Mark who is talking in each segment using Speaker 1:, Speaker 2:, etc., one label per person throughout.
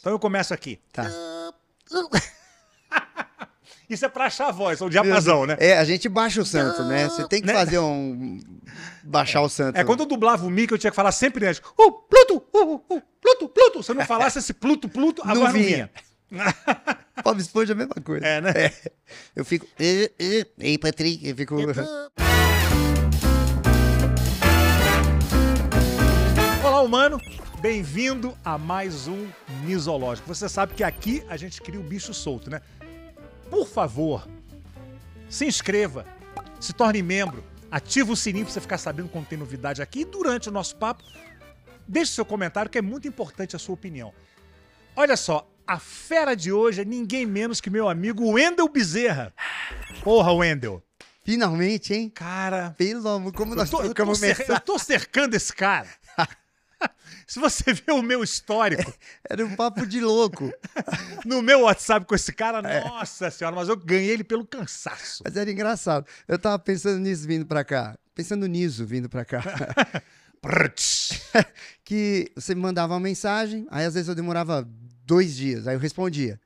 Speaker 1: Então eu começo aqui.
Speaker 2: Tá.
Speaker 1: Isso é pra achar a voz, ou diapasão, né?
Speaker 2: É, a gente baixa o santo, né? Você tem que fazer um. baixar o santo.
Speaker 1: É quando eu dublava o Mickey, eu tinha que falar sempre antes. Uh, Pluto! Uh, uh, uh, Pluto, Pluto! Se eu não falasse esse Pluto, Pluto, a
Speaker 2: Não
Speaker 1: voz não vinha.
Speaker 2: vinha. Bob Esponja é a mesma coisa.
Speaker 1: É, né?
Speaker 2: Eu fico. "Eh, eh". Ei, Patrick, eu fico.
Speaker 1: Olá, humano! Bem-vindo a mais um Misológico. Você sabe que aqui a gente cria o bicho solto, né? Por favor, se inscreva, se torne membro, ativa o sininho pra você ficar sabendo quando tem novidade aqui. E durante o nosso papo, deixe seu comentário que é muito importante a sua opinião. Olha só, a fera de hoje é ninguém menos que meu amigo Wendel Bezerra. Porra, Wendel.
Speaker 2: Finalmente, hein?
Speaker 1: Cara,
Speaker 2: Pelo amor, como
Speaker 1: eu
Speaker 2: nós
Speaker 1: tô, eu, tô
Speaker 2: trocamos
Speaker 1: cer- eu
Speaker 2: mensagem.
Speaker 1: tô cercando esse cara. Se você vê o meu histórico
Speaker 2: Era um papo de louco.
Speaker 1: no meu WhatsApp com esse cara,
Speaker 2: É.
Speaker 1: nossa senhora, mas eu ganhei ele pelo cansaço.
Speaker 2: Mas era engraçado. Eu tava pensando nisso vindo pra cá. Pensando nisso vindo pra cá.
Speaker 1: Prr, tch.
Speaker 2: que você me mandava uma mensagem, aí às vezes eu demorava dois dias, aí eu respondia.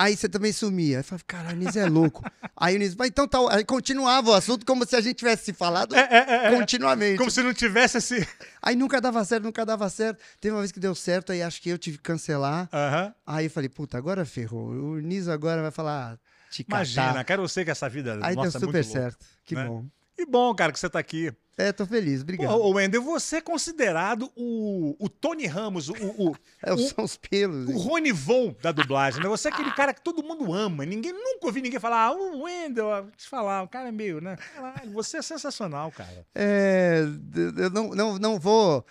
Speaker 2: Aí você também sumia. Aí eu falava, caralho, o Nis é louco. aí o Nis, mas então tá. Aí continuava o assunto como se a gente tivesse se falado
Speaker 1: É,
Speaker 2: é. continuamente.
Speaker 1: Como se não tivesse esse.
Speaker 2: Aí nunca dava certo, nunca dava certo. Teve uma vez que deu certo, aí acho que eu tive que cancelar.
Speaker 1: Aham.
Speaker 2: Aí eu falei, puta, agora ferrou. O Nis agora vai falar, "Ah, te catar."
Speaker 1: Imagina, cara, eu sei que essa vida.
Speaker 2: Aí
Speaker 1: nossa, é
Speaker 2: deu
Speaker 1: muito
Speaker 2: super
Speaker 1: louca.
Speaker 2: certo. Que
Speaker 1: né?
Speaker 2: bom.
Speaker 1: E bom, cara, que você tá aqui.
Speaker 2: É, tô feliz, obrigado.
Speaker 1: Ô, Wendel, você é considerado o, o Tony Ramos, o, o, o-
Speaker 2: É, são os pelos.
Speaker 1: o Rony Von da dublagem, né? Você é aquele cara que todo mundo ama. Ninguém nunca ouvi ninguém falar, ah, o Wendel, ó, vou te falar, o cara é meio, né? Caralho, você é sensacional, cara.
Speaker 2: É, d- eu não, não, não vou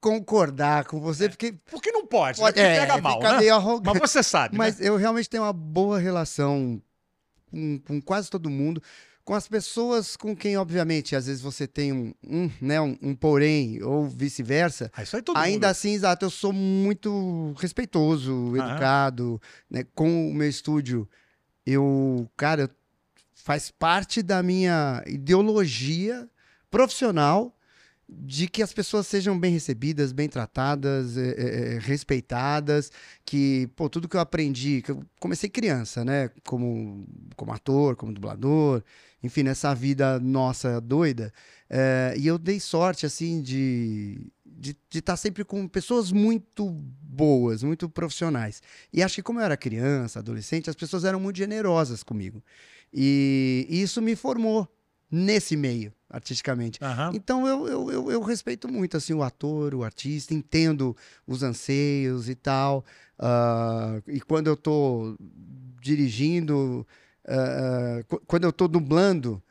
Speaker 2: concordar com
Speaker 1: É.
Speaker 2: você, porque
Speaker 1: Porque não pode,
Speaker 2: pode,
Speaker 1: né? Porque
Speaker 2: é,
Speaker 1: pega mal,
Speaker 2: fica
Speaker 1: né?
Speaker 2: meio arrogante.
Speaker 1: Mas você sabe, né?
Speaker 2: Mas eu realmente tenho uma boa relação com, com quase todo mundo, com as pessoas com quem, obviamente, às vezes você tem um, um, né, um, um porém ou vice-versa.
Speaker 1: Ah, isso aí todo
Speaker 2: Ainda
Speaker 1: mundo.
Speaker 2: assim, exato, eu sou muito respeitoso,
Speaker 1: Aham.
Speaker 2: educado, né? Com o meu estúdio, eu, cara, eu- faz parte da minha ideologia profissional de que as pessoas sejam bem recebidas, bem tratadas, é, é, é, respeitadas, que, pô, tudo que eu aprendi, que eu comecei criança, né, como, como ator, como dublador, enfim, nessa vida nossa doida, é, e eu dei sorte, assim, de de estar sempre com pessoas muito boas, muito profissionais. E acho que como eu era criança, adolescente, as pessoas eram muito generosas comigo. E isso me formou nesse meio, artisticamente.
Speaker 1: Aham.
Speaker 2: Então eu, eu, eu, eu respeito muito assim o ator, o artista, entendo os anseios e tal. Ah, e quando eu tô dirigindo, ah, qu- quando eu tô dublando,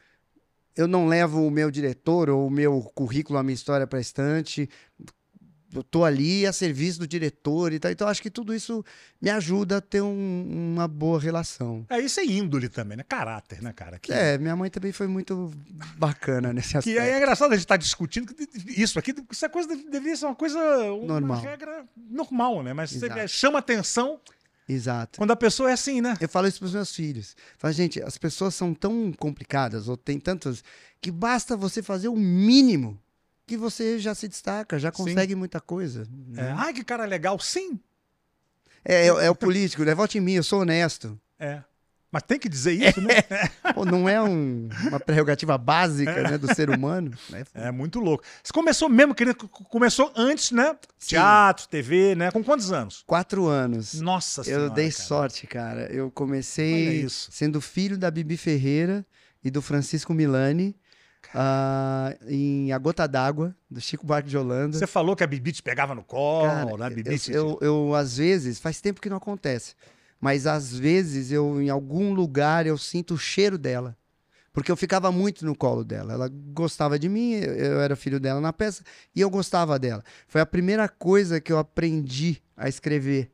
Speaker 2: eu não levo o meu diretor ou o meu currículo, a minha história para estante. Eu tô ali a serviço do diretor e tal. Então acho que tudo isso me ajuda a ter um- uma boa relação.
Speaker 1: É, isso é índole também, né? Caráter, né, cara? Que,
Speaker 2: É, minha mãe também foi muito bacana nesse aspecto.
Speaker 1: que é engraçado a gente estar discutindo que isso aqui. Isso é coisa, deveria ser uma coisa, uma
Speaker 2: Normal.
Speaker 1: regra normal, né? Mas você
Speaker 2: Exato.
Speaker 1: vê, chama atenção
Speaker 2: Exato.
Speaker 1: quando a pessoa é assim, né?
Speaker 2: Eu falo isso pros meus filhos. Falo, gente, as pessoas são tão complicadas, ou tem tantas, que basta você fazer o mínimo que você já se destaca, já consegue muita coisa.
Speaker 1: É,
Speaker 2: Uhum.
Speaker 1: Ai, que cara legal. Sim,
Speaker 2: É, é, é o político, né? Vote em mim, eu sou honesto.
Speaker 1: é. Mas tem que dizer
Speaker 2: É.
Speaker 1: isso, né?
Speaker 2: Pô, não é um- uma prerrogativa básica né, do ser humano. né?
Speaker 1: É muito louco. Você começou mesmo, querido, começou antes, né?
Speaker 2: Sim.
Speaker 1: Teatro, TV, né? Com quantos anos?
Speaker 2: Quatro anos.
Speaker 1: Nossa senhora.
Speaker 2: eu dei
Speaker 1: cara.
Speaker 2: sorte, cara. Eu
Speaker 1: Olha
Speaker 2: comecei
Speaker 1: isso.
Speaker 2: sendo filho da Bibi Ferreira e do Francisco Milani ah, em A Gota d'Água, do Chico Buarque de Holanda.
Speaker 1: Você falou que a Bibi te pegava no colo, né? A
Speaker 2: eu-
Speaker 1: Bibi te-
Speaker 2: eu, eu, às vezes, faz tempo que não acontece, mas às vezes eu, em algum lugar, eu sinto o cheiro dela. Porque eu ficava muito no colo dela. Ela gostava de mim, eu- eu era filho dela na peça e eu gostava dela. Foi a primeira coisa que eu aprendi a escrever.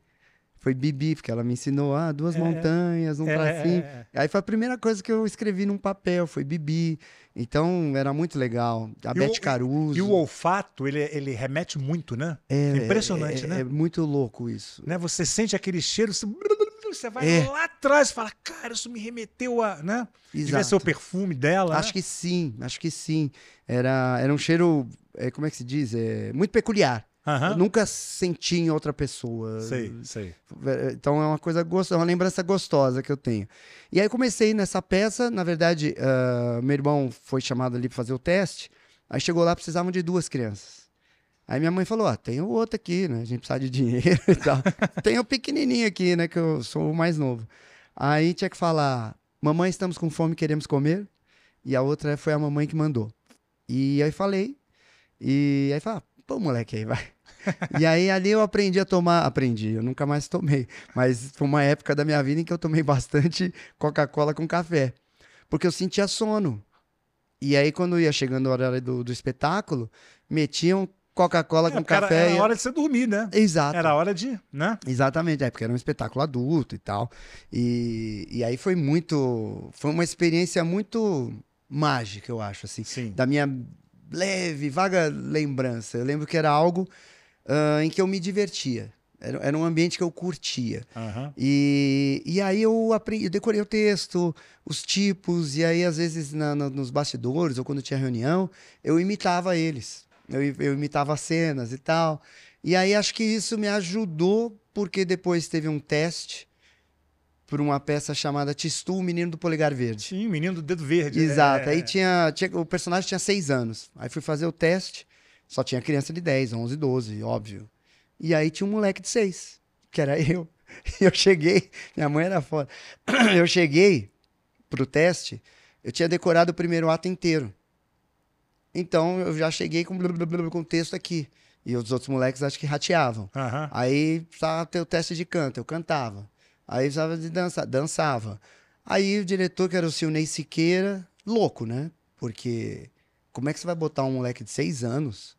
Speaker 2: Foi Bibi, porque ela me ensinou, ah, duas
Speaker 1: É, é.
Speaker 2: montanhas, um
Speaker 1: É,
Speaker 2: tracinho.
Speaker 1: é, é.
Speaker 2: Aí foi a primeira coisa que eu escrevi num papel, foi Bibi. Então era muito legal. A
Speaker 1: E o-
Speaker 2: Beth Caruso.
Speaker 1: E o olfato, ele, ele remete muito, né?
Speaker 2: É,
Speaker 1: É impressionante,
Speaker 2: é-
Speaker 1: né?
Speaker 2: É muito louco isso.
Speaker 1: né? Você sente aquele cheiro, você, você vai
Speaker 2: É.
Speaker 1: lá atrás e fala, cara, isso me remeteu a, né? Devia
Speaker 2: Exato.
Speaker 1: ser o perfume dela, né?
Speaker 2: Acho que sim, acho que sim. Era, era um cheiro, é, como é que se diz? É, muito peculiar.
Speaker 1: Aham.
Speaker 2: Eu um nunca senti em outra pessoa.
Speaker 1: Sei, sei.
Speaker 2: Então é uma coisa gostosa, uma lembrança gostosa que eu tenho. E aí comecei nessa peça, na verdade, ah, meu irmão foi chamado ali para fazer o teste, aí chegou lá, precisavam de duas crianças. Aí minha mãe falou: Ó, tem o outro aqui, né? A gente precisa de dinheiro e tal. tem o pequenininho aqui, né? Que eu sou o mais novo. Aí tinha que falar: Mamãe, estamos com fome, queremos comer. E a outra foi a mamãe que mandou. E aí falei. E aí fala: Pô, moleque, aí vai. E aí ali eu aprendi a tomar, aprendi, eu nunca mais tomei, mas foi uma época da minha vida em que eu tomei bastante Coca-Cola com café, porque eu sentia sono. E aí quando ia chegando a hora do, do espetáculo, metiam Coca-Cola com
Speaker 1: É, porque era,
Speaker 2: café.
Speaker 1: era
Speaker 2: e-
Speaker 1: hora de você dormir, né?
Speaker 2: Exato.
Speaker 1: Era hora de, né?
Speaker 2: Exatamente, é, porque era um espetáculo adulto e tal. E, e aí foi muito. Foi uma experiência muito mágica, eu acho, assim
Speaker 1: Sim.
Speaker 2: da minha leve, vaga lembrança. Eu lembro que era algo ah, em que eu me divertia. Era, era um ambiente que eu curtia.
Speaker 1: Aham.
Speaker 2: E, e aí eu aprendi, eu decorei o texto, os tipos, e aí às vezes na- na- nos bastidores ou quando tinha reunião, eu imitava eles. Eu, i- eu imitava as cenas e tal. E aí acho que isso me ajudou, porque depois teve um teste por uma peça chamada Tistu, o Menino do Polegar Verde.
Speaker 1: Tinha o menino do dedo verde.
Speaker 2: Exato.
Speaker 1: é.
Speaker 2: Aí tinha, tinha- O personagem tinha seis anos. Aí fui fazer o teste. Só tinha criança de 10, 11, 12, óbvio. E aí tinha um moleque de seis que era eu. E eu cheguei. Minha mãe era foda. Eu cheguei pro teste. Eu tinha decorado o primeiro ato inteiro. Então eu já cheguei com, blub, blub, blub, com o texto aqui. E os outros moleques acho que rateavam.
Speaker 1: Aham.
Speaker 2: Aí precisava ter o teste de canto, eu cantava. Aí precisava de dançar, dançava. Aí o diretor, que era o Silney Siqueira, louco, né? Porque como é que você vai botar um moleque de seis anos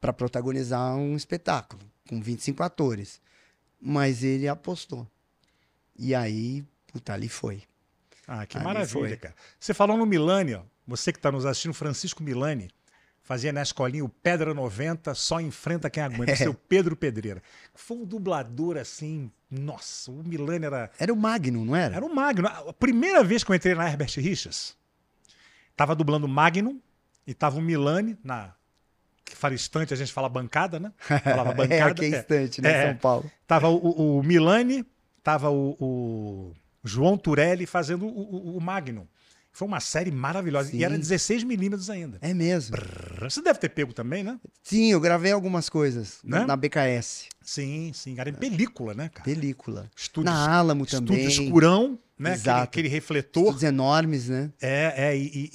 Speaker 2: pra protagonizar um espetáculo com 25 atores? Mas ele apostou. E aí, puta, ali foi.
Speaker 1: Ah, que
Speaker 2: Ali
Speaker 1: maravilha,
Speaker 2: foi.
Speaker 1: cara. Você falou no Milani, ó. Você que está nos assistindo, Francisco Milani, fazia na escolinha o Pedra 90, só enfrenta quem aguenta,
Speaker 2: É.
Speaker 1: o seu Pedro Pedreira. Foi um dublador assim, nossa, o Milani era
Speaker 2: Era o Magno, não era?
Speaker 1: Era o Magno. A primeira vez que eu entrei na Herbert Richards, tava dublando o Magnum e tava o Milani na. Que fala estante, a gente fala bancada, né? Falava
Speaker 2: é,
Speaker 1: bancada.
Speaker 2: aqui é
Speaker 1: é.
Speaker 2: instante, né?
Speaker 1: É.
Speaker 2: São Paulo.
Speaker 1: Tava o, o- o Milani, tava o, o João Turelli fazendo o, o- o Magnum. Foi uma série maravilhosa. E
Speaker 2: Sim.
Speaker 1: era 16 milímetros ainda.
Speaker 2: É mesmo.
Speaker 1: Você deve ter pego também, né?
Speaker 2: Sim, eu gravei algumas coisas
Speaker 1: Né?
Speaker 2: na BKS,
Speaker 1: Sim, sim. Era em película, né, cara?
Speaker 2: película.
Speaker 1: Estúdio,
Speaker 2: Na Alamo
Speaker 1: estúdio
Speaker 2: também.
Speaker 1: escurão, né? Aquele-
Speaker 2: Exato.
Speaker 1: aquele refletor.
Speaker 2: Estúdios enormes, né?
Speaker 1: É, é, e, e-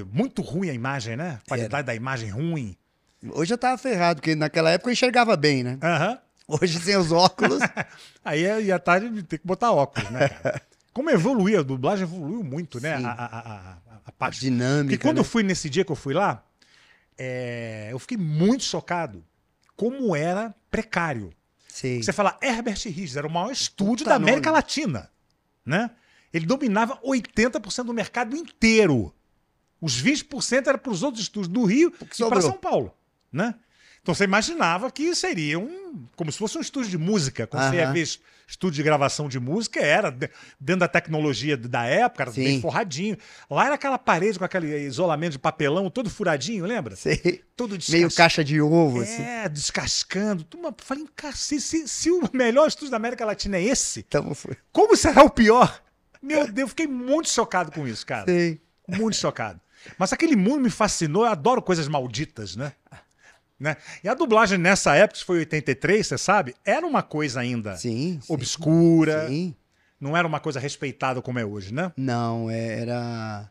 Speaker 1: e muito ruim a imagem, né? Qualidade da imagem ruim.
Speaker 2: Hoje eu tava ferrado, porque naquela época eu enxergava bem, né?
Speaker 1: Aham.
Speaker 2: Hoje sem os óculos.
Speaker 1: Aí é- ia tarde de ter que botar óculos, né, cara? Como evoluiu, a dublagem evoluiu muito, né? A,
Speaker 2: Sim.
Speaker 1: a, a, a- a
Speaker 2: a
Speaker 1: parte. Porque
Speaker 2: dinâmica.
Speaker 1: quando
Speaker 2: né?
Speaker 1: eu fui nesse dia que eu fui lá, é, eu fiquei muito chocado como era precário.
Speaker 2: Sei.
Speaker 1: Você fala Herbert Richards, era o maior estúdio
Speaker 2: Puta
Speaker 1: da América
Speaker 2: nome.
Speaker 1: Latina, né? Ele dominava 80% do mercado inteiro. Os 20% era para os outros estúdios do Rio
Speaker 2: que
Speaker 1: e para
Speaker 2: sobrou.
Speaker 1: São Paulo, né? Então você imaginava que seria um, como se fosse um estúdio de música, quando você ia
Speaker 2: Aham.
Speaker 1: ver es- estúdio de gravação de música, era de- dentro da tecnologia da época, era bem
Speaker 2: Sim.
Speaker 1: forradinho. Lá era aquela parede com aquele isolamento de papelão todo furadinho, lembra?
Speaker 2: Sei.
Speaker 1: Todo
Speaker 2: Meio
Speaker 1: descascado.
Speaker 2: caixa de ovo, assim.
Speaker 1: É, descascando. Tu- mas Falei, cara, se, se- se o melhor estúdio da América Latina é esse,
Speaker 2: Então foi.
Speaker 1: como será o pior? Meu Deus, fiquei muito chocado com isso, cara.
Speaker 2: Sei.
Speaker 1: Muito chocado. Mas aquele mundo me fascinou, eu adoro coisas malditas, né? né? E a dublagem nessa época, isso foi 83, você sabe, era uma coisa ainda
Speaker 2: Sim. sim,
Speaker 1: é obscura,
Speaker 2: Sim.
Speaker 1: não era uma coisa respeitada como é hoje, né?
Speaker 2: Não, é, era.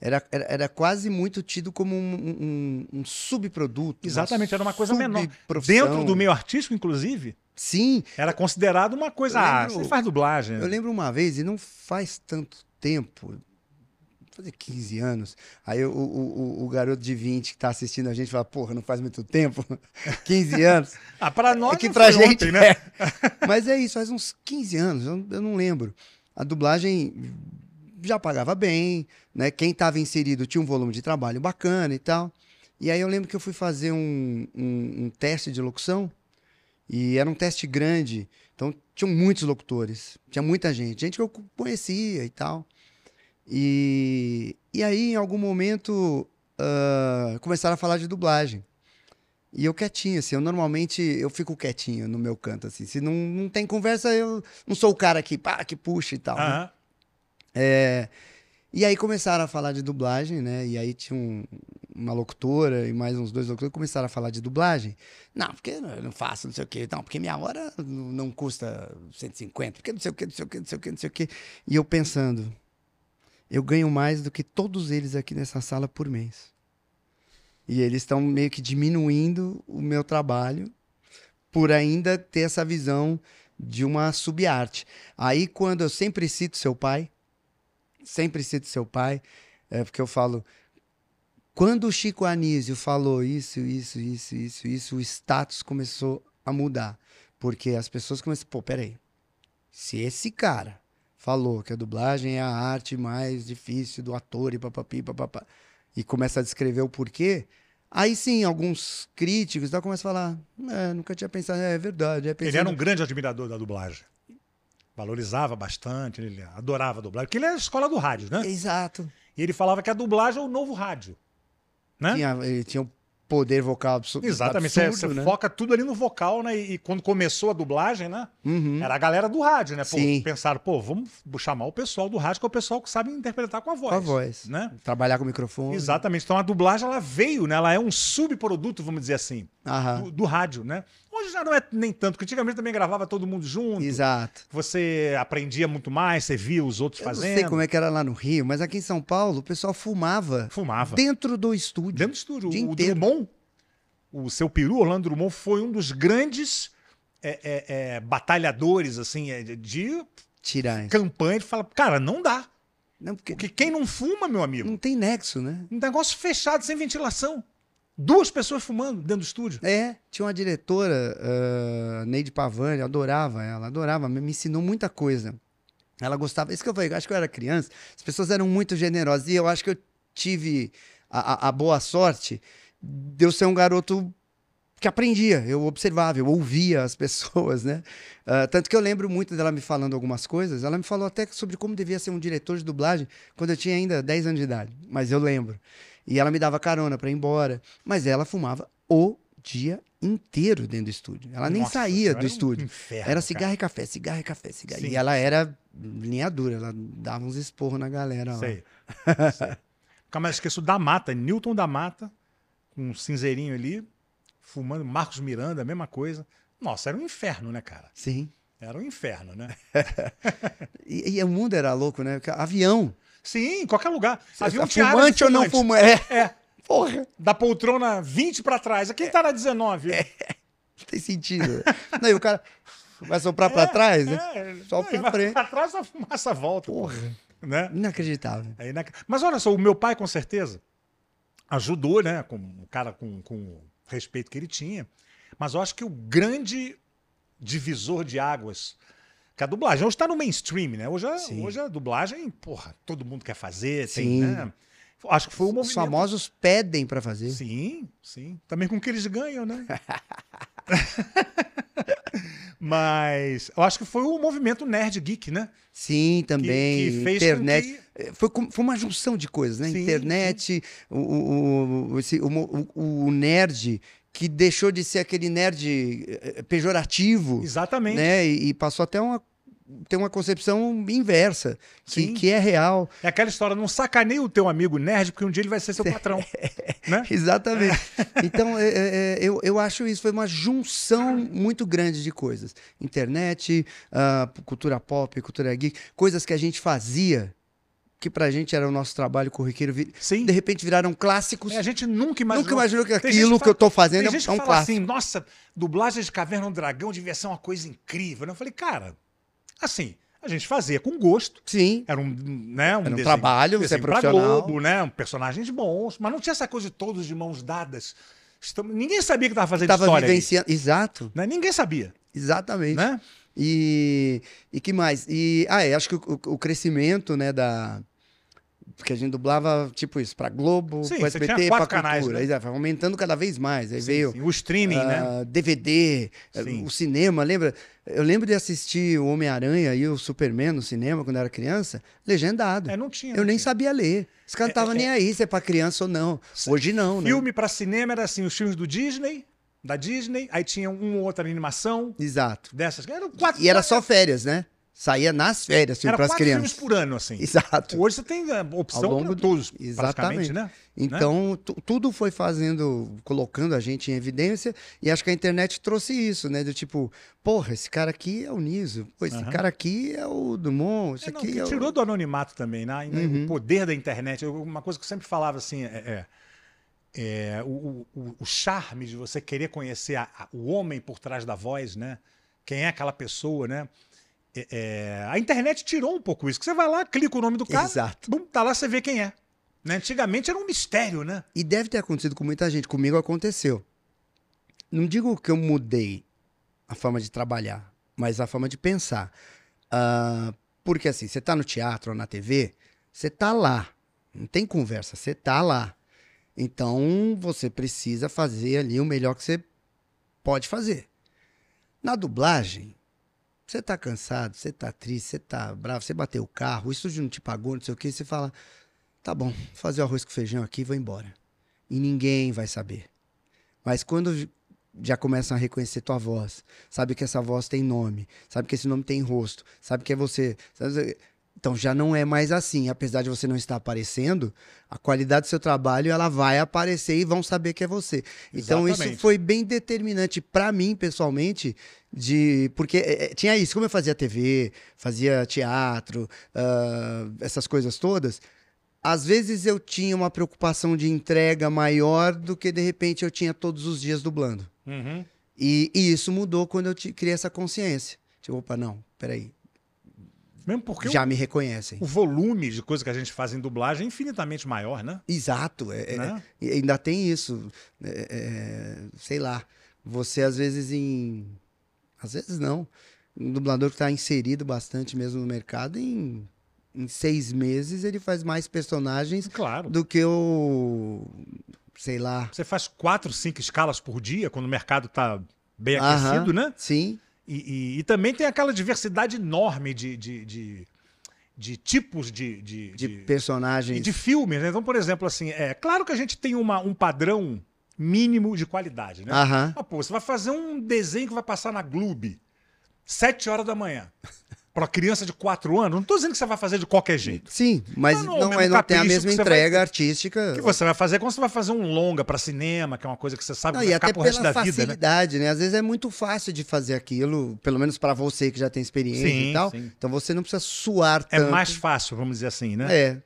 Speaker 2: Era, era, era quase muito tido como um, um- um subproduto. né? uma
Speaker 1: Exatamente, era uma coisa menor.
Speaker 2: subprofissão.
Speaker 1: Dentro do meio artístico, inclusive,
Speaker 2: Sim,
Speaker 1: era considerado uma coisa.
Speaker 2: Eu
Speaker 1: Ah,
Speaker 2: lembro-
Speaker 1: você faz dublagem.
Speaker 2: Eu lembro uma vez, e não faz tanto tempo, fazer 15 anos, aí o, o- o- o garoto de 20 que tá assistindo a gente fala, porra, não faz muito tempo, 15 anos.
Speaker 1: Ah, pra nós
Speaker 2: é que
Speaker 1: não
Speaker 2: pra
Speaker 1: foi
Speaker 2: gente,
Speaker 1: ontem, né?
Speaker 2: é. Mas é isso, faz uns 15 anos, eu, eu não lembro. A dublagem já pagava bem, né? Quem tava inserido tinha um volume de trabalho bacana e tal. E aí eu lembro que eu fui fazer um- um- um teste de locução, e era um teste grande, então tinham muitos locutores, tinha muita gente, gente que eu co- conhecia e tal. E, e aí, em algum momento, ah, começaram a falar de dublagem. E eu quietinho, assim, eu normalmente eu fico quietinho no meu canto, assim. Se não, não tem conversa, eu não sou o cara que, pá, que puxa e tal. né?
Speaker 1: Aham.
Speaker 2: E aí começaram a falar de dublagem, né? E aí tinha um- uma locutora e mais uns dois locutores que começaram a falar de dublagem. Não, porque eu não faço, não sei o quê. Não, porque minha hora n- não custa 150, porque não sei o quê, não sei o quê, não sei o quê, não sei o quê. E eu pensando, eu ganho mais do que todos eles aqui nessa sala por mês. E eles estão meio que diminuindo o meu trabalho por ainda ter essa visão de uma subarte. Aí quando eu sempre cito seu pai, sempre cito seu pai, é porque eu falo. Quando o Chico Anísio falou isso, isso, isso, isso, isso, o status começou a mudar. Porque as pessoas começam, pô, peraí. Se esse cara falou que a dublagem é a arte mais difícil do ator e papapi, papapá, e começa a descrever o porquê, aí sim, alguns críticos e tal começam a falar, é, nunca tinha pensado, é, verdade. É,
Speaker 1: Ele
Speaker 2: pensei
Speaker 1: era um
Speaker 2: no-
Speaker 1: grande admirador da dublagem. Valorizava bastante, ele adorava a dublagem. Porque ele é a escola do rádio, né?
Speaker 2: Exato.
Speaker 1: E ele falava que a dublagem é o novo rádio. Né?
Speaker 2: Tinha, ele tinha um poder vocal absu-
Speaker 1: Exatamente. é
Speaker 2: absurdo,
Speaker 1: você você
Speaker 2: né?
Speaker 1: foca tudo ali no vocal, né? E, e quando começou a dublagem, né?
Speaker 2: Uhum.
Speaker 1: Era a galera do rádio, né? Pô,
Speaker 2: Sim.
Speaker 1: pensaram, pô, vamos chamar o pessoal do rádio, que é o pessoal que sabe interpretar com a voz.
Speaker 2: Com a voz.
Speaker 1: Né?
Speaker 2: Trabalhar com o microfone.
Speaker 1: Exatamente. Então a dublagem ela veio, né? Ela é um subproduto, vamos dizer assim,
Speaker 2: Aham.
Speaker 1: do, do rádio, né? Hoje já não é nem tanto, porque antigamente também gravava todo mundo junto.
Speaker 2: Exato.
Speaker 1: Você aprendia muito mais, você via os outros
Speaker 2: Eu não
Speaker 1: fazendo.
Speaker 2: sei como é que era lá no Rio, mas aqui em São Paulo o pessoal fumava
Speaker 1: Fumava.
Speaker 2: dentro do estúdio.
Speaker 1: Dentro do estúdio.
Speaker 2: O dia
Speaker 1: O,
Speaker 2: inteiro.
Speaker 1: Drummond, o seu peru, Orlando Drummond, foi um dos grandes é, é, é, batalhadores, assim, é, de- de
Speaker 2: Tirar isso.
Speaker 1: campanha. Ele fala, cara, não dá.
Speaker 2: Não, porque
Speaker 1: Porque quem não fuma, meu amigo,
Speaker 2: não tem nexo, né?
Speaker 1: um negócio fechado, sem ventilação. Duas pessoas fumando dentro do estúdio.
Speaker 2: É, tinha uma diretora, ah, Neide Pavani, eu adorava ela, adorava, me me ensinou muita coisa. Ela gostava, isso que eu falei, eu acho que eu era criança, as pessoas eram muito generosas e eu acho que eu tive a, a- a boa sorte de eu ser um garoto que aprendia, eu observava, eu ouvia as pessoas, né? Ah, tanto que eu lembro muito dela me falando algumas coisas, ela me falou até sobre como devia ser um diretor de dublagem quando eu tinha ainda 10 anos de idade, mas eu lembro. E ela me dava carona para ir embora, mas ela fumava o dia inteiro dentro do estúdio. Ela nem
Speaker 1: Nossa
Speaker 2: saía
Speaker 1: Senhora,
Speaker 2: do
Speaker 1: era um
Speaker 2: estúdio.
Speaker 1: inferno,
Speaker 2: Era
Speaker 1: cara.
Speaker 2: cigarro e café, cigarro e café, cigarro.
Speaker 1: Sim.
Speaker 2: E ela era linha dura, ela dava uns esporros na galera lá.
Speaker 1: Sei.
Speaker 2: né?
Speaker 1: sei. Nunca mais esqueço da Mata, Newton da Mata, com um cinzeirinho ali, fumando. Marcos Miranda, a mesma coisa. Nossa, era um inferno, né, cara?
Speaker 2: Sim.
Speaker 1: Era um inferno, né?
Speaker 2: E, e o mundo era louco, né? Porque Avião.
Speaker 1: Sim, em qualquer lugar. Havia um teatro de
Speaker 2: tá fumante ou não
Speaker 1: fumante.
Speaker 2: fumante? É,
Speaker 1: É,
Speaker 2: porra.
Speaker 1: da poltrona 20 pra trás. Aqui tá na 19. É,
Speaker 2: Não tem sentido. não, e o cara vai soprar
Speaker 1: É,
Speaker 2: pra trás, né? Só
Speaker 1: Não,
Speaker 2: pra
Speaker 1: e vai
Speaker 2: frente.
Speaker 1: Pra trás é, a fumaça volta. pô,
Speaker 2: Porra.
Speaker 1: Né?
Speaker 2: Inacreditável.
Speaker 1: Aí na- Mas olha só, o meu pai com certeza ajudou, né? Com o cara com, com o respeito que ele tinha. Mas eu acho que o grande divisor de águas que a dublagem. Hoje está no mainstream, né? Hoje, a-
Speaker 2: Sim.
Speaker 1: hoje a dublagem, porra, todo mundo quer fazer. Tem,
Speaker 2: Sim.
Speaker 1: né? Acho que foi um
Speaker 2: Os
Speaker 1: movimento.
Speaker 2: famosos pedem pra fazer.
Speaker 1: Sim, sim. Também com o que eles ganham, né? Mas eu acho que foi o movimento nerd geek, né?
Speaker 2: Sim,
Speaker 1: Que,
Speaker 2: também.
Speaker 1: que fez
Speaker 2: internet.
Speaker 1: com que
Speaker 2: É, Foi, com- foi uma junção de coisas, né?
Speaker 1: Sim,
Speaker 2: Internet, o, o, o, esse- o mo- o- o nerd que deixou de ser aquele nerd eh, eh, pejorativo,
Speaker 1: Exatamente.
Speaker 2: né? E, e passou até uma ter uma concepção inversa, que,
Speaker 1: Sim.
Speaker 2: que é real.
Speaker 1: É aquela história, não sacaneia o teu amigo nerd, porque um dia ele vai ser
Speaker 2: É.
Speaker 1: seu patrão. né?
Speaker 2: Exatamente. Então, é, é, é, eu, eu acho isso, foi uma junção muito grande de coisas. Internet, ah, cultura pop, cultura geek, coisas que a gente fazia, que pra gente era o nosso trabalho corriqueiro, vi-
Speaker 1: Sim.
Speaker 2: de repente viraram clássicos.
Speaker 1: É, A gente nunca imaginou.
Speaker 2: Nunca imaginou que
Speaker 1: Tem gente
Speaker 2: aquilo que,
Speaker 1: fala-
Speaker 2: eu tô fazendo
Speaker 1: Tem
Speaker 2: é um
Speaker 1: gente que
Speaker 2: é um
Speaker 1: fala
Speaker 2: clássico.
Speaker 1: assim, nossa, dublagem de Caverna do Dragão devia ser uma coisa incrível. né? Eu falei, cara, assim, a gente fazia com gosto.
Speaker 2: Sim,
Speaker 1: Era um, né, um,
Speaker 2: era um
Speaker 1: desenho-
Speaker 2: trabalho, você é
Speaker 1: desenho pra
Speaker 2: profissional.
Speaker 1: Globo, né? Personagens bons, mas não tinha essa coisa de todos de mãos dadas. Estamos- Ninguém sabia que estava fazendo
Speaker 2: Tava
Speaker 1: história. ali,
Speaker 2: vivenciando. Exato,
Speaker 1: né? Ninguém sabia,
Speaker 2: exatamente.
Speaker 1: né?
Speaker 2: E, e que mais? E, ah, é, acho que o, o crescimento, né, da... Porque a gente dublava, tipo isso, pra Globo,
Speaker 1: Sim,
Speaker 2: pro
Speaker 1: você
Speaker 2: SBT,
Speaker 1: tinha
Speaker 2: pra
Speaker 1: quatro canais,
Speaker 2: Cultura.
Speaker 1: né?
Speaker 2: Aí vai aumentando cada vez mais. Aí
Speaker 1: Sim,
Speaker 2: veio
Speaker 1: sim. O streaming, né?
Speaker 2: ah, DVD, eh,
Speaker 1: Sim.
Speaker 2: o cinema, lembra? Eu lembro de assistir o Homem-Aranha e o Superman no cinema, quando eu era criança, legendado.
Speaker 1: É, não tinha.
Speaker 2: eu
Speaker 1: não
Speaker 2: nem
Speaker 1: tinha.
Speaker 2: sabia ler. Os
Speaker 1: é.
Speaker 2: é caras não estavam nem aí se é pra criança ou não. Hoje não, né?
Speaker 1: Filme pra cinema era assim, os filmes do Disney, da Disney, aí tinha uma ou outra animação
Speaker 2: Exato.
Speaker 1: dessas. Eram quatro,
Speaker 2: E era só férias, né? Saía nas férias filme
Speaker 1: era
Speaker 2: para as
Speaker 1: quatro filmes
Speaker 2: crianças.
Speaker 1: por ano, assim.
Speaker 2: Exato.
Speaker 1: Hoje você tem é, opção
Speaker 2: Ao longo
Speaker 1: para
Speaker 2: do-
Speaker 1: todos, praticamente,
Speaker 2: Exatamente.
Speaker 1: né?
Speaker 2: Então, tu- tudo foi fazendo, colocando a gente em evidência, e acho que a internet trouxe isso, né? Do tipo, porra, esse cara aqui é o Niso, pô, esse
Speaker 1: Aham.
Speaker 2: cara aqui é o Dumont, esse
Speaker 1: É, não,
Speaker 2: aqui
Speaker 1: que
Speaker 2: é o...
Speaker 1: tirou do anonimato também, né? E
Speaker 2: Uhum.
Speaker 1: O poder da internet. Eu- Uma coisa que eu sempre falava assim é, é- é, o, o- o charme de você querer conhecer a- a- o homem por trás da voz, né? Quem é aquela pessoa, né? É- é, a internet tirou um pouco isso. Que você vai lá, clica o nome do cara,
Speaker 2: Exato.
Speaker 1: bum, tá lá, você vê quem é. Né? Antigamente era um mistério, né?
Speaker 2: E deve ter acontecido com muita gente, comigo aconteceu. Não digo que eu mudei a forma de trabalhar, mas a forma de pensar. Ah, porque assim, você tá no teatro ou na TV, você tá lá. Não tem conversa, você tá lá. Então você precisa fazer ali o melhor que você pode fazer. Na dublagem, você tá cansado, você tá triste, você tá bravo, você bateu o carro, o estúdio não te pagou, não sei o que, você fala: tá bom, vou fazer o arroz com feijão aqui e vou embora. E ninguém vai saber. Mas quando j- já começam a reconhecer tua voz, sabe que essa voz tem nome, sabe que esse nome tem rosto, sabe que é você. sabe- Então já não é mais assim. Apesar de você não estar aparecendo, a qualidade do seu trabalho ela vai aparecer e vão saber que é você. Então isso
Speaker 1: Exatamente.
Speaker 2: foi bem determinante pra mim pessoalmente de porque eh, eh, tinha isso como eu fazia TV, fazia teatro, ah, essas coisas todas. Às vezes eu tinha uma preocupação de entrega maior do que de repente eu tinha todos os dias dublando.
Speaker 1: Uhum.
Speaker 2: E, e isso mudou quando eu ti- criei essa consciência. Tipo, opa, não, peraí.
Speaker 1: Mesmo porque o-
Speaker 2: já me reconhecem.
Speaker 1: o, volume de coisa que a gente faz em dublagem é infinitamente maior, né?
Speaker 2: Exato. é- é-
Speaker 1: Né?
Speaker 2: E ainda tem isso. é, é, sei lá. Você às vezes em. Às vezes não. Um dublador que está inserido bastante mesmo no mercado, em, em seis meses ele faz mais personagens
Speaker 1: Claro.
Speaker 2: do que o. Sei lá.
Speaker 1: Você faz quatro, cinco escalas por dia quando o mercado tá bem
Speaker 2: Aham.
Speaker 1: aquecido, né?
Speaker 2: Sim.
Speaker 1: E, e- e também tem aquela diversidade enorme de, de, de- de tipos de, de,
Speaker 2: De,
Speaker 1: de-
Speaker 2: personagens.
Speaker 1: e de filmes. Né? Então, por exemplo, assim, é claro que a gente tem uma- um padrão mínimo de qualidade, né?
Speaker 2: Aham.
Speaker 1: Ah, pô, você vai fazer um desenho que vai passar na Globo sete horas da manhã. Pra criança de quatro anos, não tô dizendo que você vai fazer de qualquer jeito.
Speaker 2: Sim, mas
Speaker 1: Não,
Speaker 2: não,
Speaker 1: não, o
Speaker 2: mas
Speaker 1: mesmo
Speaker 2: não tem a
Speaker 1: capricho
Speaker 2: mesma
Speaker 1: que você
Speaker 2: entrega
Speaker 1: vai-
Speaker 2: artística.
Speaker 1: O que você vai fazer é como você vai fazer um longa pra cinema, que é uma coisa que você sabe
Speaker 2: Não,
Speaker 1: que
Speaker 2: e
Speaker 1: vai
Speaker 2: até
Speaker 1: ficar pro
Speaker 2: pela
Speaker 1: resto da vida, né?
Speaker 2: facilidade, né? Às vezes é muito fácil de fazer aquilo, pelo menos pra você que já tem experiência
Speaker 1: Sim,
Speaker 2: e tal.
Speaker 1: sim.
Speaker 2: Então você não precisa suar
Speaker 1: É
Speaker 2: tanto.
Speaker 1: mais fácil, vamos dizer assim, né?
Speaker 2: É,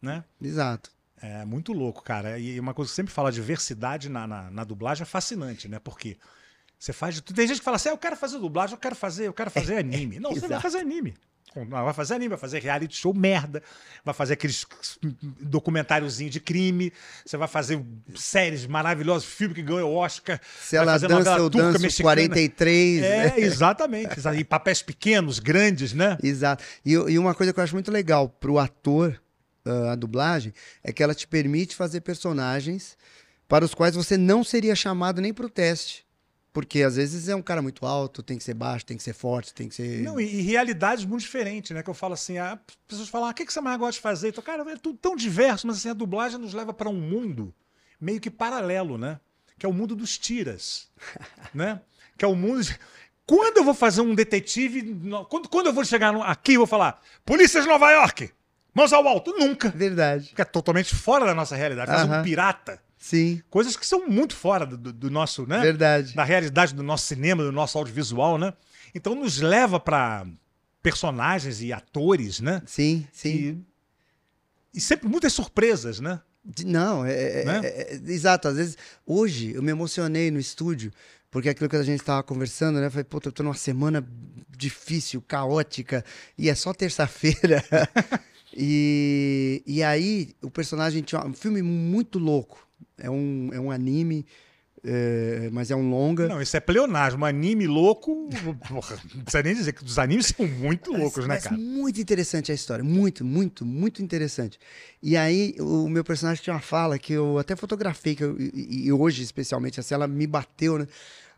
Speaker 1: né?
Speaker 2: exato.
Speaker 1: É muito louco, cara. E uma coisa que eu sempre falo, a diversidade na, na, na dublagem é fascinante, né? Porque você faz de tudo. Tem gente que fala assim, ah, eu quero fazer dublagem, eu quero fazer, eu quero fazer anime. Não, você vai
Speaker 2: exato.
Speaker 1: fazer anime. Não, Vai fazer anime, vai fazer reality show merda, vai fazer aqueles documentáriozinho de crime, você vai fazer séries maravilhosas, filme que ganhou Oscar.
Speaker 2: Se
Speaker 1: vai
Speaker 2: ela
Speaker 1: fazer novela
Speaker 2: dança, eu
Speaker 1: turca,
Speaker 2: danço
Speaker 1: mexicana.
Speaker 2: 43. né?
Speaker 1: É, exatamente. E papéis pequenos, grandes, né?
Speaker 2: Exato. E, e uma coisa que eu acho muito legal pro ator, ah, a dublagem, é que ela te permite fazer personagens para os quais você não seria chamado nem pro teste. Porque às vezes é um cara muito alto, tem que ser baixo, tem que ser forte, tem que ser.
Speaker 1: Não, e, e realidades muito diferentes, né? Que eu falo assim, ah, as pessoas falam, ah, o que, que você mais gosta de fazer? Então, cara, é tudo tão diverso, mas assim, a dublagem nos leva para um mundo meio que paralelo, né? Que é o mundo dos tiras, né? Que é o mundo... de- Quando eu vou fazer um detetive... no- Quando, quando eu vou chegar no- aqui e vou falar, polícia de Nova York, mãos ao alto? Nunca.
Speaker 2: Verdade.
Speaker 1: Porque é totalmente fora da nossa realidade. Fazer um
Speaker 2: Aham.
Speaker 1: pirata.
Speaker 2: Sim,
Speaker 1: Coisas que são muito fora do, do- do nosso, né?
Speaker 2: verdade.
Speaker 1: da realidade do nosso cinema, do nosso audiovisual, né? Então nos leva pra personagens e atores, né?
Speaker 2: Sim, sim.
Speaker 1: E, e sempre muitas surpresas, né?
Speaker 2: De- Não, é, é-
Speaker 1: Né?
Speaker 2: é- é- exato. Às vezes, hoje eu me emocionei no estúdio, porque aquilo que a gente estava conversando, né? Eu Falei, pô, eu tô numa semana difícil, caótica, e é só terça-feira. e, e aí, o personagem tinha um filme muito louco. É um, é um anime, é, mas é um longa.
Speaker 1: Não, isso é pleonasmo. Anime louco. Porra, não precisa nem dizer que os animes são muito loucos, né,
Speaker 2: Mas
Speaker 1: cara?
Speaker 2: Muito interessante a história, muito, muito, muito interessante. E aí, o meu personagem tinha uma fala que eu até fotografei, que eu- e, e hoje, especialmente, assim, ela me bateu, né?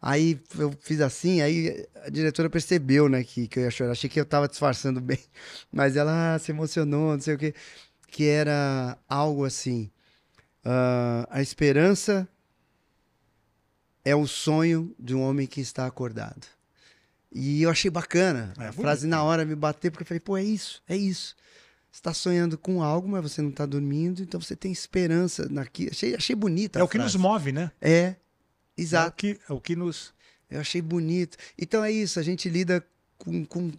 Speaker 2: Aí eu fiz assim, aí a diretora percebeu, né, que, que eu ia chorar. Achei que eu tava disfarçando bem, mas ela ah, se emocionou, não sei o quê. Que era algo assim: ah, a esperança é é o sonho de um homem que está acordado. E eu achei bacana.
Speaker 1: É,
Speaker 2: a
Speaker 1: bonito.
Speaker 2: frase na hora me bateu, porque eu falei, pô, é isso, é isso. Você está sonhando com algo, mas você não está dormindo, então você tem esperança naquilo. Achei, achei bonita.
Speaker 1: é
Speaker 2: a
Speaker 1: o que nos
Speaker 2: frase.
Speaker 1: move, né?
Speaker 2: É, exato.
Speaker 1: É o que, é o que nos.
Speaker 2: Eu achei bonito. Então é isso, a gente lida com, com,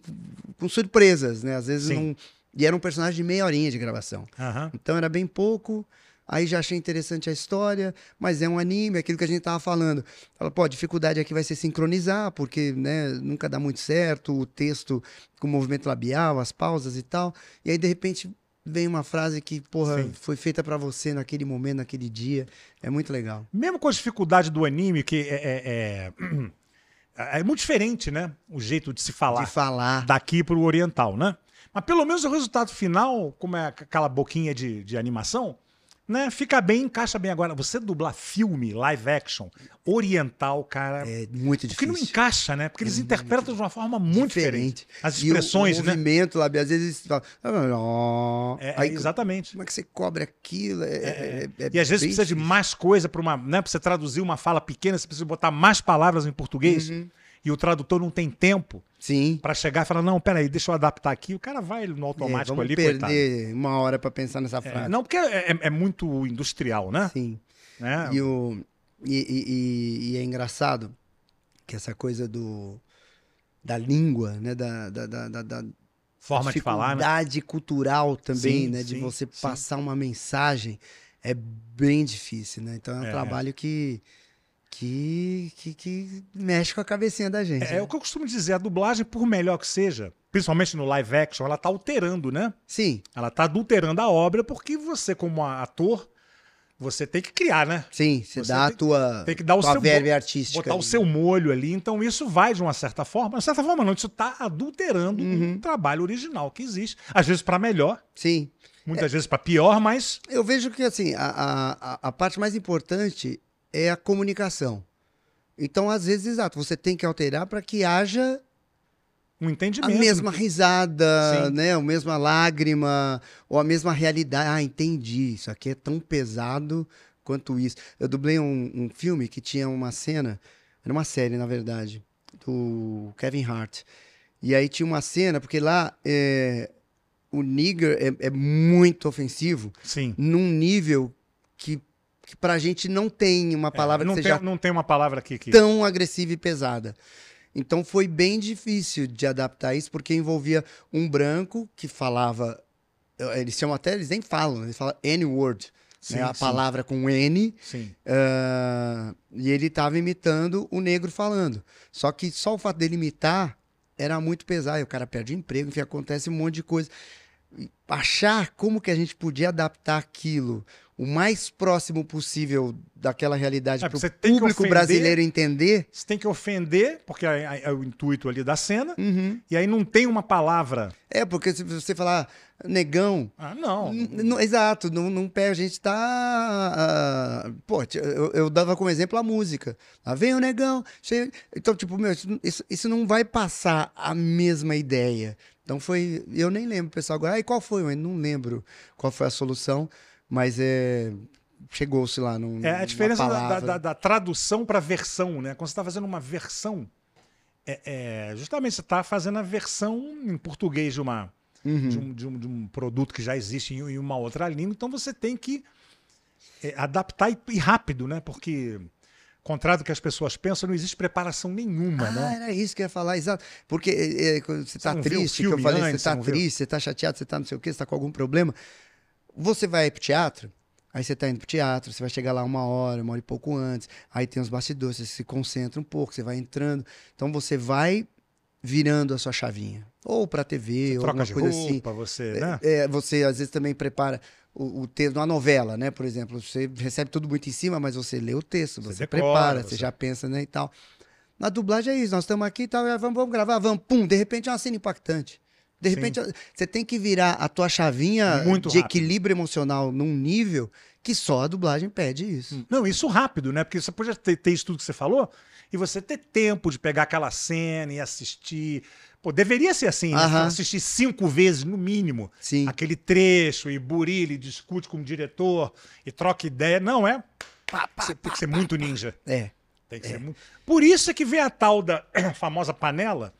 Speaker 2: com surpresas, né? Às vezes
Speaker 1: Sim.
Speaker 2: não. E era um personagem de meia horinha de gravação.
Speaker 1: Aham.
Speaker 2: Então era bem pouco. Aí já achei interessante a história, mas é um anime, aquilo que a gente tava falando. Fala, pô, a dificuldade aqui vai ser sincronizar, porque né, nunca dá muito certo o texto com o movimento labial, as pausas e tal. E aí, de repente, vem uma frase que, porra,
Speaker 1: Sim.
Speaker 2: foi feita para você naquele momento, naquele dia. É muito legal.
Speaker 1: Mesmo com a dificuldade do anime, que é. É, é- é muito diferente, né? O jeito de se falar
Speaker 2: De falar.
Speaker 1: daqui pro oriental, né? Mas pelo menos o resultado final, como é aquela boquinha de, de animação, né? Fica bem, encaixa bem agora. Você dublar filme, live action, oriental, cara.
Speaker 2: É muito
Speaker 1: porque
Speaker 2: difícil. É
Speaker 1: não encaixa, né? Porque eles interpretam de uma forma muito diferente. As
Speaker 2: E o-
Speaker 1: expressões,
Speaker 2: o,
Speaker 1: né?
Speaker 2: movimento lá, às vezes você fala. "Ah,
Speaker 1: É, é,
Speaker 2: aí,
Speaker 1: exatamente.
Speaker 2: Como é que você cobre aquilo? É- é- é-
Speaker 1: E às vezes
Speaker 2: bem
Speaker 1: precisa de
Speaker 2: difícil.
Speaker 1: mais coisa para uma, né, pra você traduzir uma fala pequena, você precisa botar mais palavras em português
Speaker 2: Uhum.
Speaker 1: e o tradutor não tem tempo
Speaker 2: Sim.
Speaker 1: para chegar e falar não, peraí, deixa eu adaptar aqui. O cara vai no
Speaker 2: É,
Speaker 1: automático
Speaker 2: vamos
Speaker 1: ali,
Speaker 2: perder
Speaker 1: coitado.
Speaker 2: uma hora pra pensar nessa
Speaker 1: É,
Speaker 2: frase.
Speaker 1: não, porque é, é- é muito industrial, né?
Speaker 2: Sim.
Speaker 1: né?
Speaker 2: E, o, e, e- e- e é engraçado que essa coisa do da língua, né? Da, da, da, da- da
Speaker 1: Forma de falar, né?
Speaker 2: dificuldade cultural também,
Speaker 1: Sim,
Speaker 2: né? De
Speaker 1: sim,
Speaker 2: você
Speaker 1: sim.
Speaker 2: passar uma mensagem é bem difícil, né? Então é um
Speaker 1: É,
Speaker 2: trabalho que, que, que, que mexe com a cabecinha da gente.
Speaker 1: É, é
Speaker 2: né?
Speaker 1: o que eu costumo dizer, a dublagem, por melhor que seja, principalmente no live action, ela tá alterando, né?
Speaker 2: Sim,
Speaker 1: Ela tá adulterando a obra porque você, como ator, você tem que criar, né?
Speaker 2: sim. Você,
Speaker 1: Você
Speaker 2: dá
Speaker 1: tem-
Speaker 2: a tua,
Speaker 1: Tem que dar o
Speaker 2: tua
Speaker 1: seu
Speaker 2: verve artística.
Speaker 1: botar o
Speaker 2: ali.
Speaker 1: seu molho ali. Então isso vai de uma certa forma, de certa forma não, isso está adulterando
Speaker 2: Uhum.
Speaker 1: um trabalho original que existe, às vezes para melhor,
Speaker 2: Sim.
Speaker 1: muitas
Speaker 2: É.
Speaker 1: vezes para pior, mas
Speaker 2: Eu vejo que assim, a, a, a- a parte mais importante é a comunicação. Então, às vezes, exato, você tem que alterar para que haja
Speaker 1: um
Speaker 2: a
Speaker 1: entendimento.
Speaker 2: mesma risada,
Speaker 1: Sim.
Speaker 2: né? A mesma lágrima, ou a mesma realidade. Ah, entendi. Isso aqui é tão pesado quanto isso. Eu dublei um, um filme que tinha uma cena, era uma série, na verdade, do Kevin Hart. E aí tinha uma cena, porque lá é, o nigger é- é muito ofensivo
Speaker 1: Sim.
Speaker 2: num nível que, que pra gente não tem uma
Speaker 1: É,
Speaker 2: palavra
Speaker 1: não,
Speaker 2: que Então,
Speaker 1: tem, um
Speaker 2: seja
Speaker 1: não tem uma palavra aqui que.
Speaker 2: tão agressiva e pesada. Então foi bem difícil de adaptar isso, porque envolvia um branco que falava. eh, Eles chamam até, eles nem falam, eles falam N-word,
Speaker 1: Sim,
Speaker 2: né, a
Speaker 1: sim,
Speaker 2: palavra com N,
Speaker 1: Sim.
Speaker 2: ah, e ele tava imitando o negro falando. Só que só o fato dele imitar era muito pesado, e o cara perde o emprego, enfim, acontece um monte de coisa. E achar como que a gente podia adaptar aquilo o mais próximo possível daquela realidade
Speaker 1: É,
Speaker 2: para
Speaker 1: você
Speaker 2: o
Speaker 1: tem que
Speaker 2: público
Speaker 1: ofender-
Speaker 2: brasileiro entender.
Speaker 1: Você tem que ofender, porque é, é- é o intuito ali da cena,
Speaker 2: Uhum.
Speaker 1: e aí não tem uma palavra.
Speaker 2: É, porque se você falar negão,
Speaker 1: Ah, não.
Speaker 2: N- não- exato, não, não pega. A gente tá. ah, pô, ti- eu, eu dava como exemplo a música. Lá vem o negão. cheio- Então, tipo, meu, isso, isso- isso não vai passar a mesma ideia. Então foi. Eu nem lembro, pessoal. Agora, ai, qual foi? Eu não lembro qual foi a solução, mas é. Chegou-se lá num.
Speaker 1: É a diferença
Speaker 2: numa
Speaker 1: da- da,
Speaker 2: palavra.
Speaker 1: da- da tradução para versão, né? Quando você está fazendo uma versão, é, é, justamente você está fazendo a versão em português de uma,
Speaker 2: Uhum.
Speaker 1: de um, de um- de um produto que já existe em em uma outra língua, então você tem que é, adaptar e, e rápido, né? Porque, contrário do que as pessoas pensam, não existe preparação nenhuma,
Speaker 2: Ah,
Speaker 1: né?
Speaker 2: era isso que eu ia falar, exato. Porque é, é, quando você tá
Speaker 1: não viu o
Speaker 2: triste, que eu
Speaker 1: filme
Speaker 2: falei,
Speaker 1: antes,
Speaker 2: você tá
Speaker 1: você não viu?
Speaker 2: triste, você tá chateado, você tá não sei o quê, você tá com algum problema. Você vai pro teatro, aí você tá indo pro teatro, você vai chegar lá uma hora, uma hora e pouco antes, aí tem os bastidores, você se concentra um pouco, você vai entrando. Então você vai virando a sua chavinha. Ou pra TV, ou
Speaker 1: Troca
Speaker 2: alguma
Speaker 1: de
Speaker 2: coisa
Speaker 1: roupa,
Speaker 2: assim.
Speaker 1: você, né?
Speaker 2: É, você às vezes também prepara o, o texto numa novela, né? Por exemplo, você recebe tudo muito em cima, mas você lê o texto, você,
Speaker 1: decora,
Speaker 2: prepara, você...
Speaker 1: você-
Speaker 2: já pensa, né? E tal. Na dublagem é isso, nós estamos aqui e tal, e vamos, vamos gravar, vamos, pum, de repente é uma cena impactante. De
Speaker 1: Sim.
Speaker 2: repente, você tem que virar a tua chavinha
Speaker 1: Muito
Speaker 2: de
Speaker 1: rápido.
Speaker 2: equilíbrio emocional num nível que só a dublagem pede isso.
Speaker 1: Não, isso rápido, né? Porque você podia ter, ter isso tudo que você falou e você ter tempo de pegar aquela cena e assistir. Pô, deveria ser assim, né?
Speaker 2: Aham.
Speaker 1: Assistir cinco vezes, no mínimo,
Speaker 2: Sim.
Speaker 1: aquele trecho e burile, discute com o diretor e troca ideia. Não, é.
Speaker 2: Pá, pá,
Speaker 1: Você tem que ser muito ninja.
Speaker 2: É.
Speaker 1: Tem que ser muito. Por isso é que vem a tal da famosa panela,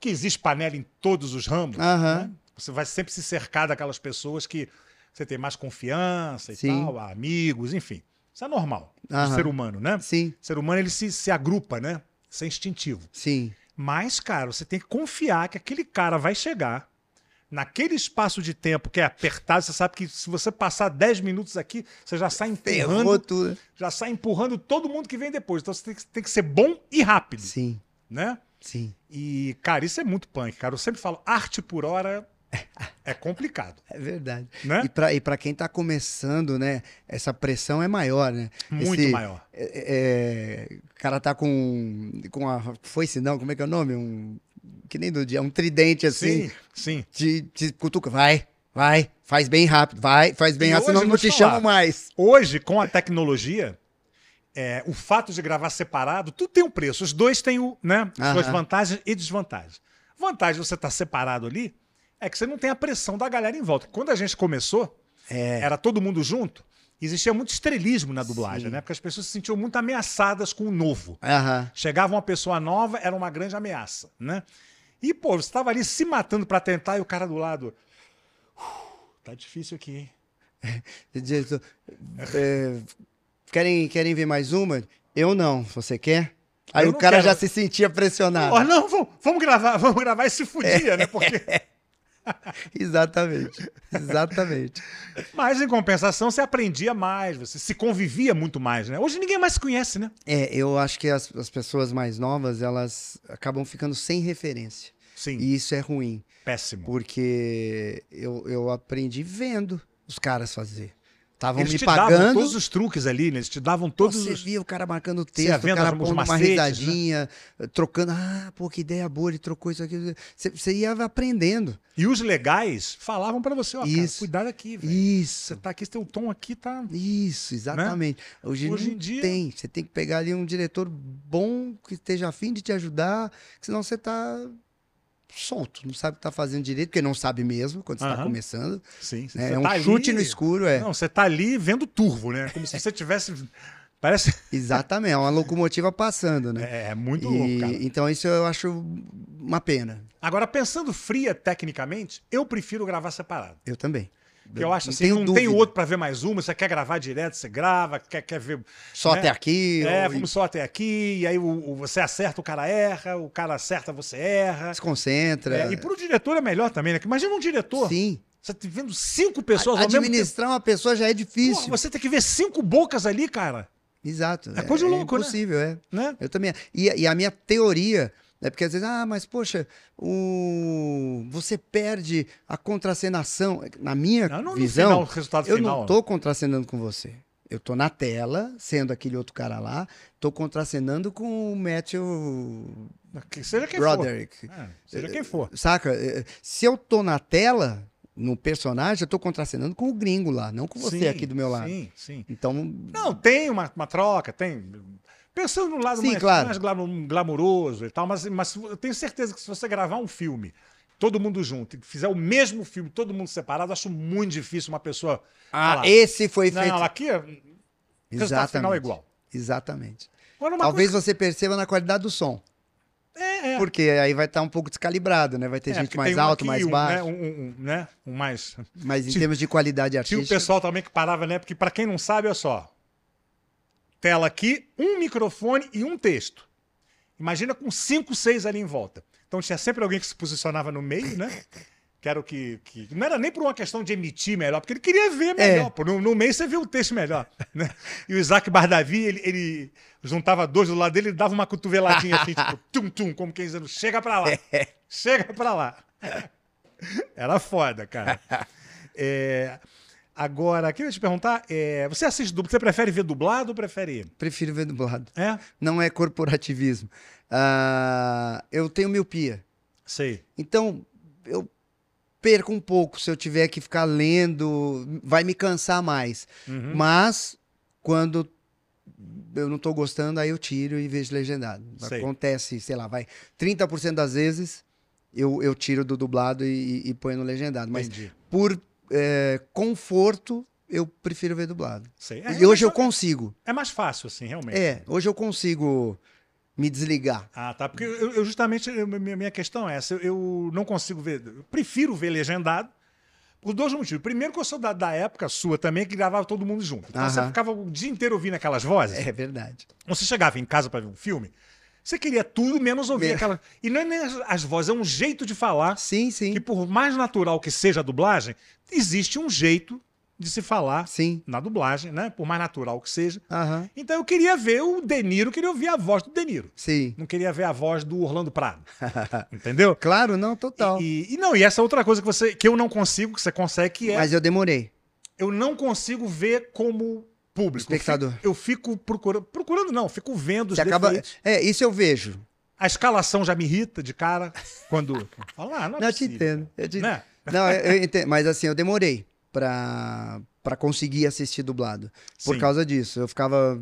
Speaker 1: que existe panela em todos os ramos.
Speaker 2: Aham.
Speaker 1: né? Você vai sempre se cercar daquelas pessoas que você tem mais confiança e
Speaker 2: Sim.
Speaker 1: tal, amigos, enfim. Isso é normal do
Speaker 2: Aham.
Speaker 1: ser humano, né?
Speaker 2: Sim,
Speaker 1: O ser humano ele se, se agrupa, né? Isso é instintivo.
Speaker 2: sim.
Speaker 1: Mas, cara, você tem que confiar que aquele cara vai chegar naquele espaço de tempo que é apertado. Você sabe que se você passar 10 minutos aqui, você já sai
Speaker 2: Ferrou
Speaker 1: enterrando,
Speaker 2: tudo.
Speaker 1: já sai empurrando todo mundo que vem depois. Então você tem que, tem que ser bom e rápido,
Speaker 2: Sim,
Speaker 1: né?
Speaker 2: sim.
Speaker 1: E, cara, isso é muito punk, cara. Eu sempre falo, arte por hora é complicado,
Speaker 2: É verdade.
Speaker 1: né?
Speaker 2: E pra, e pra quem tá começando, né? Essa pressão é maior, né?
Speaker 1: Muito
Speaker 2: esse-
Speaker 1: maior.
Speaker 2: É, é, o cara tá com. com a. Foice não, como é que é o nome? Um. Que nem do dia, um tridente assim.
Speaker 1: Sim, sim.
Speaker 2: Te, te cutuca, vai, vai, faz bem rápido, vai, faz bem
Speaker 1: E
Speaker 2: rápido,
Speaker 1: hoje
Speaker 2: senão
Speaker 1: eu
Speaker 2: não
Speaker 1: vou
Speaker 2: te
Speaker 1: te falar.
Speaker 2: chamam mais.
Speaker 1: Hoje, com a tecnologia, é, o fato de gravar separado, tudo tem um preço. Os dois têm o, né, suas
Speaker 2: Aham.
Speaker 1: vantagens e desvantagens. Vantagem de você estar separado ali é que você não tem a pressão da galera em volta. Quando a gente começou,
Speaker 2: É.
Speaker 1: era todo mundo junto, existia muito estrelismo na dublagem,
Speaker 2: Sim.
Speaker 1: né? Porque as pessoas se sentiam muito ameaçadas com o novo.
Speaker 2: Aham.
Speaker 1: Chegava uma pessoa nova, era uma grande ameaça, né? E, pô, você estava ali se matando para tentar e o cara do lado. "Uf, Tá difícil aqui, hein?
Speaker 2: Diretor, é, querem, querem ver mais uma? Eu não, você quer? Aí
Speaker 1: Eu
Speaker 2: o
Speaker 1: não
Speaker 2: cara
Speaker 1: quero.
Speaker 2: já se sentia pressionado.
Speaker 1: Ó, não, vamos, vamos gravar, vamos gravar e se fudia, né? Porque...
Speaker 2: É. Exatamente, exatamente.
Speaker 1: Mas em compensação, você aprendia mais, você se convivia muito mais, né? Hoje ninguém mais se conhece, né?
Speaker 2: É, eu acho que as, as pessoas mais novas, elas acabam ficando sem referência.
Speaker 1: Sim,
Speaker 2: E isso é ruim,
Speaker 1: péssimo.
Speaker 2: porque eu, eu aprendi vendo os caras fazer. Estavam
Speaker 1: Eles
Speaker 2: me
Speaker 1: te davam
Speaker 2: pagando.
Speaker 1: todos os truques ali, né? Eles te davam
Speaker 2: Pô,
Speaker 1: todos
Speaker 2: você
Speaker 1: os.
Speaker 2: via o cara marcando o
Speaker 1: Você ia
Speaker 2: texto, o
Speaker 1: vendo
Speaker 2: cara
Speaker 1: alguns
Speaker 2: pondo uma
Speaker 1: macetes, né?
Speaker 2: risadinha, trocando. Ah, pô, que ideia boa, ele trocou isso aqui. Você, você ia aprendendo.
Speaker 1: E os legais falavam pra você, ó, cara,
Speaker 2: Isso.
Speaker 1: cuidado aqui, velho. Você
Speaker 2: Isso,
Speaker 1: tá aqui, esse teu tom aqui tá.
Speaker 2: isso, exatamente. Hoje,
Speaker 1: Hoje
Speaker 2: não
Speaker 1: em dia-
Speaker 2: tem. Você tem que pegar ali um diretor bom, que esteja afim de te ajudar, que senão você tá solto, não sabe o que tá fazendo direito, porque não sabe mesmo quando você tá
Speaker 1: Aham.
Speaker 2: começando.
Speaker 1: Sim,
Speaker 2: né?
Speaker 1: você
Speaker 2: É um
Speaker 1: tá ali-
Speaker 2: chute no escuro, é.
Speaker 1: Não, você tá ali vendo turvo, né? Como se você tivesse. Parece.
Speaker 2: Exatamente, é uma locomotiva passando, né?
Speaker 1: É, é muito louco,
Speaker 2: E-
Speaker 1: cara.
Speaker 2: então isso eu acho uma pena.
Speaker 1: Agora, pensando fria tecnicamente, eu prefiro gravar separado.
Speaker 2: Eu também.
Speaker 1: Porque eu acho
Speaker 2: Não
Speaker 1: assim,
Speaker 2: tenho
Speaker 1: não tem
Speaker 2: dúvida.
Speaker 1: outro pra ver mais uma, você quer gravar direto, você grava, quer, quer ver.
Speaker 2: Só
Speaker 1: né?
Speaker 2: até aqui.
Speaker 1: É,
Speaker 2: ou-
Speaker 1: vamos só até aqui, e aí o, o- você acerta, o cara erra, o cara acerta, você erra.
Speaker 2: se concentra.
Speaker 1: É, e pro diretor é melhor também, né? Imagina um diretor,
Speaker 2: Sim.
Speaker 1: você tá vendo cinco pessoas ao mesmo tempo.
Speaker 2: Administrar uma pessoa já é difícil.
Speaker 1: Porra, você tem que ver cinco bocas ali, cara,
Speaker 2: Exato.
Speaker 1: É coisa de louco, né?
Speaker 2: impossível, é.
Speaker 1: né?
Speaker 2: Eu também. E, e a minha teoria é porque às vezes, ah, mas poxa, o... você perde a contracenação. Na minha
Speaker 1: Não, não no
Speaker 2: É, visão,
Speaker 1: final, o resultado
Speaker 2: eu
Speaker 1: final.
Speaker 2: não tô contracenando com você. Eu tô na tela, sendo aquele outro cara lá, tô contracenando com o Matthew
Speaker 1: né? Que Seja quem
Speaker 2: Broderick.
Speaker 1: for. É, seja quem for.
Speaker 2: Saca? Eh, Se eu tô na tela, no personagem, eu tô contracenando com o gringo lá, não com você
Speaker 1: Sim,
Speaker 2: aqui do meu lado.
Speaker 1: Sim, sim.
Speaker 2: Então,
Speaker 1: Não, tem uma, uma troca, tem. Pensando no lado
Speaker 2: Sim,
Speaker 1: mais,
Speaker 2: claro.
Speaker 1: mais glamu- glamuroso e tal, mas, mas eu tenho certeza que se você gravar um filme, todo mundo junto, e fizer o mesmo filme, todo mundo separado, acho muito difícil uma pessoa.
Speaker 2: ah,
Speaker 1: falar,
Speaker 2: esse foi
Speaker 1: não,
Speaker 2: feito.
Speaker 1: não, aqui é- resultado final é igual.
Speaker 2: Exatamente.
Speaker 1: Agora, uma
Speaker 2: Talvez você perceba na qualidade do som,
Speaker 1: coisa- é, é.
Speaker 2: porque aí vai estar um pouco descalibrado, né? Vai ter
Speaker 1: É,
Speaker 2: gente
Speaker 1: porque
Speaker 2: mais
Speaker 1: tem um
Speaker 2: alto,
Speaker 1: aqui,
Speaker 2: mais
Speaker 1: um,
Speaker 2: baixo.
Speaker 1: Né, um, um- um, né, um mais.
Speaker 2: Mas em
Speaker 1: Tinha-
Speaker 2: termos de qualidade
Speaker 1: Tinha o
Speaker 2: artística.
Speaker 1: pessoal também que parava, né? Porque, para quem não sabe, olha só. Tela aqui, um microfone e um texto. Imagina com cinco, seis ali em volta. Então tinha sempre alguém que se posicionava no meio, né? Que era o que. que- Não era nem por uma questão de emitir melhor, porque ele queria ver melhor.
Speaker 2: É.
Speaker 1: pô. No, no meio você vê o texto melhor. Né? E o Isaac Bardavi, ele, ele juntava dois do lado dele e dava uma cotoveladinha assim, tipo, tum-tum, como quem dizendo, chega pra lá,
Speaker 2: É.
Speaker 1: chega pra lá. Era foda, cara. É, agora, queria te perguntar: é, você assiste dublado? Você prefere ver dublado ou prefere.
Speaker 2: Prefiro ver dublado.
Speaker 1: É?
Speaker 2: Não é corporativismo. Ah, eu tenho miopia.
Speaker 1: Sei.
Speaker 2: Então, eu perco um pouco se eu tiver que ficar lendo, vai me cansar mais.
Speaker 1: Uhum.
Speaker 2: Mas, quando eu não tô gostando, aí eu tiro e vejo legendado.
Speaker 1: Sei.
Speaker 2: Acontece, sei lá, vai 30% das vezes eu, eu tiro do dublado e, e- e ponho no legendado. Mas
Speaker 1: Entendi.
Speaker 2: por eh, conforto, eu prefiro ver dublado.
Speaker 1: Sei.
Speaker 2: e hoje eu
Speaker 1: consigo.
Speaker 2: consigo.
Speaker 1: É mais fácil, assim, realmente.
Speaker 2: É, hoje eu consigo me desligar.
Speaker 1: Ah, tá. Porque eu, eu justamente, eu- minha minha questão é essa. Eu, eu não consigo ver. Eu prefiro ver legendado. Por dois motivos. Primeiro, que eu sou da, da época sua também, que gravava todo mundo junto. Então você
Speaker 2: Aham.
Speaker 1: ficava o dia inteiro ouvindo aquelas vozes.
Speaker 2: É verdade.
Speaker 1: Quando você chegava em casa pra ver um filme, você queria tudo menos ouvir
Speaker 2: Menos.
Speaker 1: aquela. E não é nem as, as vozes, é um jeito de falar
Speaker 2: Sim, sim.
Speaker 1: que, por mais natural que seja a dublagem, existe um jeito de se falar
Speaker 2: Sim.
Speaker 1: na dublagem, né? Por mais natural que seja.
Speaker 2: Aham.
Speaker 1: Então eu queria ver o De Niro, queria ouvir a voz do De Niro.
Speaker 2: Sim.
Speaker 1: Não queria ver a voz do Orlando Prado. Entendeu?
Speaker 2: Claro, não, total.
Speaker 1: E, e não, e essa é outra coisa que, você, que eu não consigo, que você consegue, que é.
Speaker 2: Mas eu demorei.
Speaker 1: Eu não consigo ver como público.
Speaker 2: Espectador.
Speaker 1: Eu fico, eu fico procurando. Procurando, não, fico vendo os
Speaker 2: Você acaba...
Speaker 1: defeitos.
Speaker 2: É, isso eu vejo.
Speaker 1: A escalação já me irrita de cara quando. Fala, ah, não é
Speaker 2: Não, eu te
Speaker 1: possível,
Speaker 2: entendo. Eu te...
Speaker 1: Né?
Speaker 2: Não, eu, eu entendo. Mas assim, eu demorei pra, pra conseguir assistir dublado. Por
Speaker 1: Sim.
Speaker 2: causa disso. Eu ficava.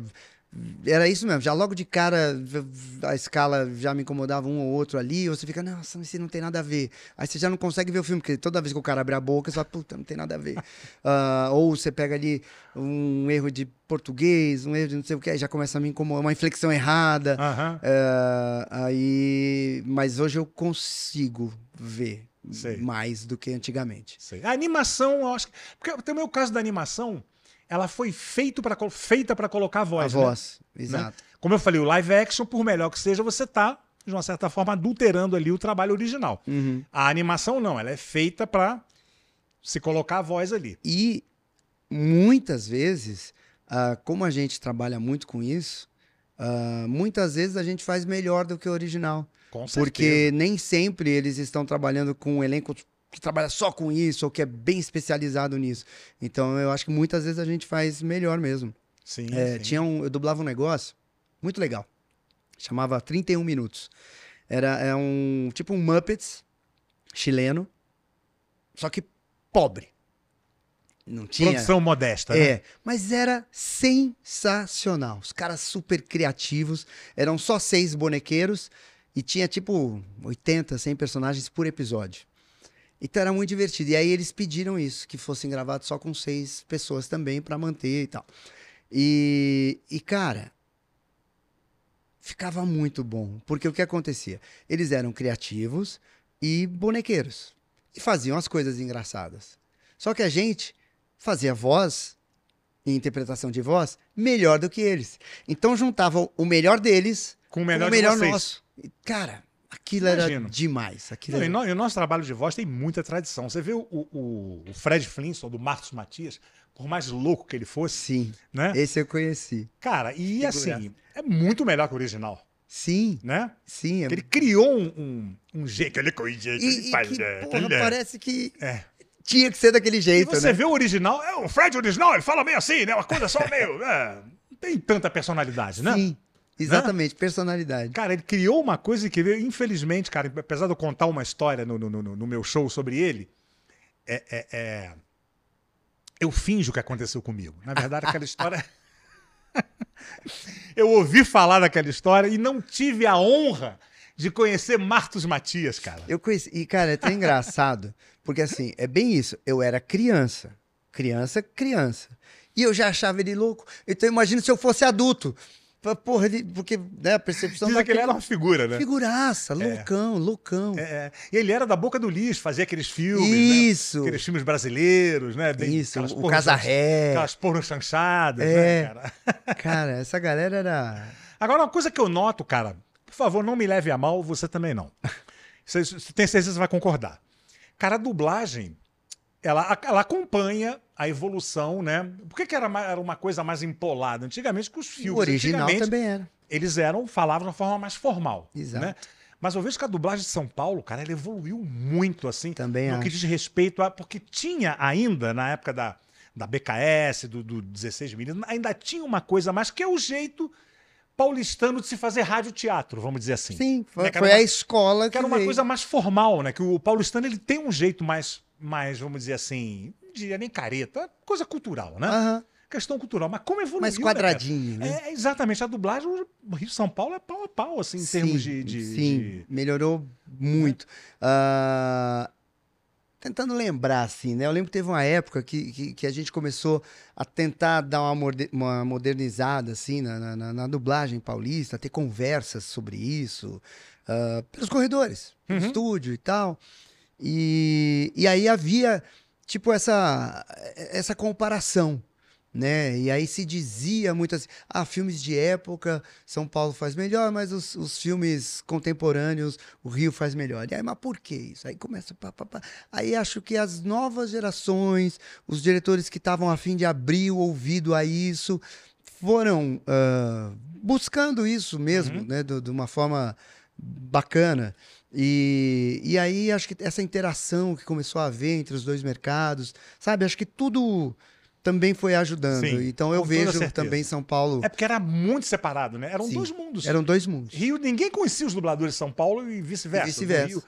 Speaker 2: Era isso mesmo. Já logo de cara, v- v- a escala já me incomodava um ou outro ali. Ou você fica, nossa, mas isso não tem nada a ver. Aí você já não consegue ver o filme, porque toda vez que o cara abre a boca, você fala, puta, não tem nada a ver. Ah, ou você pega ali um erro de português, um erro de não sei o que, aí já começa a me incomodar, uma inflexão errada.
Speaker 1: Aham.
Speaker 2: É, aí, mas hoje eu consigo ver
Speaker 1: Sei.
Speaker 2: mais do que antigamente.
Speaker 1: Sei. A animação, eu acho que. Porque também o caso da animação, ela foi feito pra, col- feita para colocar a voz.
Speaker 2: a
Speaker 1: né?
Speaker 2: voz, exato.
Speaker 1: Como eu falei, o live action, por melhor que seja, você tá, de uma certa forma, adulterando ali o trabalho original.
Speaker 2: Uhum.
Speaker 1: A animação não, ela é feita pra se colocar a voz ali.
Speaker 2: E muitas vezes, ah, como a gente trabalha muito com isso, ah, muitas vezes a gente faz melhor do que o original.
Speaker 1: Com certeza.
Speaker 2: Porque nem sempre eles estão trabalhando com um elenco que trabalha só com isso ou que é bem especializado nisso. Então eu acho que muitas vezes a gente faz melhor mesmo.
Speaker 1: Sim,
Speaker 2: É,
Speaker 1: sim.
Speaker 2: tinha um, eu dublava um negócio muito legal. Chamava 31 Minutos. Era é um tipo um Muppets chileno, só que pobre. Não tinha.
Speaker 1: Produção modesta, né?
Speaker 2: É, mas era sensacional. Os caras super criativos. Eram só seis bonequeiros e tinha tipo 80, 100 personagens por episódio. Então era muito divertido. E aí eles pediram isso, que fossem gravados só com seis pessoas também pra manter e tal. E, e cara, ficava muito bom. Porque o que acontecia? Eles eram criativos e bonequeiros. E faziam as coisas engraçadas. Só que a gente fazia voz e interpretação de voz melhor do que eles. Então juntavam o melhor deles
Speaker 1: Com o
Speaker 2: com
Speaker 1: melhor,
Speaker 2: o melhor
Speaker 1: de vocês.
Speaker 2: nosso. E, cara, aquilo
Speaker 1: Imagino.
Speaker 2: era demais. Aquilo
Speaker 1: Não, e,
Speaker 2: era...
Speaker 1: no- e o nosso trabalho de voz tem muita tradição. Você vê o, o- o Fred Flintstone, do Marcos Matias, por mais louco que ele fosse,
Speaker 2: Sim,
Speaker 1: né?
Speaker 2: esse eu conheci.
Speaker 1: Cara, e
Speaker 2: Figura.
Speaker 1: assim, é muito melhor que o original,
Speaker 2: Sim,
Speaker 1: né?
Speaker 2: sim. É...
Speaker 1: Ele criou um, um, um jeito, ele coisa,
Speaker 2: E, e que, porra, parece que
Speaker 1: É.
Speaker 2: tinha que ser daquele
Speaker 1: E
Speaker 2: jeito,
Speaker 1: você
Speaker 2: né?
Speaker 1: vê o original, é o Fred original, ele fala meio assim, né? Uma coisa só meio... é, não tem tanta personalidade, né?
Speaker 2: Sim, exatamente, personalidade.
Speaker 1: Cara, ele criou uma coisa que veio, infelizmente, cara, apesar de eu contar uma história no, no, no- no meu show sobre ele, é, é- é- eu finjo que aconteceu comigo. Na verdade, aquela história. eu ouvi falar daquela história e não tive a honra de conhecer Martos Matias, cara.
Speaker 2: Eu conheci. E, cara, é tão engraçado, porque assim, é bem isso. Eu era criança. Criança, criança. E eu já achava ele louco. Então, imagina se eu fosse adulto. Fa- Porra, ele, porque né, a percepção
Speaker 1: Dizem que ele era uma figura, né?
Speaker 2: figuraça, loucão, loucão.
Speaker 1: É, e ele era da boca do lixo, fazia aqueles filmes, né?
Speaker 2: isso,
Speaker 1: Aqueles filmes brasileiros, né? Bem-
Speaker 2: isso,
Speaker 1: aquelas
Speaker 2: o
Speaker 1: porno-
Speaker 2: casarré.
Speaker 1: Aquelas porno chanchadas,
Speaker 2: É.
Speaker 1: né, cara?
Speaker 2: Cara, essa galera era.
Speaker 1: Agora, uma coisa que eu noto, cara, por favor, não me leve a mal, você também não. Você, você tem certeza que você vai concordar. Cara, a dublagem, ela, ela acompanha a evolução, né? Por que, que era, ma- era uma coisa mais empolada? Antigamente, que os
Speaker 2: o
Speaker 1: filmes,
Speaker 2: original
Speaker 1: antigamente,
Speaker 2: também era.
Speaker 1: eles eram, falavam de uma forma mais formal.
Speaker 2: Exato.
Speaker 1: Né? Mas eu vejo que a dublagem de São Paulo, cara, ela evoluiu muito, assim,
Speaker 2: Também
Speaker 1: no que
Speaker 2: acho.
Speaker 1: diz respeito a... Porque tinha ainda, na época da, da BKS, do, do 16 mil, ainda tinha uma coisa mais, que é o jeito paulistano de se fazer rádio-teatro, vamos dizer assim.
Speaker 2: Sim, foi,
Speaker 1: Né, que era
Speaker 2: foi
Speaker 1: uma-
Speaker 2: a escola
Speaker 1: Que
Speaker 2: que
Speaker 1: era uma
Speaker 2: veio.
Speaker 1: coisa mais formal, né? Que o paulistano, ele tem um jeito mais, mais vamos dizer assim, não diria nem careta, é coisa cultural, né?
Speaker 2: Aham,
Speaker 1: Questão cultural, mas como evoluiu...
Speaker 2: Ah. mais
Speaker 1: né, cara?
Speaker 2: quadradinho, né?
Speaker 1: É, exatamente. A dublagem, o Rio São Paulo é pau a pau, assim, em termos de. de-
Speaker 2: sim,
Speaker 1: de-
Speaker 2: melhorou muito. Ah, tentando lembrar, assim, né? Eu lembro que teve uma época que, que, que a gente começou a tentar dar uma, morde- uma modernizada, assim, na, na- na- na dublagem paulista, ter conversas sobre isso, ah, pelos corredores, no
Speaker 1: Uhum.
Speaker 2: estúdio e tal. E, e aí havia, tipo, essa, essa comparação, né? E aí se dizia muito assim, ah, filmes de época, São Paulo faz melhor, mas os, os filmes contemporâneos, o Rio faz melhor. E aí, mas por que isso? Aí começa... Pá, pá, pá. Aí acho que as novas gerações, os diretores que estavam a fim de abrir o ouvido a isso, foram ah, buscando isso mesmo,
Speaker 1: Uhum.
Speaker 2: né? do- De uma forma bacana. E, e aí acho que essa interação que começou a haver entre os dois mercados, sabe? Acho que tudo também foi ajudando.
Speaker 1: Sim,
Speaker 2: então eu
Speaker 1: com toda
Speaker 2: vejo
Speaker 1: certeza.
Speaker 2: também São Paulo.
Speaker 1: É porque era muito separado, né? Eram
Speaker 2: Sim.
Speaker 1: dois mundos.
Speaker 2: Eram dois mundos.
Speaker 1: Rio, ninguém conhecia os dubladores de São Paulo e vice-versa.
Speaker 2: E vice-versa.
Speaker 1: Do Rio,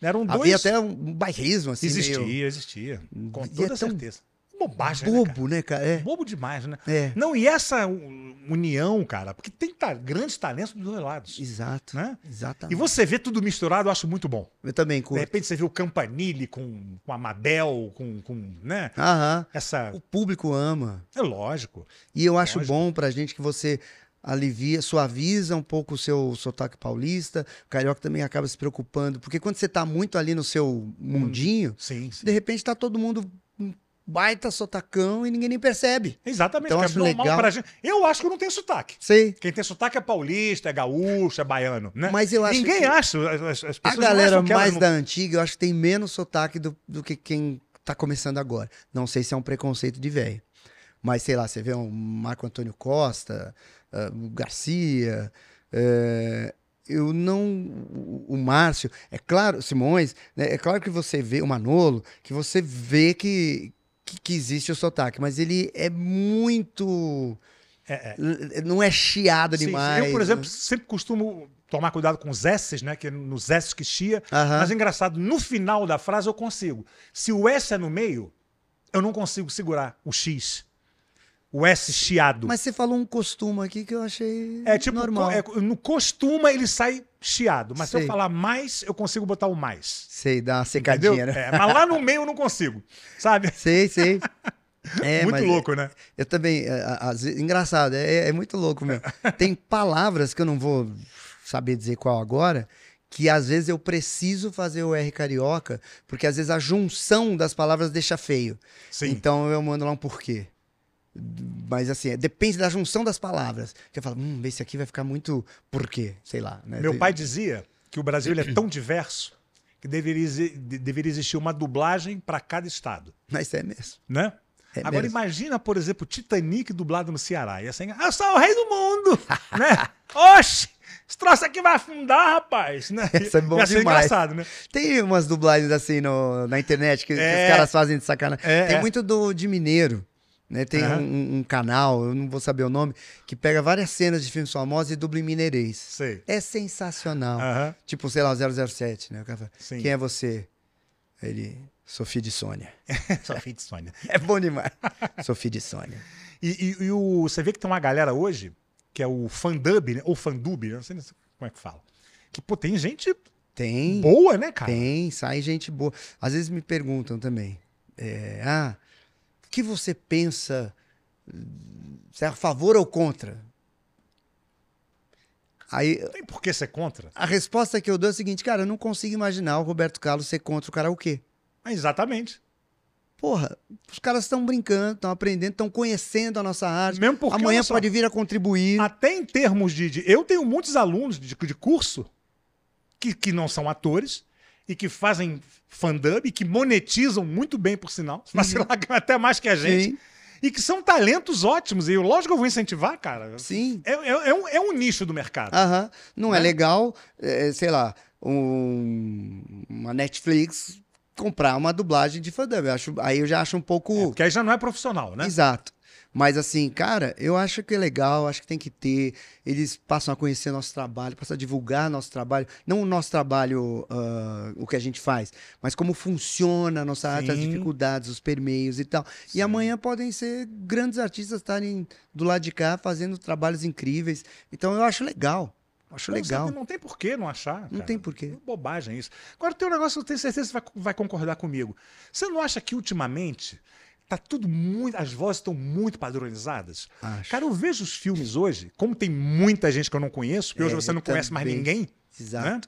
Speaker 1: Eram dois.
Speaker 2: Havia até um bairrismo assim,
Speaker 1: existia,
Speaker 2: meio
Speaker 1: existia. Com
Speaker 2: E é
Speaker 1: toda
Speaker 2: tão
Speaker 1: certeza. Bobagem, né, cara?
Speaker 2: bobo, né, cara? É,
Speaker 1: Bobo demais, né?
Speaker 2: é,
Speaker 1: Não, e essa u- união, cara, porque tem ta- grandes talentos dos dois lados.
Speaker 2: exato.
Speaker 1: Né? E
Speaker 2: Exatamente.
Speaker 1: você vê tudo misturado, eu acho muito bom.
Speaker 2: Eu também
Speaker 1: De
Speaker 2: curto.
Speaker 1: repente você vê o Campanile com, com a Mabel, com, com, né?
Speaker 2: Aham.
Speaker 1: Essa.
Speaker 2: O público ama.
Speaker 1: É lógico.
Speaker 2: E eu acho
Speaker 1: Lógico.
Speaker 2: bom pra gente que você alivia, suaviza um pouco o seu sotaque paulista. O carioca também acaba se preocupando, porque quando você tá muito ali no seu mundinho,
Speaker 1: Sim, sim.
Speaker 2: de repente tá todo mundo um baita sotacão e ninguém nem percebe.
Speaker 1: Exatamente.
Speaker 2: Então,
Speaker 1: que é
Speaker 2: acho
Speaker 1: normal
Speaker 2: legal.
Speaker 1: pra gente. Eu acho que eu não tenho sotaque.
Speaker 2: Sei.
Speaker 1: Quem tem sotaque é paulista, é gaúcho, é baiano, né?
Speaker 2: Mas eu acho
Speaker 1: Ninguém
Speaker 2: que
Speaker 1: acha. As, as- as
Speaker 2: a
Speaker 1: pessoas não
Speaker 2: galera
Speaker 1: acham que elas
Speaker 2: mais
Speaker 1: não-
Speaker 2: da antiga, eu acho que tem menos sotaque do, do que quem tá começando agora. Não sei se é um preconceito de velho. Mas sei lá, você vê um Marco Antônio Costa, ah, o Garcia, eh, eu não. o- O Márcio, é claro, Simões, né, é claro que você vê, o Manolo, que você vê que, que, que existe o sotaque, mas ele é muito.
Speaker 1: É, é.
Speaker 2: l- Não é chiado
Speaker 1: Sim, sim.
Speaker 2: demais.
Speaker 1: Eu, por exemplo,
Speaker 2: né?
Speaker 1: sempre costumo tomar cuidado com os S's, né? Que é nos S's que chia.
Speaker 2: Aham.
Speaker 1: Mas é engraçado, no final da frase eu consigo. Se o S é no meio, eu não consigo segurar o X. O S chiado.
Speaker 2: Mas você falou um costume aqui que eu achei
Speaker 1: é tipo,
Speaker 2: normal.
Speaker 1: co- é, no costuma ele sai chiado. Mas se
Speaker 2: Sei.
Speaker 1: eu falar mais, eu consigo botar o mais.
Speaker 2: Sei, dá uma
Speaker 1: Entendeu?
Speaker 2: secadinha, né?
Speaker 1: É, mas lá no meio eu não consigo. Sabe?
Speaker 2: Sei, sei. É,
Speaker 1: Muito
Speaker 2: mas
Speaker 1: louco, né?
Speaker 2: Eu também, é, a- às vezes- engraçado, é, é muito louco mesmo. Tem palavras que eu não vou saber dizer qual agora, que às vezes eu preciso fazer o R carioca, porque às vezes a junção das palavras deixa feio.
Speaker 1: Sim.
Speaker 2: Então eu mando lá um porquê. Mas assim, é- depende da junção das palavras. Que eu falo, hum, esse aqui vai ficar muito porquê, sei lá. né?
Speaker 1: Meu
Speaker 2: Tem-
Speaker 1: pai dizia que o Brasil ele é tão diverso que deveria, exi- de- deveria existir uma dublagem para cada estado,
Speaker 2: Mas é mesmo.
Speaker 1: né?
Speaker 2: É
Speaker 1: Agora
Speaker 2: mesmo.
Speaker 1: imagina, por exemplo, Titanic dublado no Ceará. E assim, eu sou o rei do mundo, né? Oxe, esse troço aqui vai afundar, rapaz, né?
Speaker 2: Isso é bom
Speaker 1: Ia ser
Speaker 2: demais.
Speaker 1: engraçado, né?
Speaker 2: Tem umas dublagens assim no- na internet que, que
Speaker 1: É.
Speaker 2: os caras fazem de sacanagem.
Speaker 1: É,
Speaker 2: Tem
Speaker 1: é.
Speaker 2: muito do de mineiro, né? Tem
Speaker 1: Aham.
Speaker 2: um, um canal, eu não vou saber o nome, que pega várias cenas de filmes famosos e dubla em mineirês.
Speaker 1: Sei.
Speaker 2: É sensacional.
Speaker 1: Aham,
Speaker 2: Tipo, sei lá, 007, né? O cara fala,
Speaker 1: Ah. Sim.
Speaker 2: quem é você? Ele, Sofia de Sônia.
Speaker 1: Sofia de Sônia.
Speaker 2: É bom demais. Sofia de Sônia.
Speaker 1: E, e- e o, você vê que tem uma galera hoje, que é o fandub, né? Ou fandub, né? não sei nem como é que fala. Que, pô, tem gente
Speaker 2: Tem.
Speaker 1: boa, né, cara?
Speaker 2: Tem, sai gente boa. Às vezes me perguntam também, é, ah, o que você pensa? Você é a favor ou contra? Aí
Speaker 1: Tem por que ser contra.
Speaker 2: a resposta que eu dou é a seguinte, cara, eu não consigo imaginar o Roberto Carlos ser contra o karaokê.
Speaker 1: Exatamente.
Speaker 2: Porra, os caras estão brincando, estão aprendendo, estão conhecendo a nossa arte.
Speaker 1: Mesmo porque
Speaker 2: Amanhã
Speaker 1: olha só, Ah,
Speaker 2: pode vir a contribuir.
Speaker 1: até em termos de, de- eu tenho muitos alunos de, de curso que, que não são atores e que fazem fandub e que monetizam muito bem por sinal, mas sei lá, ganham até mais que a gente
Speaker 2: Uhum. Sim,
Speaker 1: e que são talentos ótimos e eu, lógico que eu vou incentivar, cara.
Speaker 2: sim.
Speaker 1: É, é- é um, é um nicho do mercado.
Speaker 2: Aham. Não é,
Speaker 1: Né?
Speaker 2: legal, é, sei lá, um- uma Netflix comprar uma dublagem de fandom. Eu acho, aí eu já acho um pouco
Speaker 1: Porque aí já não é profissional, né?
Speaker 2: exato. Mas assim, cara, eu acho que é legal, acho que tem que ter. Eles passam a conhecer nosso trabalho, passam a divulgar nosso trabalho. Não o nosso trabalho, ah, o que a gente faz, mas como funciona a nossa arte, as
Speaker 1: Sim.
Speaker 2: dificuldades, os permeios e tal. E
Speaker 1: Sim.
Speaker 2: amanhã podem ser grandes artistas estarem do lado de cá fazendo trabalhos incríveis. Então eu acho legal. Acho
Speaker 1: Não,
Speaker 2: legal.
Speaker 1: você Não tem por que não achar.
Speaker 2: Não
Speaker 1: cara.
Speaker 2: tem porquê.
Speaker 1: Bobagem isso. Agora, tem um negócio que eu tenho certeza que você vai, vai concordar comigo. Você não acha que ultimamente tá tudo muito. As vozes estão muito padronizadas?
Speaker 2: Acho.
Speaker 1: Cara, eu vejo os filmes hoje, como tem muita gente que eu não conheço, porque hoje
Speaker 2: É,
Speaker 1: você
Speaker 2: eu
Speaker 1: não conhece mais
Speaker 2: também.
Speaker 1: ninguém,
Speaker 2: Exato.
Speaker 1: né?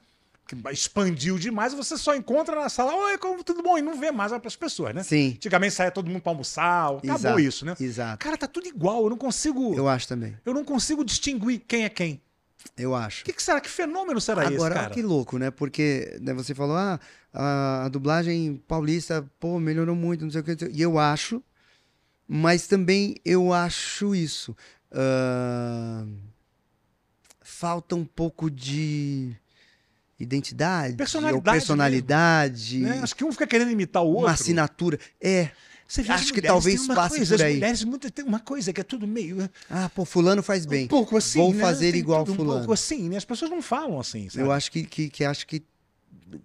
Speaker 1: Que expandiu demais, você só encontra na sala, oi, como tudo bom? E não vê mais as pessoas, né?
Speaker 2: Sim.
Speaker 1: Antigamente saía todo mundo pra almoçar, acabou
Speaker 2: Exato,
Speaker 1: isso, né?
Speaker 2: Exato.
Speaker 1: Cara, tá tudo igual, eu não consigo. Eu,
Speaker 2: Eu acho também.
Speaker 1: não consigo distinguir quem é quem.
Speaker 2: Eu
Speaker 1: O
Speaker 2: acho.
Speaker 1: que, que será? Que fenômeno será
Speaker 2: Agora,
Speaker 1: esse,
Speaker 2: olha
Speaker 1: cara?
Speaker 2: que louco, né? Porque né, você falou, ah, a, a dublagem paulista, pô, melhorou muito, não sei o que. não sei o que. E eu acho, mas também eu acho isso. ah, falta um pouco de identidade,
Speaker 1: Personalidade
Speaker 2: ou personalidade
Speaker 1: Né? Acho que um fica querendo imitar o outro.
Speaker 2: uma assinatura. É,
Speaker 1: Você vê
Speaker 2: Acho
Speaker 1: as
Speaker 2: que
Speaker 1: mulheres,
Speaker 2: talvez
Speaker 1: tem uma
Speaker 2: passe
Speaker 1: coisa,
Speaker 2: por
Speaker 1: as
Speaker 2: aí.
Speaker 1: mulheres muito- tem uma coisa que é tudo meio.
Speaker 2: ah, pô, fulano faz bem.
Speaker 1: um pouco assim.
Speaker 2: vou
Speaker 1: né?
Speaker 2: fazer
Speaker 1: Tem
Speaker 2: igual
Speaker 1: tudo Um
Speaker 2: fulano.
Speaker 1: pouco assim, né? As pessoas não falam assim. Sabe?
Speaker 2: Eu acho que, que, que acho que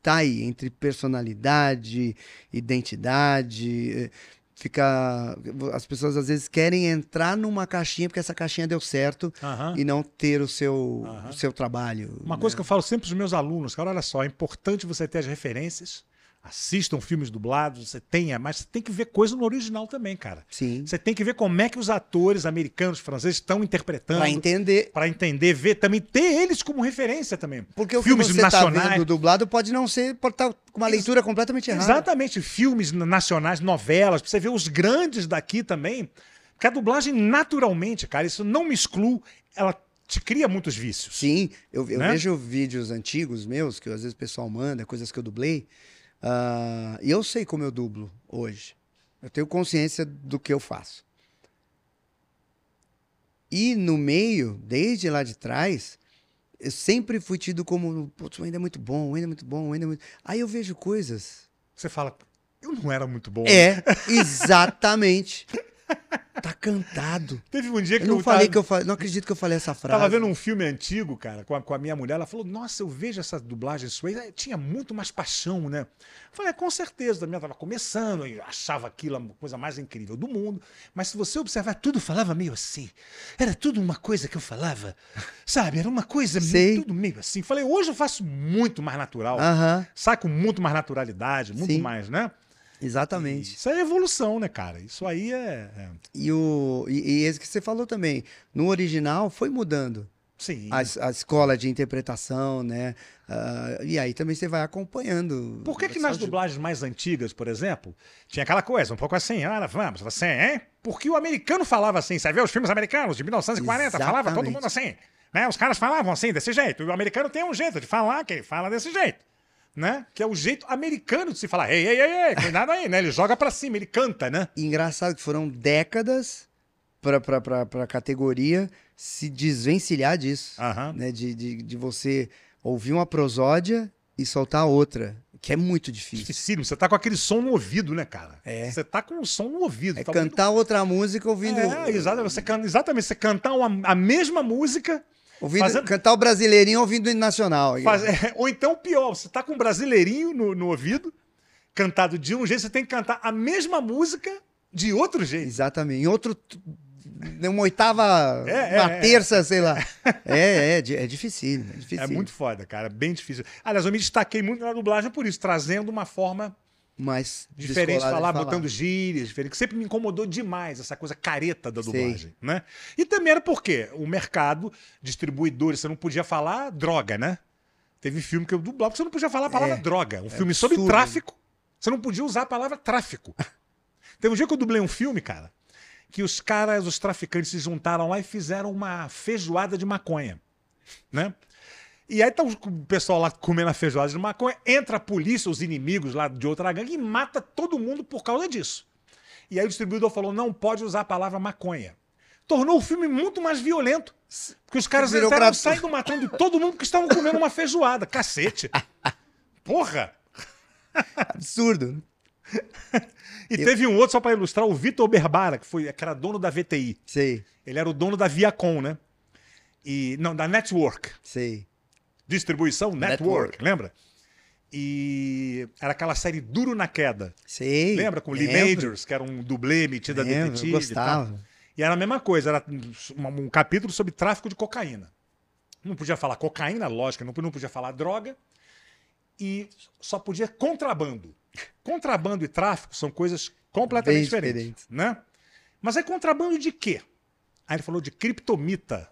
Speaker 2: tá aí entre personalidade, identidade, eh, fica as pessoas às vezes querem entrar numa caixinha porque essa caixinha deu certo
Speaker 1: Aham.
Speaker 2: e É. não ter o seu
Speaker 1: Aham.
Speaker 2: o seu trabalho. né?
Speaker 1: Uma coisa que eu falo sempre para os meus alunos, cara, olha só, é importante você ter as referências. Assistam filmes dublados, você tenha, mas você tem que ver coisa no original também, cara.
Speaker 2: sim,
Speaker 1: Você tem que ver como é que os atores americanos, franceses estão
Speaker 2: para
Speaker 1: interpretando,
Speaker 2: entender
Speaker 1: para entender, ver também, ter eles como referência também.
Speaker 2: porque o
Speaker 1: Filmes
Speaker 2: que você tá
Speaker 1: nacionais.
Speaker 2: vendo dublado pode não ser pode estar com uma
Speaker 1: Ex-
Speaker 2: leitura completamente errada.
Speaker 1: Exatamente, filmes na- nacionais, novelas, pra você ver os grandes daqui também. Porque a dublagem, naturalmente, cara, isso não me excluo, ela te cria muitos vícios.
Speaker 2: Sim, eu, eu
Speaker 1: Né?
Speaker 2: vejo vídeos antigos meus, que às vezes o pessoal manda, coisas que eu dublei, ah, e eu sei como eu dublo hoje. Eu tenho consciência do que eu faço. E no meio, desde lá de trás, eu sempre fui tido como, putz, o Wendel é muito bom, o Wendel é muito bom, o Wendel é muito... Aí eu vejo coisas...
Speaker 1: Você fala, eu não era muito bom.
Speaker 2: É, exatamente. Tá cantado.
Speaker 1: Teve um dia que
Speaker 2: Eu
Speaker 1: eu,
Speaker 2: não falei
Speaker 1: tava,
Speaker 2: que eu falei, não acredito que eu falei essa frase.
Speaker 1: tava vendo um filme antigo, cara, com a, com a minha mulher, ela falou, nossa, eu vejo essa dublagem sua, e tinha muito mais paixão, né? Eu falei, "É, com certeza, a minha tava começando, eu achava aquilo a coisa mais incrível do mundo, mas se você observar, tudo falava meio assim, era tudo uma coisa que eu falava, sabe, era uma coisa
Speaker 2: Sei.
Speaker 1: meio, tudo meio assim. Falei, hoje eu faço muito mais natural,
Speaker 2: Aham,
Speaker 1: sai com muito mais naturalidade, muito
Speaker 2: Sim.
Speaker 1: mais, né?
Speaker 2: exatamente.
Speaker 1: Isso aí é evolução, né, cara? Isso aí é... é-
Speaker 2: E, o, e, e esse que você falou também, no original foi mudando
Speaker 1: Sim.
Speaker 2: a, es- a escola de interpretação, né? Ah, e aí também você vai acompanhando.
Speaker 1: Por que, que nas
Speaker 2: Só de-
Speaker 1: dublagens mais antigas, por exemplo, tinha aquela coisa, um pouco assim, ah, vamos, você, hein? Porque o americano falava assim, você vê os filmes americanos de 1940, falava todo
Speaker 2: Exatamente.
Speaker 1: mundo assim, né? Os caras falavam assim, desse jeito. O americano tem um jeito de falar que ele fala desse jeito, né? Que é o jeito americano de se falar, ei, ei, ei, ei, cuidado aí, né? Ele joga pra cima, ele canta, né?
Speaker 2: E Engraçado que foram décadas para a categoria se desvencilhar disso,
Speaker 1: Aham.
Speaker 2: né? De, de, de você ouvir uma prosódia e soltar outra, que é muito difícil.
Speaker 1: Dificílimo, você tá com aquele som no ouvido, né, cara?
Speaker 2: É.
Speaker 1: Você tá com o som no ouvido.
Speaker 2: É
Speaker 1: tá ouvindo
Speaker 2: cantar outra música ouvindo.
Speaker 1: É, exatamente, você, can- exatamente, você cantar uma- a mesma música
Speaker 2: ouvindo
Speaker 1: fazendo-
Speaker 2: Cantar o brasileirinho ouvindo o hino nacional.
Speaker 1: Faz- é, ou então, pior, você tá com um brasileirinho no, no ouvido, cantado de um jeito, você tem que cantar a mesma música de outro jeito.
Speaker 2: Exatamente. Em outro. Uma oitava.
Speaker 1: É, é,
Speaker 2: uma
Speaker 1: é.
Speaker 2: terça, sei lá. É, é, di- é difícil. É, difícil.
Speaker 1: É muito foda, cara, bem difícil. Aliás, eu me destaquei muito na dublagem por isso, trazendo uma forma
Speaker 2: mais
Speaker 1: diferente de
Speaker 2: descolada
Speaker 1: falar, botando gírias, diferente, que sempre me incomodou demais essa coisa careta da
Speaker 2: Sei.
Speaker 1: dublagem, né? E também era porque o mercado, distribuidores, você não podia falar droga, né? Teve filme que eu dublava que você não podia falar a palavra
Speaker 2: É.
Speaker 1: droga. Um filme sobre
Speaker 2: absurdo.
Speaker 1: tráfico, você não podia usar a palavra tráfico. Teve um dia que eu dublei um filme, cara, que os caras, os traficantes se juntaram lá e fizeram uma feijoada de maconha, né? E aí tá o pessoal lá comendo a feijoada de maconha, entra a polícia, os inimigos lá de outra gangue e mata todo mundo por causa disso. E aí o distribuidor falou, não pode usar a palavra maconha. Tornou o filme muito mais violento. Porque os caras
Speaker 2: Virou
Speaker 1: entraram
Speaker 2: pra-
Speaker 1: saindo matando todo mundo que estavam comendo uma feijoada. Cacete. Porra!
Speaker 2: Absurdo.
Speaker 1: E teve um outro, só pra ilustrar, o Vitor Berbara, que, foi, que era dono da VTI.
Speaker 2: Sei,
Speaker 1: Ele era o dono da Viacom, né? E, não, da Network.
Speaker 2: sei.
Speaker 1: Distribuição Network,
Speaker 2: Network.
Speaker 1: lembra? E era aquela série Duro na Queda.
Speaker 2: Sei.
Speaker 1: lembra? Com o Lee
Speaker 2: Lembro,
Speaker 1: Majors, que era um dublê metido a
Speaker 2: lembro, eu
Speaker 1: detetive e tal.
Speaker 2: gostava.
Speaker 1: E era a mesma coisa, era um um capítulo sobre tráfico de cocaína. Não podia falar cocaína, lógico, não, não podia falar droga. E só podia contrabando. Contrabando e tráfico são coisas completamente
Speaker 2: Bem
Speaker 1: diferentes,
Speaker 2: diferentes.
Speaker 1: né? Mas é contrabando de quê? Aí ele falou de criptomita.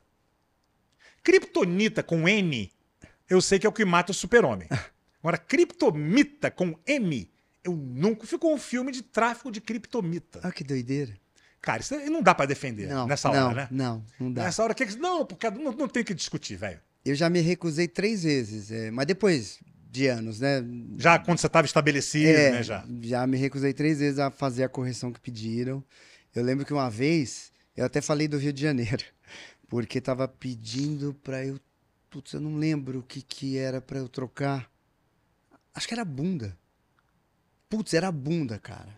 Speaker 1: Criptonita com N, eu sei que é o que mata o super-homem. Agora, criptomita com M, eu nunca... Ficou um filme de tráfico de criptomita.
Speaker 2: Ah, que doideira.
Speaker 1: Cara, isso não dá pra defender
Speaker 2: Não,
Speaker 1: nessa
Speaker 2: não,
Speaker 1: hora, né?
Speaker 2: Não, não dá.
Speaker 1: Nessa hora, que... não, porque não, não tem o que discutir, velho.
Speaker 2: Eu já me recusei três vezes, é, mas depois de anos, né?
Speaker 1: Já quando você estava estabelecido,
Speaker 2: É,
Speaker 1: né? Já.
Speaker 2: me recusei três vezes a fazer a correção que pediram. Eu lembro que uma vez, eu até falei do Rio de Janeiro, porque tava pedindo pra eu. Putz, eu não lembro o que, que era pra eu trocar. Acho que era bunda. Putz, era bunda, cara.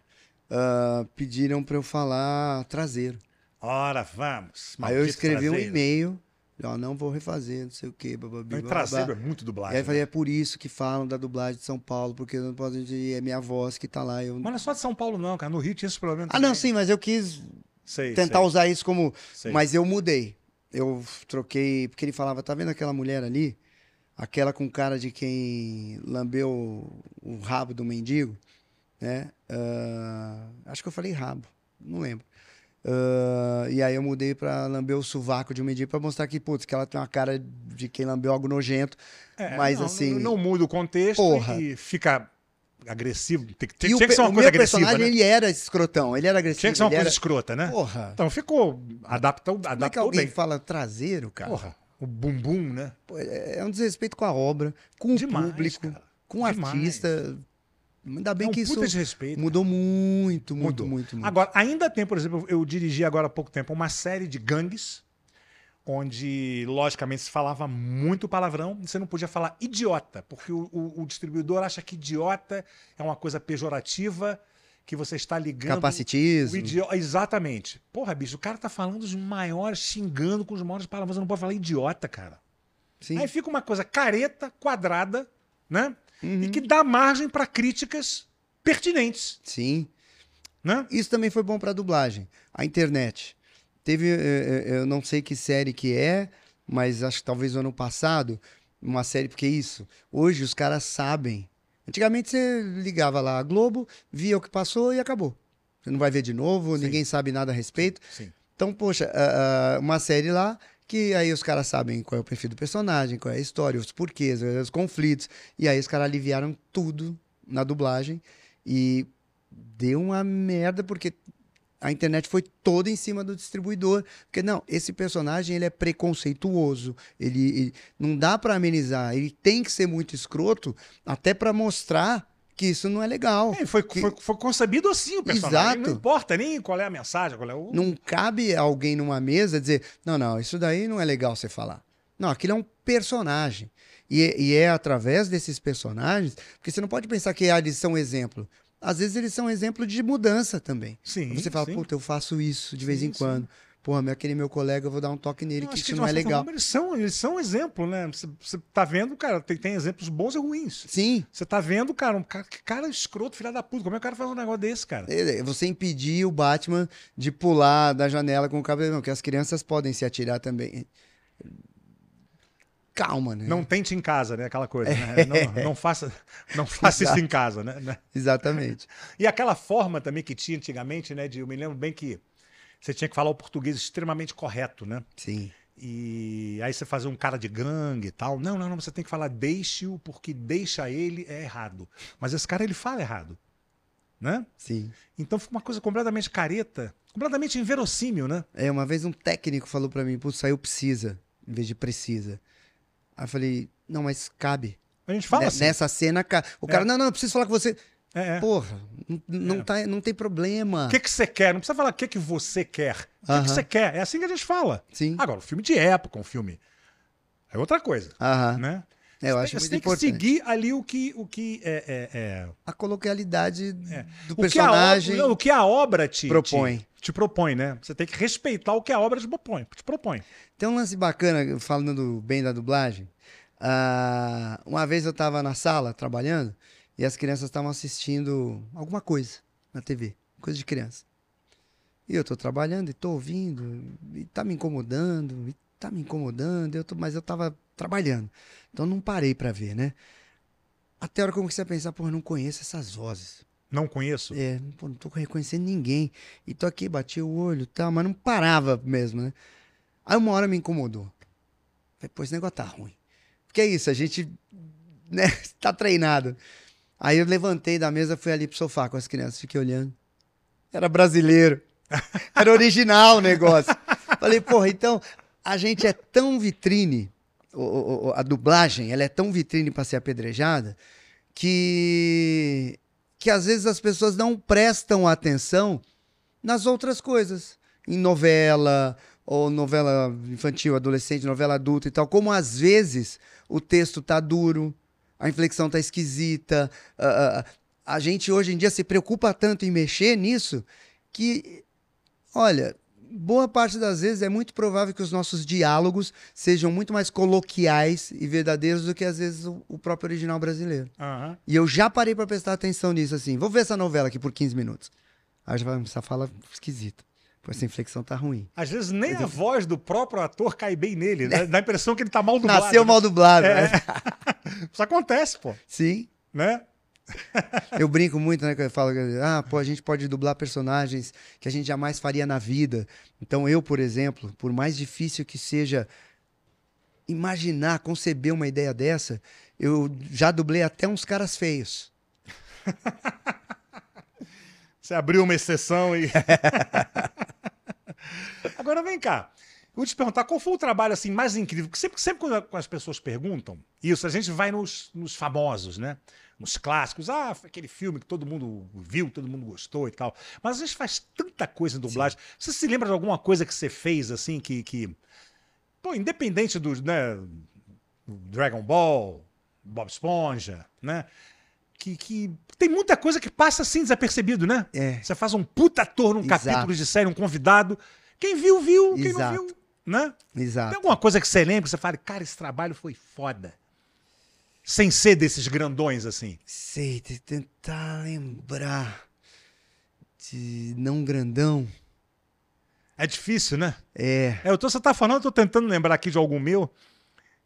Speaker 2: Ah, pediram pra eu falar traseiro.
Speaker 1: Ora, vamos.
Speaker 2: Aí
Speaker 1: maldito
Speaker 2: eu escrevi um
Speaker 1: traseiro.
Speaker 2: e-mail, ó, não vou refazer, não sei o quê, bababi,
Speaker 1: Não, e
Speaker 2: bababá.
Speaker 1: traseiro é muito
Speaker 2: E
Speaker 1: dublagem.
Speaker 2: aí eu falei,
Speaker 1: né?
Speaker 2: é por isso que falam da dublagem de São Paulo, porque eu não posso dizer, é minha voz que tá lá. Eu...
Speaker 1: Mas não é só de São Paulo, não, cara. No Rio tinha esse problema.
Speaker 2: Ah, não,
Speaker 1: também.
Speaker 2: sim, mas eu quis
Speaker 1: Sei,
Speaker 2: tentar usar isso como.
Speaker 1: sei, sei.
Speaker 2: Mas eu mudei. Eu troquei, porque ele falava, tá vendo aquela mulher ali? Aquela com cara de quem lambeu o rabo do mendigo, né? Ah, acho que eu falei rabo, não lembro. Ah, e aí eu mudei pra lamber o sovaco de um mendigo pra mostrar que, putz, que ela tem uma cara de quem lambeu algo nojento.
Speaker 1: É,
Speaker 2: mas
Speaker 1: não,
Speaker 2: assim-
Speaker 1: Não, não muda o contexto
Speaker 2: Porra.
Speaker 1: e fica agressivo. Tem, que-
Speaker 2: e
Speaker 1: tinha
Speaker 2: o,
Speaker 1: que
Speaker 2: pe-
Speaker 1: ser uma
Speaker 2: o
Speaker 1: coisa
Speaker 2: meu
Speaker 1: agressiva,
Speaker 2: personagem,
Speaker 1: né?
Speaker 2: ele era escrotão, ele era agressivo.
Speaker 1: Tinha que ser uma
Speaker 2: ele
Speaker 1: coisa
Speaker 2: era...
Speaker 1: escrota, né?
Speaker 2: Porra,
Speaker 1: Então ficou. Adapta,
Speaker 2: como é que
Speaker 1: adaptou
Speaker 2: alguém
Speaker 1: bem.
Speaker 2: fala traseiro, cara?
Speaker 1: Porra, o bumbum, né?
Speaker 2: Pô, É é um desrespeito com a obra, com
Speaker 1: Demais,
Speaker 2: o público,
Speaker 1: cara.
Speaker 2: com o
Speaker 1: Demais.
Speaker 2: artista. Ainda bem
Speaker 1: é um
Speaker 2: que isso
Speaker 1: puta desrespeito.
Speaker 2: mudou muito, muito,
Speaker 1: Mudou.
Speaker 2: muito, muito.
Speaker 1: Agora, ainda tem, por exemplo, eu dirigi agora há pouco tempo uma série de gangues, onde, logicamente, se falava muito palavrão, e você não podia falar idiota, porque o, o- o distribuidor acha que idiota é uma coisa pejorativa, que você está ligando.
Speaker 2: Capacitismo.
Speaker 1: O idiota, exatamente. Porra, bicho, o cara tá falando os maiores, xingando com os maiores palavrões, você não pode falar idiota, cara.
Speaker 2: Sim.
Speaker 1: Aí fica uma coisa careta, quadrada, né?
Speaker 2: Uhum.
Speaker 1: E que dá margem para críticas pertinentes,
Speaker 2: Sim.
Speaker 1: né?
Speaker 2: Isso também foi bom pra dublagem. A internet. Teve, eh, eh, eu não sei que série que é, mas acho que talvez o ano passado, uma série, porque é isso. Hoje os caras sabem. Antigamente você ligava lá a Globo, via o que passou e acabou. Você não vai ver de novo,
Speaker 1: Sim.
Speaker 2: ninguém sabe nada a respeito.
Speaker 1: Sim.
Speaker 2: Então, poxa, ah, ah, uma série lá que aí os caras sabem qual é o perfil do personagem, qual é a história, os porquês, os conflitos. E aí os caras aliviaram tudo na dublagem e deu uma merda porque a internet foi toda em cima do distribuidor. Porque, não, esse personagem ele é preconceituoso, ele, ele- não dá pra amenizar, ele tem que ser muito escroto até pra mostrar que isso não é legal.
Speaker 1: É, foi,
Speaker 2: Que-
Speaker 1: foi, foi concebido assim o personagem.
Speaker 2: Exato.
Speaker 1: Não importa nem qual é a mensagem, qual é o.
Speaker 2: Não cabe alguém numa mesa dizer, não, não, isso daí não é legal você falar. Não, aquilo é um personagem. E, e é através desses personagens, porque você não pode pensar que ah, eles são exemplo. Às vezes eles são exemplo de mudança também.
Speaker 1: Sim.
Speaker 2: você fala,
Speaker 1: sim.
Speaker 2: puta, eu faço isso de vez
Speaker 1: Sim,
Speaker 2: em
Speaker 1: sim.
Speaker 2: quando. Porra, meu, aquele meu colega, eu vou dar um toque nele, que
Speaker 1: acho
Speaker 2: isso
Speaker 1: de
Speaker 2: não
Speaker 1: uma
Speaker 2: é
Speaker 1: certa
Speaker 2: legal.
Speaker 1: forma, eles são, eles são exemplo, né? Você, você tá vendo, cara, tem, tem exemplos bons e ruins.
Speaker 2: Sim,
Speaker 1: Você tá vendo, cara, um cara, que cara escroto, filha da puta. Como é que o cara faz um negócio desse, cara?
Speaker 2: é, você impedir o Batman de pular da janela com o cabelo, não, que as crianças podem se atirar também. Calma, né?
Speaker 1: Não tente em casa, né? Aquela coisa. né?
Speaker 2: É.
Speaker 1: Não, não faça, não faça isso em casa, né?
Speaker 2: Exatamente.
Speaker 1: E aquela forma também que tinha antigamente, né? De, eu me lembro bem que você tinha que falar o português extremamente correto, né?
Speaker 2: Sim.
Speaker 1: E aí você fazer um cara de gangue e tal. Não, não, não, você tem que falar deixe-o, porque deixa ele é errado. Mas esse cara, ele fala errado, né?
Speaker 2: Sim.
Speaker 1: Então fica uma coisa completamente careta, completamente inverossímil, né?
Speaker 2: É, uma vez um técnico falou pra mim, putz, saiu precisa, em vez de precisa. Aí eu falei, não, mas cabe.
Speaker 1: A gente fala
Speaker 2: Ne-
Speaker 1: assim.
Speaker 2: Nessa cena, ca- o cara,
Speaker 1: É.
Speaker 2: não, não, eu preciso falar com você.
Speaker 1: É, é.
Speaker 2: Né, Porra, n- não,
Speaker 1: É.
Speaker 2: tá, não tem problema.
Speaker 1: O que, que você quer? Não precisa falar o que, que você quer. O que,
Speaker 2: Aham.
Speaker 1: que você quer? É assim que a gente fala.
Speaker 2: Sim.
Speaker 1: Agora, um filme de época, um filme. É outra coisa,
Speaker 2: Aham.
Speaker 1: né?
Speaker 2: É, eu
Speaker 1: Você
Speaker 2: acho
Speaker 1: tem- você
Speaker 2: muito
Speaker 1: tem
Speaker 2: importante.
Speaker 1: que seguir ali o que, o que é, é, é,
Speaker 2: A coloquialidade do
Speaker 1: O que a
Speaker 2: personagem.
Speaker 1: obra- não, O que a obra te
Speaker 2: propõe.
Speaker 1: Te, te propõe, né? Você tem que respeitar o que a obra te propõe. Te propõe.
Speaker 2: Tem um lance bacana, falando bem da dublagem. Ah, uma vez eu tava na sala trabalhando e as crianças estavam assistindo alguma coisa na TV, coisa de criança. E eu tô trabalhando e tô ouvindo, e tá me incomodando, e tá me incomodando, eu tô- mas eu tava trabalhando. Então não parei pra ver, né? Até a hora que eu comecei a pensar, porra, eu não conheço essas vozes.
Speaker 1: Não conheço?
Speaker 2: É, pô, não tô reconhecendo ninguém. E tô aqui, bati o olho e tal, mas não parava mesmo, né? Aí uma hora me incomodou. Falei, pô, esse negócio tá ruim. Porque é isso, a gente né, tá treinado. Aí eu levantei da mesa, fui ali pro sofá com as crianças, fiquei olhando. Era brasileiro. Era original o negócio. Falei, porra, então a gente é tão vitrine, o- o- o- a dublagem, ela é tão vitrine pra ser apedrejada, que que às vezes as pessoas não prestam atenção nas outras coisas. Em novela, ou novela infantil, adolescente, novela adulta e tal. Como às vezes o texto tá duro, a inflexão tá esquisita. a- a- a gente hoje em dia se preocupa tanto em mexer nisso que, olha, boa parte das vezes é muito provável que os nossos diálogos sejam muito mais coloquiais e verdadeiros do que às vezes o- o próprio original brasileiro.
Speaker 1: Aham.
Speaker 2: E eu já parei pra prestar atenção nisso, assim. Vou ver essa novela aqui por 15 minutos. Aí já vai começar a falar esquisita. Pô, essa inflexão tá ruim.
Speaker 1: Às vezes nem a voz do próprio ator cai bem nele. né? Dá a impressão que ele tá mal dublado.
Speaker 2: Nasceu
Speaker 1: né?
Speaker 2: mal dublado.
Speaker 1: É.
Speaker 2: né?
Speaker 1: Isso acontece, pô.
Speaker 2: Sim.
Speaker 1: Né?
Speaker 2: Eu brinco muito, né? Que eu falo, ah, pô, a gente pode dublar personagens que a gente jamais faria na vida. Então, eu, por exemplo, por mais difícil que seja imaginar, conceber uma ideia dessa, eu já dublei até uns caras feios.
Speaker 1: Você abriu uma exceção e. Agora vem cá. Eu vou te perguntar qual foi o trabalho assim mais incrível. Porque sempre, sempre quando as pessoas perguntam isso, a gente vai nos, nos famosos, né? Nos clássicos. Ah, foi aquele filme que todo mundo viu, todo mundo gostou e tal. Mas a gente faz tanta coisa em dublagem. Você se lembra de alguma coisa que você fez assim que. que... Pô, independente do, né, do Dragon Ball, Bob Esponja, né? Que, que tem muita coisa que passa assim desapercebido, né?
Speaker 2: É.
Speaker 1: Você faz um puta ator num
Speaker 2: Exato.
Speaker 1: capítulo de série, um convidado. Quem viu, viu. Quem
Speaker 2: Exato.
Speaker 1: não viu, né? Tem
Speaker 2: Exato.
Speaker 1: alguma coisa que você lembra, que você fala, cara, esse trabalho foi foda. Sem ser desses grandões, assim.
Speaker 2: Sei, te- tentar lembrar de não grandão.
Speaker 1: É difícil, né?
Speaker 2: É,
Speaker 1: É, eu tô, você tá falando, eu tô tentando lembrar aqui de algum meu.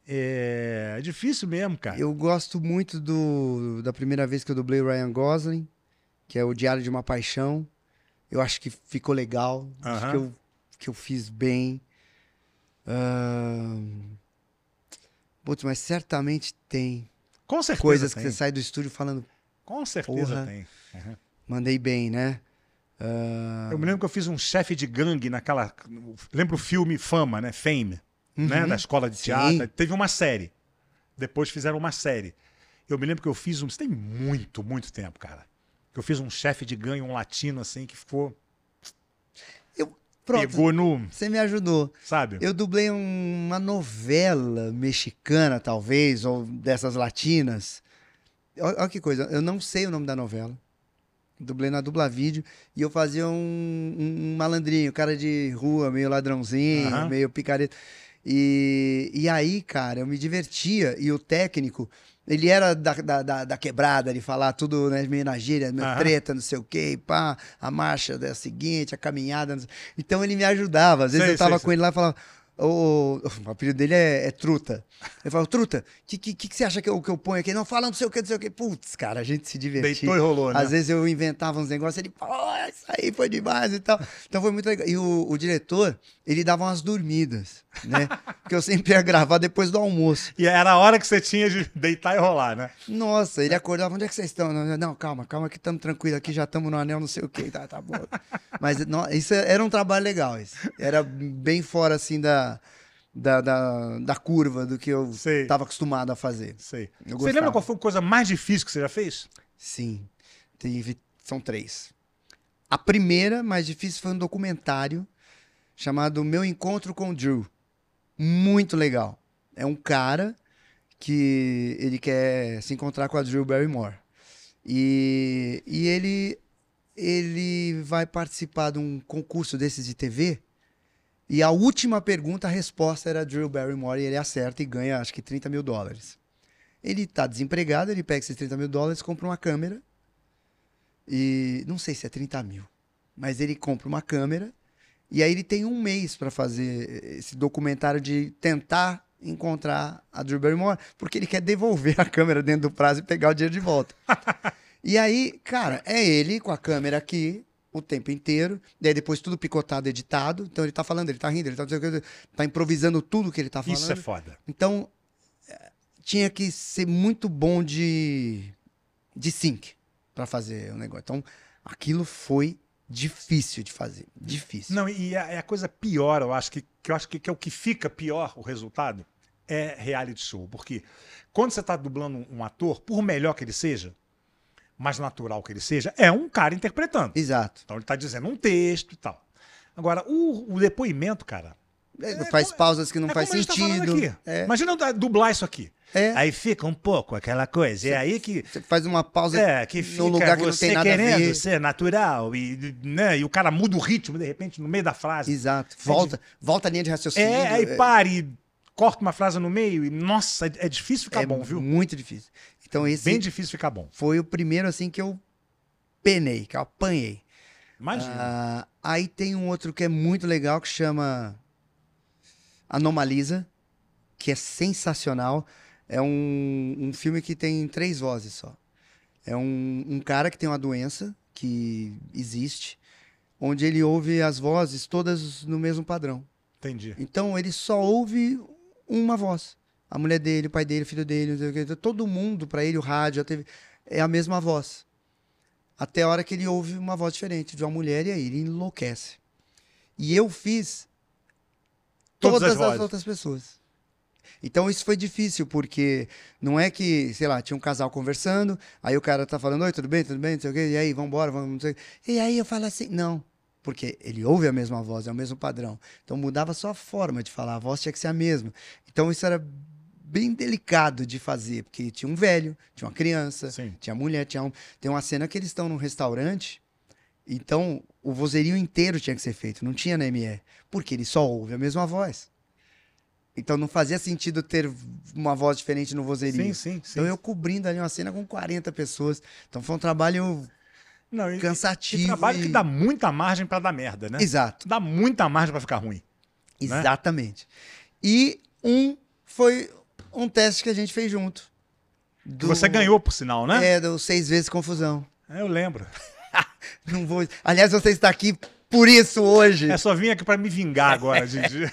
Speaker 1: É, é difícil mesmo, cara.
Speaker 2: eu gosto muito do da primeira vez que eu dublei o Ryan Gosling, que é o Diário de uma Paixão. Eu acho que ficou legal, acho
Speaker 1: Aham.
Speaker 2: que eu, que eu fiz bem. Ahn, Putz, mas certamente tem
Speaker 1: Com certeza
Speaker 2: coisas que
Speaker 1: tem.
Speaker 2: você sai do estúdio falando,
Speaker 1: Com certeza
Speaker 2: Porra.
Speaker 1: tem. Aham.
Speaker 2: mandei bem, né?
Speaker 1: Eu me lembro que eu fiz um chefe de gangue naquela... Lembra o filme Fama, né? Fame. né,
Speaker 2: Uhum.
Speaker 1: da escola de
Speaker 2: Sim.
Speaker 1: teatro. Teve uma série. Depois fizeram uma série. Eu me lembro que eu fiz um. Isso tem muito, muito tempo, cara. Que eu fiz um chefe de ganho, um latino, assim, que ficou.
Speaker 2: Pronto,
Speaker 1: Pegou no.
Speaker 2: você me ajudou.
Speaker 1: Sabe?
Speaker 2: Eu dublei um- uma novela mexicana, talvez, ou dessas latinas. Olha que coisa, eu não sei o nome da novela. Dublei na dubla vídeo e eu fazia um, um malandrinho, cara de rua, meio ladrãozinho,
Speaker 1: Aham.
Speaker 2: meio picareta. E, e aí, cara, eu me divertia. E o técnico, ele era da, da, da, da quebrada, ele falar tudo, né, meio na gíria, meio
Speaker 1: Aham.
Speaker 2: treta, não sei o quê, e pá, a marcha da seguinte, a caminhada. não sei- Então ele me ajudava. Às vezes
Speaker 1: Sei,
Speaker 2: eu tava
Speaker 1: sei,
Speaker 2: com ele lá e falava. O, o apelido dele é, é Truta. Ele falava, Truta, o que, que, que que você acha que eu, que eu ponho aqui? Não, fala não sei o que, não sei o que. Putz, cara, a gente se divertia.
Speaker 1: Deitou e rolou, né?
Speaker 2: Às vezes eu inventava uns negócios, ele, pô, isso aí foi demais e tal. Então foi muito legal. E o, o diretor, ele dava umas dormidas, né? Porque eu sempre ia gravar depois do almoço.
Speaker 1: E era a hora que você tinha de deitar e rolar, né?
Speaker 2: Nossa, ele acordava, onde é que vocês estão? Não, não, calma, calma que estamos tranquilos aqui, já estamos no anel, não sei o que, tá, tá bom. Mas no- isso era um trabalho legal, isso. Era bem fora, assim, da, da, da, da curva do que eu
Speaker 1: Sei.
Speaker 2: estava acostumado a fazer.
Speaker 1: Sei.
Speaker 2: Eu
Speaker 1: Você lembra
Speaker 2: gostava.
Speaker 1: qual foi a coisa mais difícil que você já fez?
Speaker 2: Sim, teve, são três. A primeira, mais difícil, foi um documentário chamado Meu Encontro com o Drew. Muito legal. É um cara que ele quer se encontrar com a Drew Barrymore. E, e ele, ele vai participar de um concurso desses de TV. E a última pergunta, a resposta era Drew Barrymore, e ele acerta e ganha acho que 30 mil dólares. Ele tá desempregado, ele pega esses 30 mil dólares, compra uma câmera. E não sei se é 30 mil, mas ele compra uma câmera E aí ele tem um mês para fazer esse documentário de tentar encontrar a Drew Barrymore, porque ele quer devolver a câmera dentro do prazo e pegar o dinheiro de volta. e aí, cara, é ele com a câmera aqui o tempo inteiro, e aí depois tudo picotado, editado. Então ele tá falando, ele tá rindo, ele tá, não sei o que, tá improvisando tudo que ele tá falando.
Speaker 1: Isso é foda.
Speaker 2: Então, eh, tinha que ser muito bom de, de sync para fazer o negócio. Então, aquilo foi difícil de fazer. Difícil.
Speaker 1: Não, e a, a coisa pior, eu acho que, que eu acho que, que é o que fica pior o resultado é reality show, porque quando você está dublando um, um ator, por melhor que ele seja, mais natural que ele seja, é um cara interpretando.
Speaker 2: Exato.
Speaker 1: Então ele está dizendo um texto e tal. Agora, o, o depoimento, cara,
Speaker 2: É,
Speaker 1: É
Speaker 2: faz
Speaker 1: como-
Speaker 2: pausas que não
Speaker 1: é
Speaker 2: faz
Speaker 1: como a gente tá falando
Speaker 2: sentido.
Speaker 1: aqui. Imagina eu da- dublar isso aqui.
Speaker 2: É.
Speaker 1: Aí fica um pouco aquela coisa. É aí que
Speaker 2: Você faz uma pausa
Speaker 1: É, que
Speaker 2: no
Speaker 1: fica
Speaker 2: lugar que não
Speaker 1: você
Speaker 2: tem nada a
Speaker 1: querendo
Speaker 2: ver.
Speaker 1: ser natural e, né, e o cara muda o ritmo de repente no meio da frase.
Speaker 2: Exato. Volta, volta a linha de raciocínio.
Speaker 1: é, aí para e corta uma frase no meio e nossa, é difícil ficar
Speaker 2: é
Speaker 1: bom, viu?
Speaker 2: Muito difícil. Então esse
Speaker 1: Bem difícil ficar bom.
Speaker 2: foi o primeiro assim que eu penei, que eu apanhei.
Speaker 1: Imagina.
Speaker 2: Ah, aí tem um outro que é muito legal que chama Anomaliza, que é sensacional. É um, um filme que tem três vozes só. É um, um cara que tem uma doença que existe, onde ele ouve as vozes todas no mesmo padrão.
Speaker 1: Entendi.
Speaker 2: Então ele só ouve uma voz. A mulher dele, o pai dele, o filho dele, não sei o quê. Então, todo mundo pra ele, o rádio, a TV, é a mesma voz. Até a hora que ele ouve uma voz diferente de uma mulher e aí ele enlouquece. E eu fiz
Speaker 1: Todas
Speaker 2: todas,
Speaker 1: as
Speaker 2: as,
Speaker 1: vozes.
Speaker 2: outras pessoas. Então isso foi difícil, porque não é que, sei lá, tinha um casal conversando, aí o cara tá falando, oi, tudo bem, tudo bem, não sei o quê, e aí, vambora, vamos, não sei o quê. E aí eu falo assim, não, porque ele ouve a mesma voz, é o mesmo padrão. Então mudava só a forma de falar, a voz tinha que ser a mesma. Então isso era bem delicado de fazer, porque tinha um velho, tinha uma criança,
Speaker 1: Sim.
Speaker 2: tinha mulher, tinha um... Tem uma cena que eles estão num restaurante, então o vozerio inteiro tinha que ser feito, não tinha na ME, porque ele só ouve a mesma voz. Então não fazia sentido ter uma voz diferente no vozerio.
Speaker 1: Sim, sim, sim.
Speaker 2: Então eu cobrindo ali uma cena com 40 pessoas. Então foi um trabalho
Speaker 1: Não, e,
Speaker 2: cansativo.
Speaker 1: e trabalho que
Speaker 2: e-
Speaker 1: dá muita margem pra dar merda, né?
Speaker 2: Exato,
Speaker 1: Dá muita margem pra ficar ruim.
Speaker 2: exatamente. E um foi um teste que a gente fez junto.
Speaker 1: Que
Speaker 2: Do-
Speaker 1: Você ganhou, por sinal, né? É,
Speaker 2: É, do seis vezes confusão.
Speaker 1: Eu lembro.
Speaker 2: Não vou. Aliás, você está aqui por isso hoje,
Speaker 1: É só vim aqui pra me vingar agora. de- de-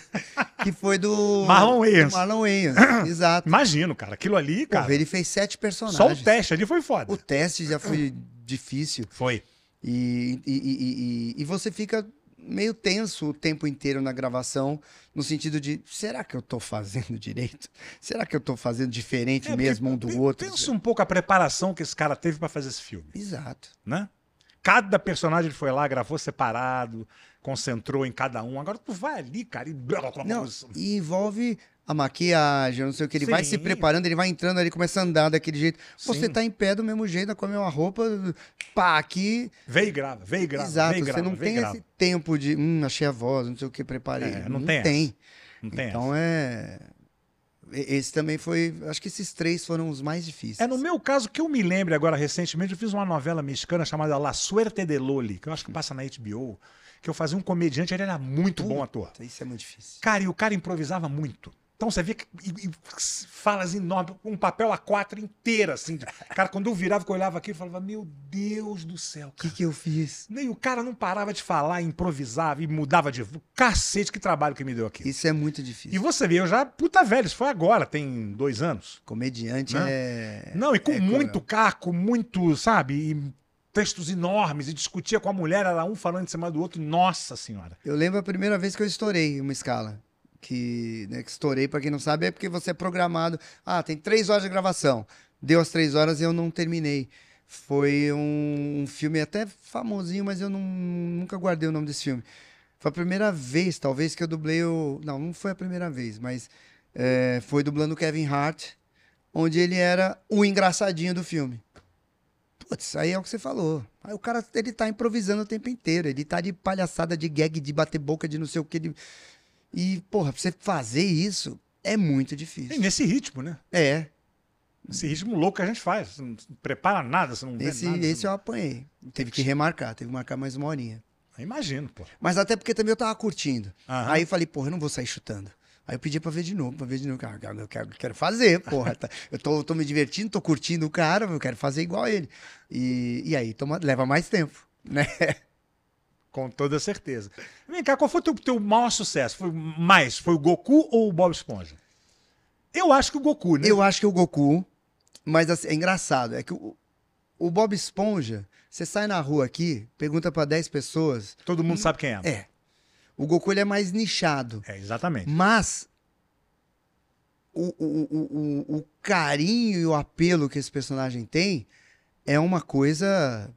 Speaker 2: que foi do
Speaker 1: Marlon Wayans.
Speaker 2: do Marlon Wayans, exato.
Speaker 1: Imagino, cara. Aquilo ali,
Speaker 2: Pô,
Speaker 1: cara.
Speaker 2: ele fez sete personagens.
Speaker 1: Só o teste ali foi foda.
Speaker 2: O teste já foi difícil.
Speaker 1: Foi.
Speaker 2: E, e, e- e- e você fica meio tenso o tempo inteiro na gravação, no sentido de, será que eu tô fazendo direito? Será que eu tô fazendo diferente
Speaker 1: É,
Speaker 2: mesmo
Speaker 1: porque
Speaker 2: um
Speaker 1: pe-
Speaker 2: do outro?
Speaker 1: Pensa um pouco a preparação que esse cara teve pra fazer esse filme,
Speaker 2: Exato.
Speaker 1: né? Cada personagem ele foi lá, gravou separado, concentrou em cada um. Agora tu vai ali, cara, e...
Speaker 2: Não, e envolve a maquiagem, não sei o que. Ele vai se
Speaker 1: Sim.
Speaker 2: preparando, ele vai entrando ali, começa a andar daquele jeito. Pô, Você
Speaker 1: Sim.
Speaker 2: tá em pé do mesmo jeito, com a mesma roupa, pá, aqui.
Speaker 1: Vem e grava, vem e grava,
Speaker 2: Exato,
Speaker 1: vem e grava,
Speaker 2: você não
Speaker 1: vem e
Speaker 2: tem
Speaker 1: grava.
Speaker 2: esse tempo de, hum, achei a voz, não sei o que, preparei.
Speaker 1: É, não tem essa. Não tem
Speaker 2: Então é. e- Esse também foi. Acho que esses três foram os mais difíceis.
Speaker 1: É no meu caso que eu me lembro agora recentemente, eu fiz uma novela mexicana chamada La Suerte de Loli, que eu acho que passa na HBO, que eu fazia um comediante, ele era muito bom ator.
Speaker 2: Isso é muito difícil.
Speaker 1: Cara, e o cara improvisava muito. Então você vê que, e, e falas enormes, um papel A4 inteiro, assim. Cara, quando eu virava, que eu olhava aqui, eu falava, meu Deus do céu,
Speaker 2: O que,
Speaker 1: cara.
Speaker 2: que eu fiz?
Speaker 1: Nem o cara não parava de falar, improvisava e mudava de. Cacete, que trabalho que me deu aqui.
Speaker 2: Isso é muito
Speaker 1: E
Speaker 2: difícil.
Speaker 1: você vê, eu já, puta velho, isso foi agora, tem dois anos.
Speaker 2: Comediante
Speaker 1: Não.
Speaker 2: é.
Speaker 1: Não, e com
Speaker 2: é
Speaker 1: muito
Speaker 2: cruel.
Speaker 1: caco, muito, sabe? E textos enormes, e discutia com a mulher, era um falando em cima do outro, nossa senhora.
Speaker 2: Eu lembro a primeira vez que eu estourei uma escala. Que, né, que estourei, pra quem não sabe, é porque você é programado. Ah, tem três horas de gravação. Deu as três horas e eu não terminei. Foi um, um filme até famosinho, mas eu não- nunca guardei o nome desse filme. Foi a primeira vez, talvez, que eu dublei o. Não, não foi a primeira vez, mas é, foi dublando o Kevin Hart, onde ele era o engraçadinho do filme. Putz, aí é o que você falou. Aí o cara, ele tá improvisando o tempo inteiro. Ele tá de palhaçada, de gag, de bater boca, de não sei o que. de- E, porra, pra você fazer isso é muito
Speaker 1: E
Speaker 2: difícil.
Speaker 1: nesse ritmo, né?
Speaker 2: É,
Speaker 1: Esse ritmo louco que a gente faz. Você não prepara nada, você não vê
Speaker 2: esse,
Speaker 1: nada.
Speaker 2: esse é
Speaker 1: você
Speaker 2: eu
Speaker 1: não-
Speaker 2: apanhei. Teve que remarcar, teve que marcar mais uma horinha.
Speaker 1: Imagino, pô.
Speaker 2: Mas até porque também eu tava curtindo.
Speaker 1: Aham.
Speaker 2: Aí eu falei, porra, eu não vou sair chutando. Aí eu pedi pra ver de novo, pra ver de novo. Cara, eu quero- quero, quero fazer, porra. Tá- Eu tô, tô me divertindo, tô curtindo o cara, eu quero fazer igual ele. E, e aí toma, leva mais tempo, né?
Speaker 1: Com toda certeza. Vem cá, qual foi o teu, teu maior sucesso? Foi mais? Foi o Goku ou o Bob Esponja? Eu acho que o Goku, né?
Speaker 2: Eu acho que é o Goku, mas assim, é engraçado. É que o, o Bob Esponja, você sai na rua aqui, pergunta pra 10 pessoas.
Speaker 1: Todo mundo sabe quem é.
Speaker 2: É. O Goku ele é mais nichado.
Speaker 1: É, exatamente.
Speaker 2: Mas o, o- o- o- o carinho e o apelo que esse personagem tem é uma coisa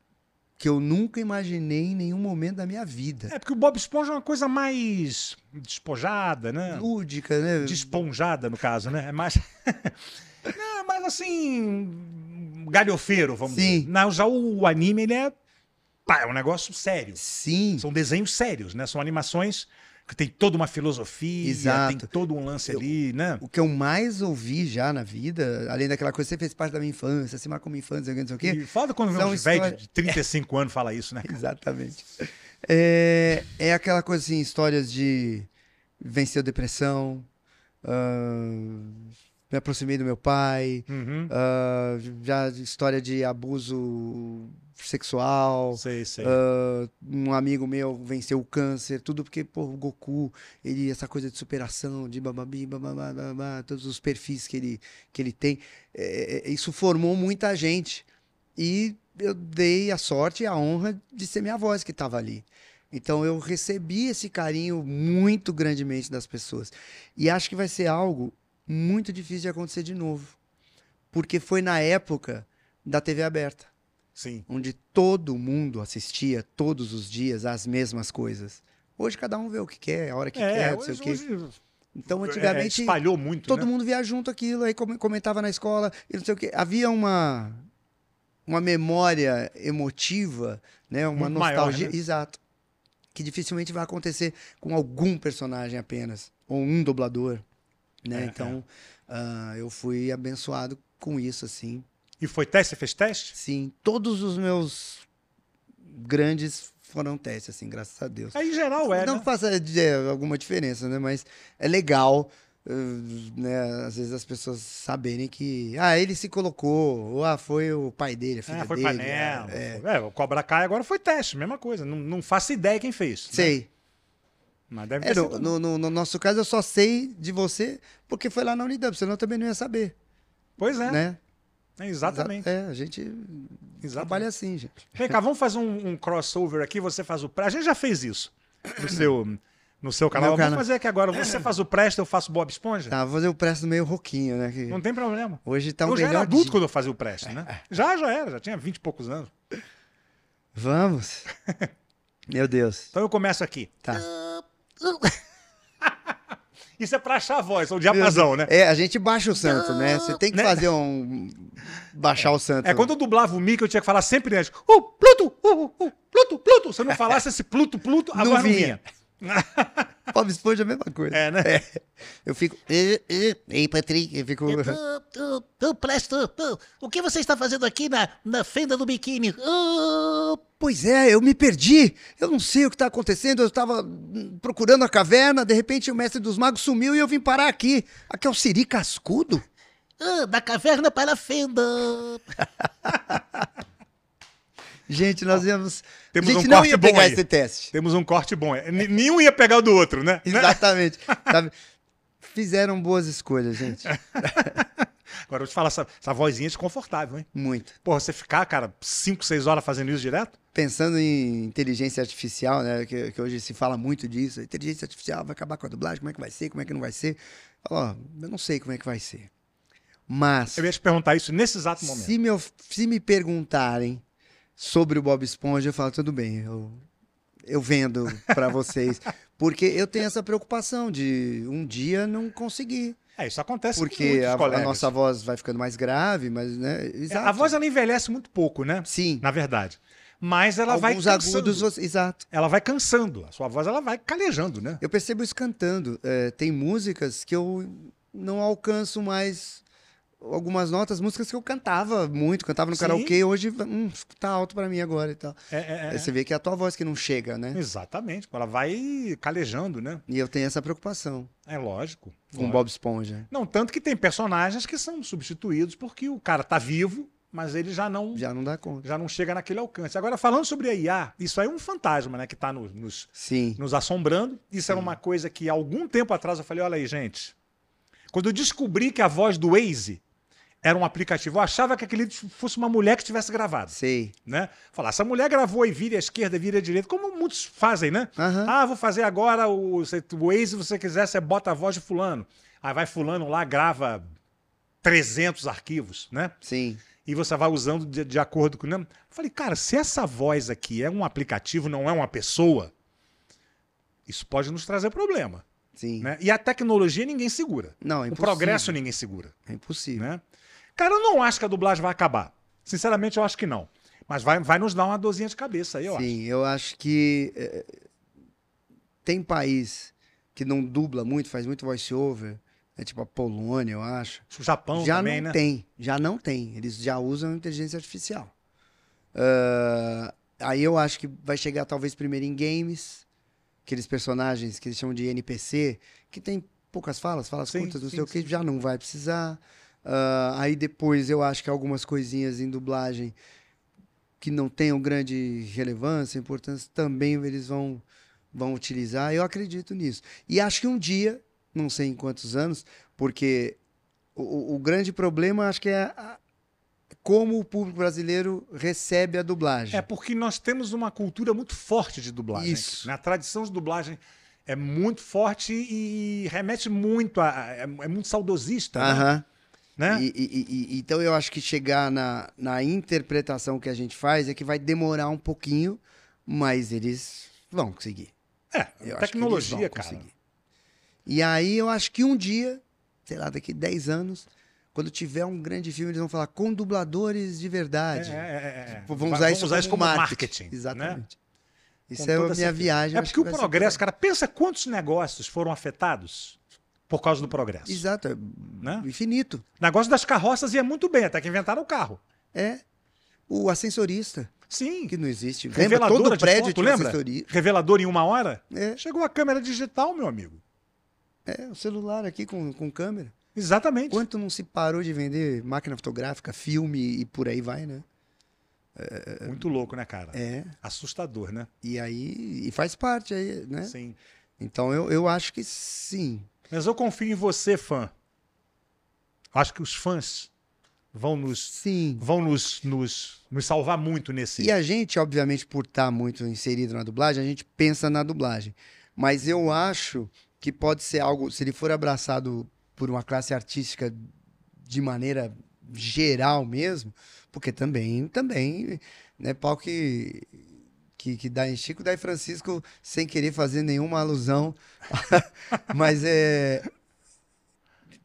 Speaker 2: que eu nunca imaginei em nenhum momento da minha vida.
Speaker 1: É porque o Bob Esponja é uma coisa mais despojada, né?
Speaker 2: Lúdica, né?
Speaker 1: Desponjada, no caso, né? É mais. Não, mas assim. Galhofeiro, vamos
Speaker 2: Sim.
Speaker 1: dizer. Não, já o anime, ele é. Pá, é um negócio sério.
Speaker 2: Sim.
Speaker 1: São desenhos sérios, né? São animações que tem toda uma filosofia,
Speaker 2: Exato.
Speaker 1: tem todo um lance
Speaker 2: Eu-
Speaker 1: ali, né?
Speaker 2: O que eu mais ouvi já na vida, além daquela coisa, você fez parte da minha infância, se marcou minha infância, não sei o quê.
Speaker 1: E foda quando vê
Speaker 2: São
Speaker 1: uns velhos
Speaker 2: histórias-
Speaker 1: de 35 anos falar isso, né?
Speaker 2: Exatamente. É, é aquela coisa assim, histórias de venceu depressão, ahn, me aproximei do meu pai,
Speaker 1: Uhum.
Speaker 2: ah, já história de abuso sexual,
Speaker 1: Sei, sei.
Speaker 2: um amigo meu venceu o câncer, tudo porque, pô, o Goku, ele, essa coisa de superação, de bababi, bababá, babá, todos os perfis que ele, que ele tem, é, é, isso formou muita gente. E eu dei a sorte e a honra de ser minha voz que estava ali. Então eu recebi esse carinho muito grandemente das pessoas. E acho que vai ser algo muito difícil de acontecer de novo. Porque foi na época da TV aberta
Speaker 1: Sim.
Speaker 2: onde todo mundo assistia todos os dias às mesmas coisas. Hoje cada um vê o que quer, a hora que quer, não sei o quê.
Speaker 1: É, hoje,
Speaker 2: então
Speaker 1: é,
Speaker 2: antigamente
Speaker 1: espalhou muito,
Speaker 2: todo
Speaker 1: né?
Speaker 2: mundo via junto aquilo, aí come- comentava na escola, e não sei o quê. Havia uma uma memória emotiva, né, uma
Speaker 1: Muito maior,
Speaker 2: nostalgia,
Speaker 1: né?
Speaker 2: exato, que dificilmente vai acontecer com algum personagem apenas ou um dublador, né?
Speaker 1: É,
Speaker 2: então ah, eu fui abençoado com isso assim.
Speaker 1: E foi teste? Você fez teste?
Speaker 2: Sim, todos os meus grandes foram testes, assim, graças a Deus.
Speaker 1: Aí, em geral, é,
Speaker 2: Não
Speaker 1: né?
Speaker 2: faça é, alguma diferença, né? Mas é legal, eh, né? Às vezes as pessoas saberem que, ah, ele se colocou, ou ah, foi o pai dele, a filha
Speaker 1: É, foi
Speaker 2: dele.
Speaker 1: panela.
Speaker 2: é, é.
Speaker 1: foi- É. o Cobra Kai agora foi teste, mesma coisa. Não, não faço ideia quem fez. né?
Speaker 2: Sei.
Speaker 1: Mas deve
Speaker 2: É,
Speaker 1: ter
Speaker 2: no,
Speaker 1: sido-
Speaker 2: no- no- no nosso caso, eu só sei de você porque foi lá na Unidub, senão eu também não ia saber,
Speaker 1: Pois é,
Speaker 2: né?
Speaker 1: é, exatamente.
Speaker 2: É, a gente trabalha
Speaker 1: exatamente.
Speaker 2: assim, gente.
Speaker 1: Vem cá, vamos fazer um, um crossover aqui. Você faz o pré. A gente já fez isso no seu, no seu canal.
Speaker 2: Meu
Speaker 1: vamos
Speaker 2: canal.
Speaker 1: fazer aqui agora. Você faz o Presto, eu faço Bob Esponja?
Speaker 2: Tá, vou fazer o preço meio roquinho, né? que
Speaker 1: Não tem problema.
Speaker 2: hoje tá um
Speaker 1: eu já era
Speaker 2: melhor É.
Speaker 1: adulto
Speaker 2: dia.
Speaker 1: quando eu fazia o Presto, né? Já, já era, já tinha 20 e poucos anos.
Speaker 2: Vamos. Meu Deus.
Speaker 1: Então eu começo aqui.
Speaker 2: Tá.
Speaker 1: Isso é pra achar a voz, ou o diapasão, né?
Speaker 2: É, a gente baixa o santo, né? Você tem que fazer um. Baixar o santo.
Speaker 1: É quando eu dublava o Mickey, eu tinha que falar sempre antes. Uh, Pluto! Uh, uh, uh, Pluto, Pluto! Se eu não falasse esse Pluto, Pluto, a
Speaker 2: Não
Speaker 1: voz não vinha.
Speaker 2: vinha. Bob Esponja é a mesma coisa.
Speaker 1: É, né?
Speaker 2: Eu fico. "Ê, ê, Ei, Patrick, eu
Speaker 1: É,
Speaker 2: fico.
Speaker 3: Tu, tu, Presto, tu, o que você está fazendo aqui na, na fenda do biquíni? Ah,
Speaker 2: Pois é, eu me perdi. Eu não sei o que tá acontecendo. Eu tava hum, procurando a caverna, de repente o mestre dos magos sumiu e eu vim parar aqui. Aqui é o Siri Cascudo?
Speaker 3: ah, da caverna para a fenda.
Speaker 2: Gente, nós íamos.
Speaker 1: Temos
Speaker 2: a gente
Speaker 1: um
Speaker 2: não
Speaker 1: corte
Speaker 2: ia
Speaker 1: bom
Speaker 2: pegar
Speaker 1: aí.
Speaker 2: esse teste.
Speaker 1: Temos um corte bom. É, n- Nenhum ia pegar o do outro, né? Né?
Speaker 2: Exatamente. Sabe? Fizeram boas escolhas, gente.
Speaker 1: É. Né? Agora, eu te falar, essa, essa vozinha é desconfortável, hein?
Speaker 2: Muito.
Speaker 1: Porra, você ficar, cara, 5, 6 horas fazendo isso direto?
Speaker 2: Pensando em inteligência artificial, né? Que, que hoje se fala muito disso. Inteligência artificial vai acabar com a dublagem, como é que vai ser, como é que não vai ser. Ó, eu não sei como é que vai ser. Mas,
Speaker 1: Eu ia te perguntar isso nesse exato É momento.
Speaker 2: se me, of- se me perguntarem sobre o Bob Esponja, eu falo, tudo bem, eu, eu vendo pra vocês. Porque eu tenho essa preocupação de um dia não conseguir.
Speaker 1: É, isso acontece com
Speaker 2: Porque
Speaker 1: muitos
Speaker 2: a, a
Speaker 1: colegas.
Speaker 2: nossa voz vai ficando mais grave, mas, né?
Speaker 1: É,
Speaker 2: Exato.
Speaker 1: a voz, ela envelhece muito pouco, né?
Speaker 2: Sim.
Speaker 1: Na verdade. Mas ela vai
Speaker 2: Alguns
Speaker 1: cansando.
Speaker 2: agudos, você- exato.
Speaker 1: Ela vai cansando. A sua voz, ela vai calejando, né?
Speaker 2: Eu percebo isso cantando. É, tem músicas que eu não alcanço mais algumas notas, músicas que eu cantava muito, cantava no
Speaker 1: Sim.
Speaker 2: karaokê, hoje hum, tá alto pra mim agora e tal.
Speaker 1: É, é, é.
Speaker 2: Aí Você vê que é a tua voz que não chega, né?
Speaker 1: Exatamente. Ela vai calejando, né?
Speaker 2: E eu tenho essa preocupação
Speaker 1: É lógico.
Speaker 2: com
Speaker 1: lógico.
Speaker 2: Bob Esponja.
Speaker 1: Não, tanto que tem personagens que são substituídos porque o cara tá vivo, mas ele já não já,
Speaker 2: Já não dá conta.
Speaker 1: não chega naquele alcance. Agora, falando sobre a IA, isso aí é um fantasma, né? Que tá no- nos,
Speaker 2: Sim.
Speaker 1: nos assombrando. Isso era uma coisa que há algum tempo atrás eu falei, olha aí, gente. Quando eu descobri que a voz do Waze era um aplicativo, eu achava que aquele fosse uma mulher que tivesse gravado,
Speaker 2: Sei.
Speaker 1: né? Falar, essa mulher gravou e vira à esquerda, vira à direita, como muitos fazem, né?
Speaker 2: Aham.
Speaker 1: Ah, vou fazer agora o, se- o Waze, se você quiser, você bota a voz de fulano. Aí vai fulano lá, grava 300 arquivos, né?
Speaker 2: Sim.
Speaker 1: E você vai usando de, de acordo com... Né? Falei, cara, se essa voz aqui é um aplicativo, não é uma pessoa, isso pode nos trazer problema,
Speaker 2: Sim.
Speaker 1: né? E a tecnologia ninguém segura.
Speaker 2: Não, é
Speaker 1: o
Speaker 2: impossível.
Speaker 1: progresso ninguém segura,
Speaker 2: É impossível.
Speaker 1: né? Cara, eu não acho que a dublagem vai acabar. Sinceramente, eu acho que não. Mas vai, vai nos dar uma dorzinha de cabeça aí, eu acho.
Speaker 2: Sim, eu acho que é, tem país que não dubla muito, faz muito voice-over. É tipo a Polônia, eu acho.
Speaker 1: O Japão
Speaker 2: já
Speaker 1: também,
Speaker 2: não
Speaker 1: né?
Speaker 2: tem, já não tem. Eles já usam inteligência artificial. Ah, aí eu acho que vai chegar talvez primeiro em games, aqueles personagens que eles chamam de NPC, que tem poucas falas, falas
Speaker 1: Sim,
Speaker 2: curtas, não
Speaker 1: sim,
Speaker 2: sei o que, já não vai precisar. Ah, aí depois eu acho que algumas coisinhas em dublagem que não tenham grande relevância, importância, também eles vão, vão utilizar. Eu acredito nisso. E acho que um dia, não sei em quantos anos, porque o- o, o grande problema acho que é a- como o público brasileiro recebe a dublagem.
Speaker 1: É porque nós temos uma cultura muito forte de dublagem.
Speaker 2: Isso.
Speaker 1: Né? A tradição de dublagem é muito forte e remete muito a. a- É, é muito saudosista. né?
Speaker 2: Aham.
Speaker 1: Né?
Speaker 2: E- e- e- e- então eu acho que chegar na, na interpretação que a gente faz é que vai demorar um pouquinho, mas eles vão conseguir.
Speaker 1: é,
Speaker 2: Eu acho que eles
Speaker 1: tecnologia,
Speaker 2: vão
Speaker 1: cara.
Speaker 2: conseguir. E aí eu acho que um dia, sei lá, daqui 10 anos, quando tiver um grande filme, eles vão falar com dubladores de
Speaker 1: É,
Speaker 2: verdade.
Speaker 1: é, é, é.
Speaker 2: Tipo, vão usar, isso, como marketing.
Speaker 1: né?
Speaker 2: Exatamente. Isso
Speaker 1: Com
Speaker 2: é a
Speaker 1: toda
Speaker 2: minha
Speaker 1: certeza.
Speaker 2: viagem.
Speaker 1: É
Speaker 2: acho
Speaker 1: porque o
Speaker 2: que vai ser
Speaker 1: progresso, cara, pensa quantos negócios foram afetados por causa do
Speaker 2: por
Speaker 1: progresso.
Speaker 2: aí. Exato, é
Speaker 1: Né?
Speaker 2: infinito.
Speaker 1: O negócio das carroças ia muito bem, até que inventaram o carro.
Speaker 2: É. O ascensorista,
Speaker 1: Sim.
Speaker 2: que não existe. Lembra
Speaker 1: Reveladora
Speaker 2: todo
Speaker 1: de
Speaker 2: prédio
Speaker 1: foto,
Speaker 2: tinha um
Speaker 1: lembra?
Speaker 2: assessoria.
Speaker 1: Revelador em uma hora?
Speaker 2: É,
Speaker 1: Chegou a câmera digital, meu amigo.
Speaker 2: é, o celular aqui com, com câmera.
Speaker 1: Exatamente.
Speaker 2: Quanto não se parou de vender máquina fotográfica, filme e por aí vai, né?
Speaker 1: Muito louco, né, cara?
Speaker 2: É.
Speaker 1: Assustador, né?
Speaker 2: E aí. E faz parte aí, né?
Speaker 1: Sim.
Speaker 2: Então eu, eu acho que sim.
Speaker 1: Mas eu confio em você, fã. Acho que os fãs vão nos
Speaker 2: Sim.
Speaker 1: vão nos, nos, nos salvar muito nesse.
Speaker 2: E a gente, obviamente, por estar muito inserido na dublagem, a gente pensa na dublagem. Mas eu acho que pode ser algo, se ele for abraçado por uma classe artística de maneira geral mesmo, porque também, também, né, pau que, que, que dá em Chico, dá em Francisco, sem querer fazer nenhuma alusão, mas é...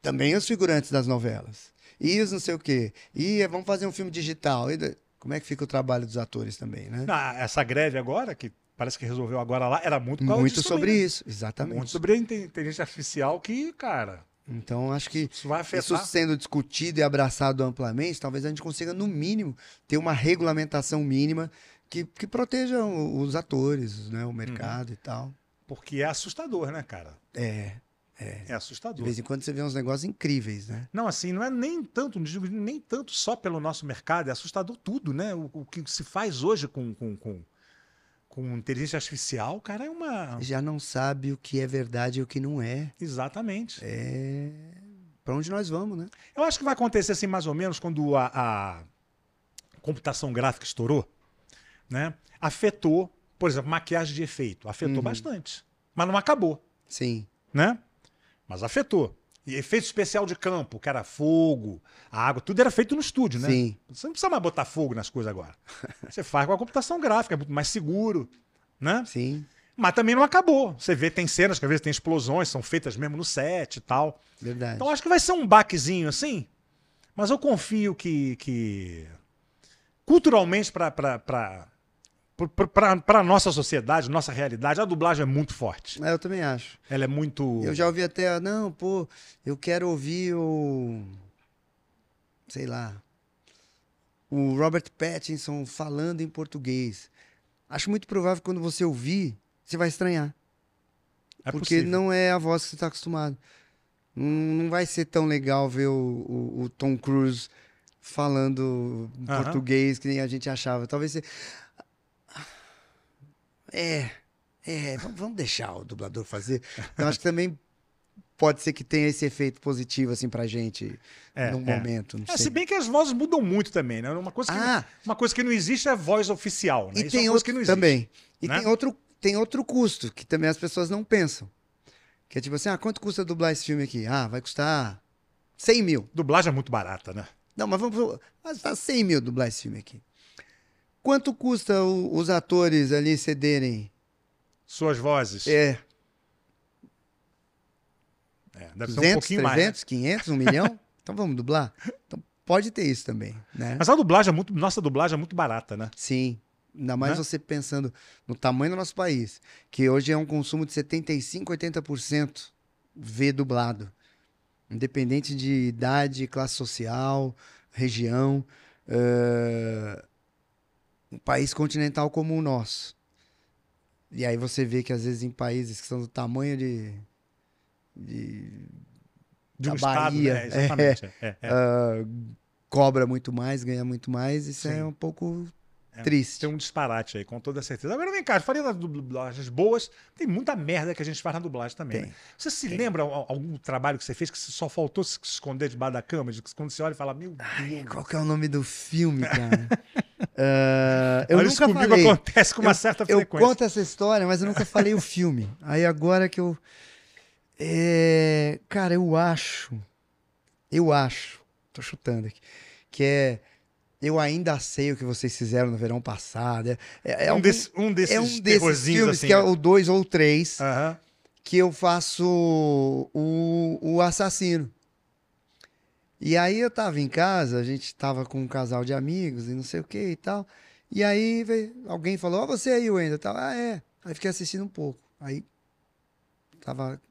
Speaker 2: Também os figurantes das novelas. E os não sei o quê. E é, vamos fazer um filme digital. E da- como é que fica o trabalho dos atores também, né?
Speaker 1: Na- essa greve agora, que parece que resolveu agora lá, era muito por causa
Speaker 2: Muito
Speaker 1: disso
Speaker 2: sobre
Speaker 1: também, né?
Speaker 2: isso, exatamente.
Speaker 1: Muito sobre a inte- inteligência artificial que, cara,
Speaker 2: Então, acho que
Speaker 1: isso vai
Speaker 2: isso
Speaker 1: afetar.
Speaker 2: sendo discutido e abraçado amplamente, talvez a gente consiga, no mínimo, ter uma regulamentação mínima que, que proteja o- os atores, né, o
Speaker 1: Uhum.
Speaker 2: mercado e tal.
Speaker 1: Porque é assustador, né, cara?
Speaker 2: É,
Speaker 1: É
Speaker 2: de
Speaker 1: assustador.
Speaker 2: vez em quando você vê uns negócios incríveis, né?
Speaker 1: Não, assim, não é nem tanto, não digo nem tanto só pelo nosso mercado, é assustador tudo, né? O, o que se faz hoje com, com, com, com inteligência artificial, cara, é uma.
Speaker 2: Já não sabe o que é verdade e o que não é.
Speaker 1: Exatamente.
Speaker 2: É para onde nós vamos, né?
Speaker 1: Eu acho que vai acontecer assim mais ou menos quando a, a computação gráfica estourou, né? Afetou, por exemplo, maquiagem de efeito, afetou
Speaker 2: Uhum.
Speaker 1: bastante, mas não acabou,
Speaker 2: Sim,
Speaker 1: né? Mas afetou. E efeito especial de campo, que era fogo, a água, tudo era feito no estúdio, né?
Speaker 2: sim.
Speaker 1: Você não precisa mais botar fogo nas coisas agora. Você faz com a computação gráfica, é muito mais seguro, né?
Speaker 2: Sim,
Speaker 1: Mas também não acabou. Você vê, tem cenas que às vezes tem explosões, são feitas mesmo no set e tal.
Speaker 2: verdade.
Speaker 1: Então acho que vai ser um baquezinho assim, mas eu confio que, que culturalmente para a nossa sociedade, nossa realidade, a dublagem é muito forte.
Speaker 2: É, eu também acho.
Speaker 1: Ela é muito.
Speaker 2: Eu já ouvi até, ah, não, pô, eu quero ouvir o. sei lá, o Robert Pattinson falando em português. Acho muito provável que quando você ouvir, você vai estranhar.
Speaker 1: É
Speaker 2: porque
Speaker 1: possível.
Speaker 2: não é a voz que você está acostumado. Não, não vai ser tão legal ver o, o- o Tom Cruise falando
Speaker 1: Aham.
Speaker 2: português que nem a gente achava. Talvez você. É, é, vamos, vamos deixar o dublador fazer. Eu acho que também pode ser que tenha esse efeito positivo assim pra gente
Speaker 1: É,
Speaker 2: num
Speaker 1: é.
Speaker 2: momento. Não
Speaker 1: É,
Speaker 2: sei.
Speaker 1: se bem que as vozes mudam muito também, né? Uma coisa que,
Speaker 2: Ah.
Speaker 1: uma coisa que não existe é a voz oficial, né?
Speaker 2: E
Speaker 1: Isso é
Speaker 2: tem
Speaker 1: uma coisa
Speaker 2: outro
Speaker 1: que não existe.
Speaker 2: também. E
Speaker 1: né?
Speaker 2: tem outro tem outro custo que também as pessoas não pensam. Que é tipo assim, ah, quanto custa dublar esse filme aqui? Ah, vai custar 100 mil.
Speaker 1: Dublagem é muito barata, né?
Speaker 2: Não, mas vamos, pro- vai custar 100 mil dublar esse filme aqui. Quanto custa o- os atores ali cederem?
Speaker 1: Suas vozes.
Speaker 2: É,
Speaker 1: É, deve ser um
Speaker 2: 200,
Speaker 1: pouquinho
Speaker 2: 300,
Speaker 1: mais. né?
Speaker 2: 500, 1 milhão? Então vamos dublar? Então pode ter isso também, né?
Speaker 1: Mas a dublagem é muito. Nossa dublagem é muito barata, né?
Speaker 2: Sim. Ainda mais
Speaker 1: Né?
Speaker 2: você pensando no tamanho do nosso país, que hoje é um consumo de 75%, 80% vê dublado. Independente de idade, classe social, região. eh, um país continental como o nosso. E aí você vê que às vezes em países que são do tamanho de. de
Speaker 1: De um
Speaker 2: Da
Speaker 1: estado,
Speaker 2: Bahia,
Speaker 1: né? Exatamente. É, é, é.
Speaker 2: cobra muito mais, ganha muito mais, isso
Speaker 1: Sim.
Speaker 2: é um pouco
Speaker 1: É,
Speaker 2: triste.
Speaker 1: Tem um disparate aí, com toda certeza. Agora vem cá, eu falei das dublagens boas, tem muita merda que a gente faz na dublagem também.
Speaker 2: Tem.
Speaker 1: né? Você se lembra al- algum trabalho que você fez que só faltou se esconder debaixo da cama? De que quando você olha e fala, meu Deus.
Speaker 2: Ai, Qual que é o nome do filme, cara? Ah, eu
Speaker 1: olha, isso
Speaker 2: nunca
Speaker 1: comigo
Speaker 2: falei.
Speaker 1: acontece com uma
Speaker 2: Eu-
Speaker 1: certa
Speaker 2: Eu
Speaker 1: frequência.
Speaker 2: conto essa história, mas eu nunca falei o filme. Aí agora que eu... É, Cara, eu acho... Eu acho... Tô chutando aqui. Que é... Eu ainda sei o que vocês fizeram no verão passado. É, é- é
Speaker 1: um,
Speaker 2: algum-
Speaker 1: desse- um desses
Speaker 2: é um desses
Speaker 1: terrorzinhos
Speaker 2: filmes
Speaker 1: assim.
Speaker 2: que é
Speaker 1: né?
Speaker 2: o dois ou o três
Speaker 1: Aham.
Speaker 2: que eu faço o, o assassino. E aí eu tava em casa, a gente tava com um casal de amigos e não sei o que e tal. E aí veio- alguém falou, ó, você aí, Wendel, tal. Ah, é. Aí fiquei assistindo um pouco. Aí tava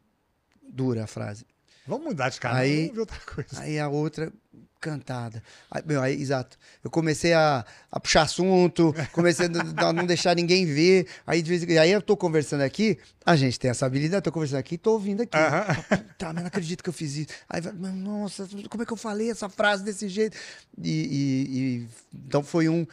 Speaker 2: dura a frase.
Speaker 1: Vamos mudar de canal,
Speaker 2: Aí-
Speaker 1: vamos ver outra coisa.
Speaker 2: Aí a outra cantada. Aí, meu, aí, exato. Eu comecei a, a puxar assunto, comecei a n- a não deixar ninguém ver. Aí, de vez em- aí eu tô conversando aqui, a gente tem essa habilidade, tô conversando aqui e tô ouvindo aqui.
Speaker 1: Aham.
Speaker 2: Tá, mas não acredito que eu fiz isso. Aí, vai, mas, nossa, como é que eu falei essa frase desse jeito? E, e- e- então foi um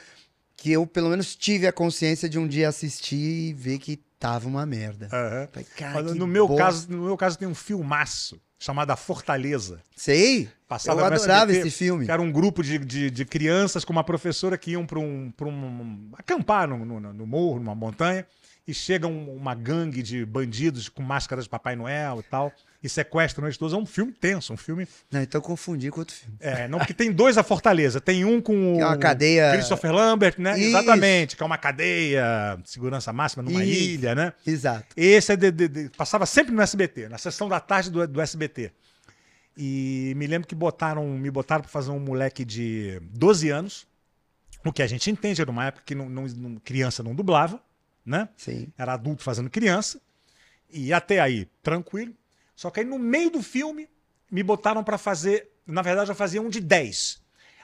Speaker 2: que eu pelo menos tive a consciência de um dia assistir e ver que tava uma merda.
Speaker 1: Aham.
Speaker 2: Falei, cara,
Speaker 1: Mas
Speaker 2: que
Speaker 1: Ah. no, meu
Speaker 2: bosta.
Speaker 1: caso, no meu caso tem um filmaço chamado A Fortaleza.
Speaker 2: sei,
Speaker 1: Passava
Speaker 2: eu
Speaker 1: no
Speaker 2: adorava
Speaker 1: SBT,
Speaker 2: esse filme.
Speaker 1: Que era um grupo de, de, de crianças com uma professora que iam para um, pra um. acampar no, no, no morro, numa montanha, e chega um- uma gangue de bandidos com máscaras de Papai Noel e tal, e sequestram eles todos. É um filme tenso, um filme.
Speaker 2: Não, então confundi com outro filme.
Speaker 1: É, não, porque tem dois a Fortaleza. Tem um com
Speaker 2: Que é uma
Speaker 1: o
Speaker 2: cadeia-
Speaker 1: Christopher Lambert, né?
Speaker 2: Isso.
Speaker 1: Exatamente, que é uma cadeia, segurança máxima numa
Speaker 2: Isso.
Speaker 1: ilha, né?
Speaker 2: Exato.
Speaker 1: Esse é de- de- de- passava sempre no SBT, na sessão da tarde do, do SBT. E me lembro que botaram, me botaram para fazer um moleque de 12 anos, o que a gente entende, era uma época que não- não- não- criança não dublava, né?
Speaker 2: Sim.
Speaker 1: Era adulto fazendo criança. E até aí, tranquilo. Só que aí no meio do filme, me botaram para fazer. Na verdade, eu fazia um de 10.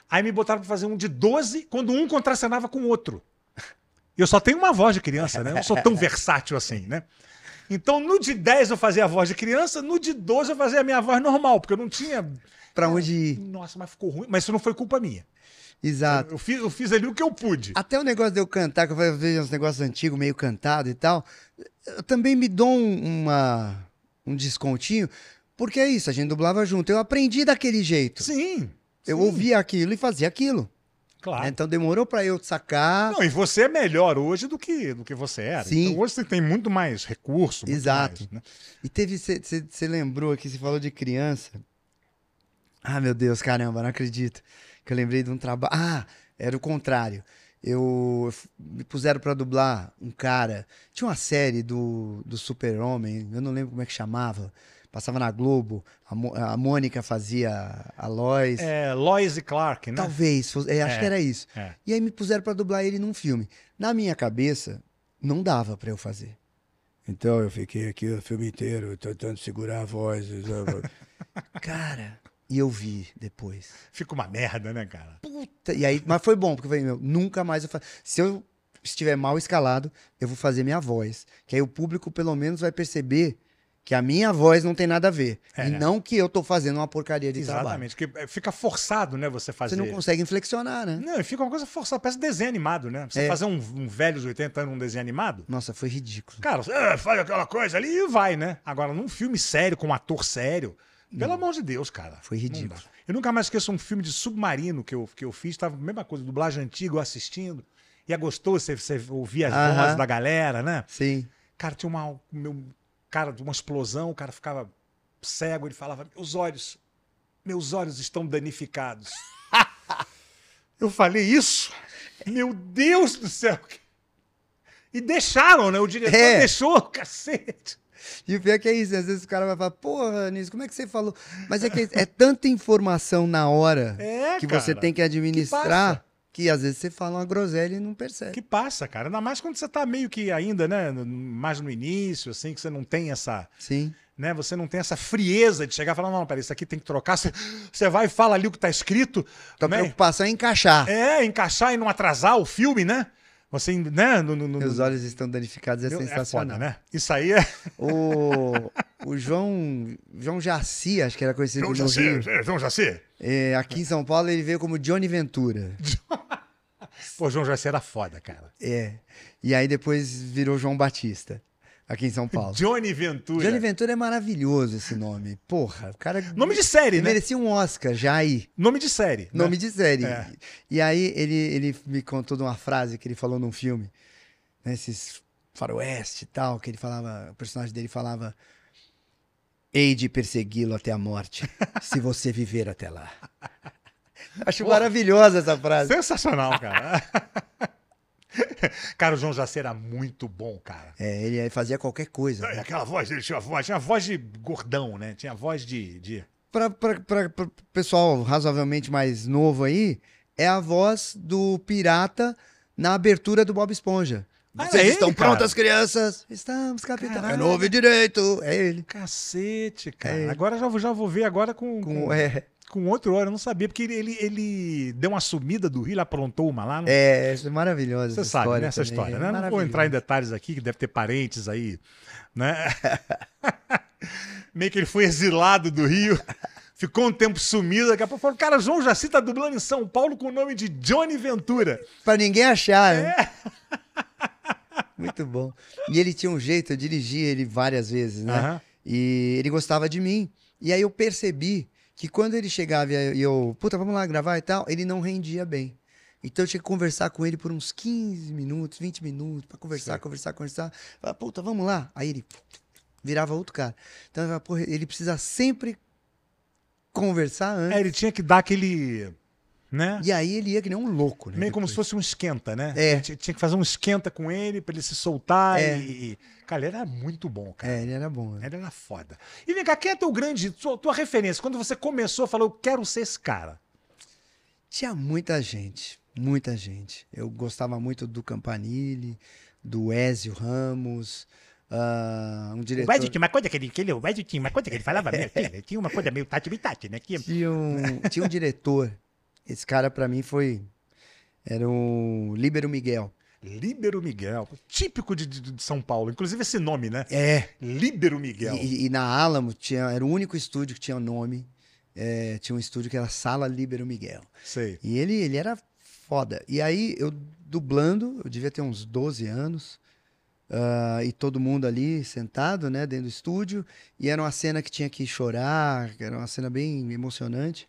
Speaker 1: Aí me botaram para fazer um de 12, quando um contracenava com o outro. E eu só tenho uma voz de criança, né? Eu não sou tão versátil assim, né? Então, no de 10 eu fazia a voz de criança, no de 12 eu fazia a minha voz normal, porque eu não tinha.
Speaker 2: Pra onde ir?
Speaker 1: Nossa, mas ficou ruim. Mas isso não foi culpa minha.
Speaker 2: Exato.
Speaker 1: Eu fiz, eu fiz ali o que eu pude.
Speaker 2: Até o negócio de eu cantar, que eu falei, eu vejo uns negócios antigos, meio cantado e tal. Eu também me dou um, uma- um descontinho, porque é isso, a gente dublava junto. Eu aprendi daquele jeito.
Speaker 1: Sim.
Speaker 2: eu
Speaker 1: sim,
Speaker 2: ouvia aquilo e fazia aquilo. né?
Speaker 1: Claro.
Speaker 2: Então demorou pra eu sacar.
Speaker 1: Não, e você é melhor hoje do que, do que você era.
Speaker 2: Sim.
Speaker 1: Então, hoje você tem muito mais recurso. muito
Speaker 2: Exato.
Speaker 1: mais, né?
Speaker 2: E teve, você lembrou aqui, você falou de criança. Ah, meu Deus, caramba, não acredito. Que eu lembrei de um trabalho. Ah, era o contrário. Eu eu f- me puseram pra dublar um cara. Tinha uma série do, do Super-Homem, eu não lembro como é que chamava. Passava na Globo, a, Mo- a Mônica fazia a Lois.
Speaker 1: É, Lois e Clark, né?
Speaker 2: Talvez, fosse- é, acho
Speaker 1: É,
Speaker 2: que era isso.
Speaker 1: é.
Speaker 2: E aí me puseram pra dublar ele num filme. Na minha cabeça, não dava pra eu fazer. Então eu fiquei aqui o filme inteiro tentando segurar a voz. Cara, E eu vi depois.
Speaker 1: Fica uma merda, né, cara?
Speaker 2: Puta, E aí, mas foi bom, porque eu falei, meu, nunca mais eu fa... Se eu estiver mal escalado, eu vou fazer minha voz. Que aí o público, pelo menos, vai perceber que a minha voz não tem nada a ver.
Speaker 1: É,
Speaker 2: e
Speaker 1: né?
Speaker 2: não que eu tô fazendo uma porcaria de trabalho.
Speaker 1: Exatamente. Porque eh, fica forçado, né, você fazer.
Speaker 2: Você não consegue inflexionar, né?
Speaker 1: Não, e fica uma coisa forçada, parece desenho animado, né? Você
Speaker 2: É.
Speaker 1: fazer um, um velho de 80 anos um desenho animado,
Speaker 2: Nossa, foi ridículo.
Speaker 1: cara, você, "Ah, faz aquela coisa ali e vai, né? Agora, num filme sério, com um ator sério, pelo amor de Deus, cara.
Speaker 2: Foi
Speaker 1: não
Speaker 2: ridículo.
Speaker 1: dá. Eu nunca mais esqueço um filme de submarino que eu, que eu fiz, tava a mesma coisa, dublagem antiga, eu assistindo. E é gostoso você, você ouvir as
Speaker 2: Aham.
Speaker 1: vozes da galera, né?
Speaker 2: Sim.
Speaker 1: Cara, tinha uma, meu, cara, uma explosão, o cara ficava cego, ele falava, meus olhos, meus olhos estão danificados. Eu falei isso? Meu Deus do céu! E deixaram, né? O diretor
Speaker 2: É.
Speaker 1: deixou, cacete.
Speaker 2: E o pior que é isso, né? às vezes o cara vai falar, porra, Anísio, como é que você falou? Mas é que é tanta informação na hora
Speaker 1: É,
Speaker 2: que
Speaker 1: cara.
Speaker 2: você tem que administrar que, às vezes você fala uma groselha e não percebe.
Speaker 1: Que passa, cara. Ainda mais quando você tá meio que ainda, né? no- Mais no início, assim, que você não tem essa.
Speaker 2: Sim.
Speaker 1: né? Você não tem essa frieza de chegar e falar, não, peraí, isso aqui tem que trocar. Você, você vai e fala ali o que tá escrito.
Speaker 2: Tua
Speaker 1: né?
Speaker 2: preocupação é encaixar.
Speaker 1: É, encaixar e não atrasar o filme, né? Você, né? No, no, no,
Speaker 2: Meus olhos estão danificados, é
Speaker 1: Eu-
Speaker 2: sensacional.
Speaker 1: foda, né? Isso aí é.
Speaker 2: o, o João João Jaci, acho que era conhecido no Rio.
Speaker 1: João Jaci.
Speaker 2: É, aqui em São Paulo ele veio como Johnny Ventura.
Speaker 1: Pô, João Jaci era foda, cara.
Speaker 2: É. E aí depois virou João Batista, aqui em São Paulo.
Speaker 1: Johnny Ventura.
Speaker 2: Johnny Ventura é maravilhoso esse nome. Porra, o cara.
Speaker 1: Nome de série,
Speaker 2: Ele
Speaker 1: né?
Speaker 2: merecia um Oscar já aí.
Speaker 1: Nome de série.
Speaker 2: Nome
Speaker 1: né?
Speaker 2: de série.
Speaker 1: É.
Speaker 2: E aí ele, ele me contou de uma frase que ele falou num filme, nesses faroeste e tal, que ele falava, o personagem dele falava Hei de persegui-lo até a morte, se você viver até lá. Acho maravilhosa essa frase.
Speaker 1: Sensacional, cara. cara, o João Jaci era muito bom, cara.
Speaker 2: É, ele fazia qualquer coisa.
Speaker 1: E Aquela voz, ele tinha voz, tinha voz de gordão, né? Tinha voz de. de...
Speaker 2: Pra, pra, pra, pra pessoal razoavelmente mais novo aí, é a voz do pirata na abertura do Bob Esponja.
Speaker 1: Ah,
Speaker 2: Vocês
Speaker 1: é ele,
Speaker 2: estão
Speaker 1: cara?
Speaker 2: prontas, crianças? Estamos, capitão.
Speaker 1: Caralho.
Speaker 2: É novo e direito. É ele.
Speaker 1: Cacete, cara.
Speaker 2: É.
Speaker 1: Agora já, vou- já vou ver agora com, com,
Speaker 2: Com, é,
Speaker 1: com outro olho. Eu não sabia, porque ele, ele, ele deu uma sumida do Rio, ele aprontou uma lá. Não
Speaker 2: é, é maravilhosa
Speaker 1: Você
Speaker 2: essa
Speaker 1: sabe,
Speaker 2: história
Speaker 1: né? Essa
Speaker 2: também,
Speaker 1: história,
Speaker 2: é
Speaker 1: né? Não vou
Speaker 2: maravilhosa.
Speaker 1: entrar em detalhes aqui, que deve ter parentes aí, né? Meio que ele foi exilado do Rio, ficou um tempo sumido, daqui a pouco falou, cara, João Jaci tá dublando em São Paulo com o nome de Johnny Ventura.
Speaker 2: Pra ninguém achar, né?
Speaker 1: É.
Speaker 2: Muito bom. E ele tinha um jeito, eu dirigi ele várias vezes, né?
Speaker 1: Aham.
Speaker 2: E ele gostava de mim. E aí eu percebi que quando ele chegava e eu, puta, vamos lá gravar e tal, ele não rendia bem. Então eu tinha que conversar com ele por uns 15 minutos, 20 minutos, pra conversar,
Speaker 1: Sei.
Speaker 2: conversar, conversar. Falava, puta, vamos lá. Aí ele virava outro cara. Então eu falava, porra, ele precisa sempre conversar antes.
Speaker 1: É, ele tinha que dar aquele, né?
Speaker 2: E aí ele ia que nem um louco, né?
Speaker 1: Meio como
Speaker 2: depois.
Speaker 1: se fosse um esquenta, né?
Speaker 2: É.
Speaker 1: Ele Tinha tinha que fazer um esquenta com ele pra ele se soltar
Speaker 2: É.
Speaker 1: e... e- Cara, ele era muito bom, cara.
Speaker 2: É, ele era bom. né?
Speaker 1: Ele era foda. E vem cá, quem é teu grande, tua, tua referência? Quando você começou, falou, eu quero ser esse cara.
Speaker 2: Tinha muita gente, muita gente. Eu gostava muito do Campanile, do Ezio Ramos, ah, um
Speaker 4: O Wesley
Speaker 2: diretor.
Speaker 4: tinha uma coisa que ele, que ele, o Wesley tinha uma coisa que ele falava, meio, assim,
Speaker 1: né?
Speaker 4: ele tinha uma coisa meio tati-bitati, né? Que
Speaker 2: Tinha um, tinha um diretor. Esse cara, pra mim, foi. Era o Líbero Miguel.
Speaker 1: Líbero Miguel, típico de, de- de São Paulo, inclusive esse nome, né?
Speaker 2: É.
Speaker 1: Líbero Miguel.
Speaker 2: E, e na Alamo tinha, era o único estúdio que tinha nome. É, tinha um estúdio que era Sala Líbero Miguel.
Speaker 1: Sei.
Speaker 2: E ele, ele era foda. E aí, eu dublando, eu devia ter uns 12 anos, ah, e todo mundo ali sentado, né, dentro do estúdio, e era uma cena que tinha que chorar, era uma cena bem emocionante.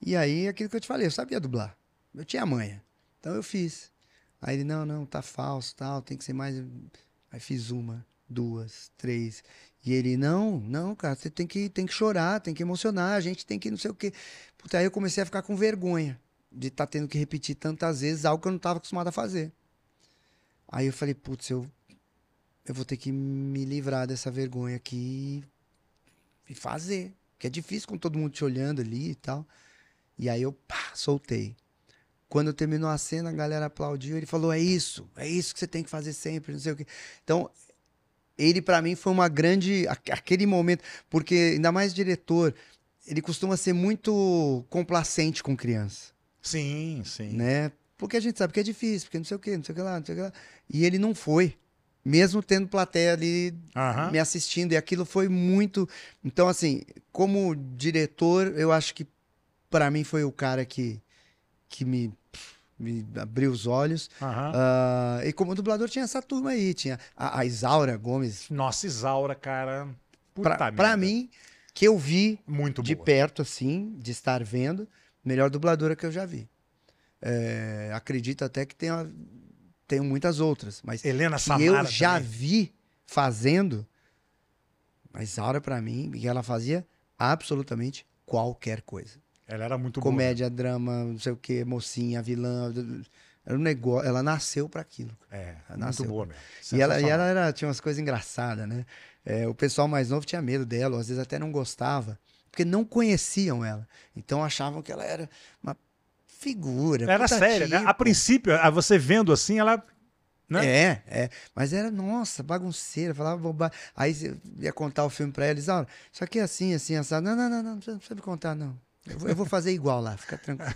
Speaker 2: E aí, aquilo que eu te falei, eu sabia dublar, eu tinha manha, então eu fiz. Aí ele, não, não, tá falso, tal, tem que ser mais... um." Aí fiz uma, duas, três... E ele, não, não, cara, você tem que, tem que chorar, tem que emocionar, a gente tem que não sei o quê. Puta, aí eu comecei a ficar com vergonha de estar tendo que repetir tantas vezes algo que eu não estava acostumado a fazer. Aí eu falei, putz, eu, eu vou ter que me livrar dessa vergonha aqui e fazer. Porque é difícil com todo mundo te olhando ali e tal. E aí eu pá, soltei. Quando terminou a cena, a galera aplaudiu. Ele falou: é isso, é isso que você tem que fazer sempre, não sei o quê. Então, ele para mim foi uma grande. aque- Aquele momento. Porque, ainda mais diretor, ele costuma ser muito complacente com criança,
Speaker 1: Sim, sim.
Speaker 2: né? Porque a gente sabe que é difícil, porque não sei o quê, não sei o que lá, não sei o que lá. E ele não foi, mesmo tendo plateia ali
Speaker 1: Aham.
Speaker 2: me assistindo e aquilo foi muito. Então, assim, como diretor, eu acho que pra mim foi o cara que, que me, me abriu os olhos.
Speaker 1: aham.
Speaker 2: Ah, e como dublador tinha essa turma aí, tinha a, a Isaura Gomes.
Speaker 1: Nossa, Isaura, cara. Puta
Speaker 2: Pra,
Speaker 1: merda.
Speaker 2: pra mim, que eu vi
Speaker 1: Muito
Speaker 2: de
Speaker 1: boa.
Speaker 2: perto, assim, de estar vendo, melhor dubladora que eu já vi. É, acredito até que tenha, tenho muitas outras, mas
Speaker 1: Helena
Speaker 2: que
Speaker 1: Samara.
Speaker 2: eu já
Speaker 1: também.
Speaker 2: vi fazendo, mas Aura pra mim, e ela fazia absolutamente qualquer coisa.
Speaker 1: Ela era muito né?
Speaker 2: Comédia, drama, não sei o que, mocinha, vilã, era um negócio, ela nasceu pra aquilo.
Speaker 1: boa. É,
Speaker 2: Ela
Speaker 1: muito
Speaker 2: nasceu.
Speaker 1: boa mesmo.
Speaker 2: E ela, e
Speaker 1: Sensacional.
Speaker 2: ela era- tinha umas coisas engraçadas, né? É, o pessoal mais novo tinha medo dela, às vezes até não gostava, porque não conheciam ela. Então achavam que ela era uma figura.
Speaker 1: Era
Speaker 2: puta
Speaker 1: séria, né? A
Speaker 2: tipo.
Speaker 1: princípio, a- você vendo assim, ela. né?
Speaker 2: É, é. Mas era, nossa, bagunceira, falava bobagem. Aí você ia contar o filme pra eles, olha, isso aqui é assim, assim, assado. Não, não, não, não, não precisa não precisa me contar, não. Eu vou, eu vou fazer igual lá, fica tranquilo.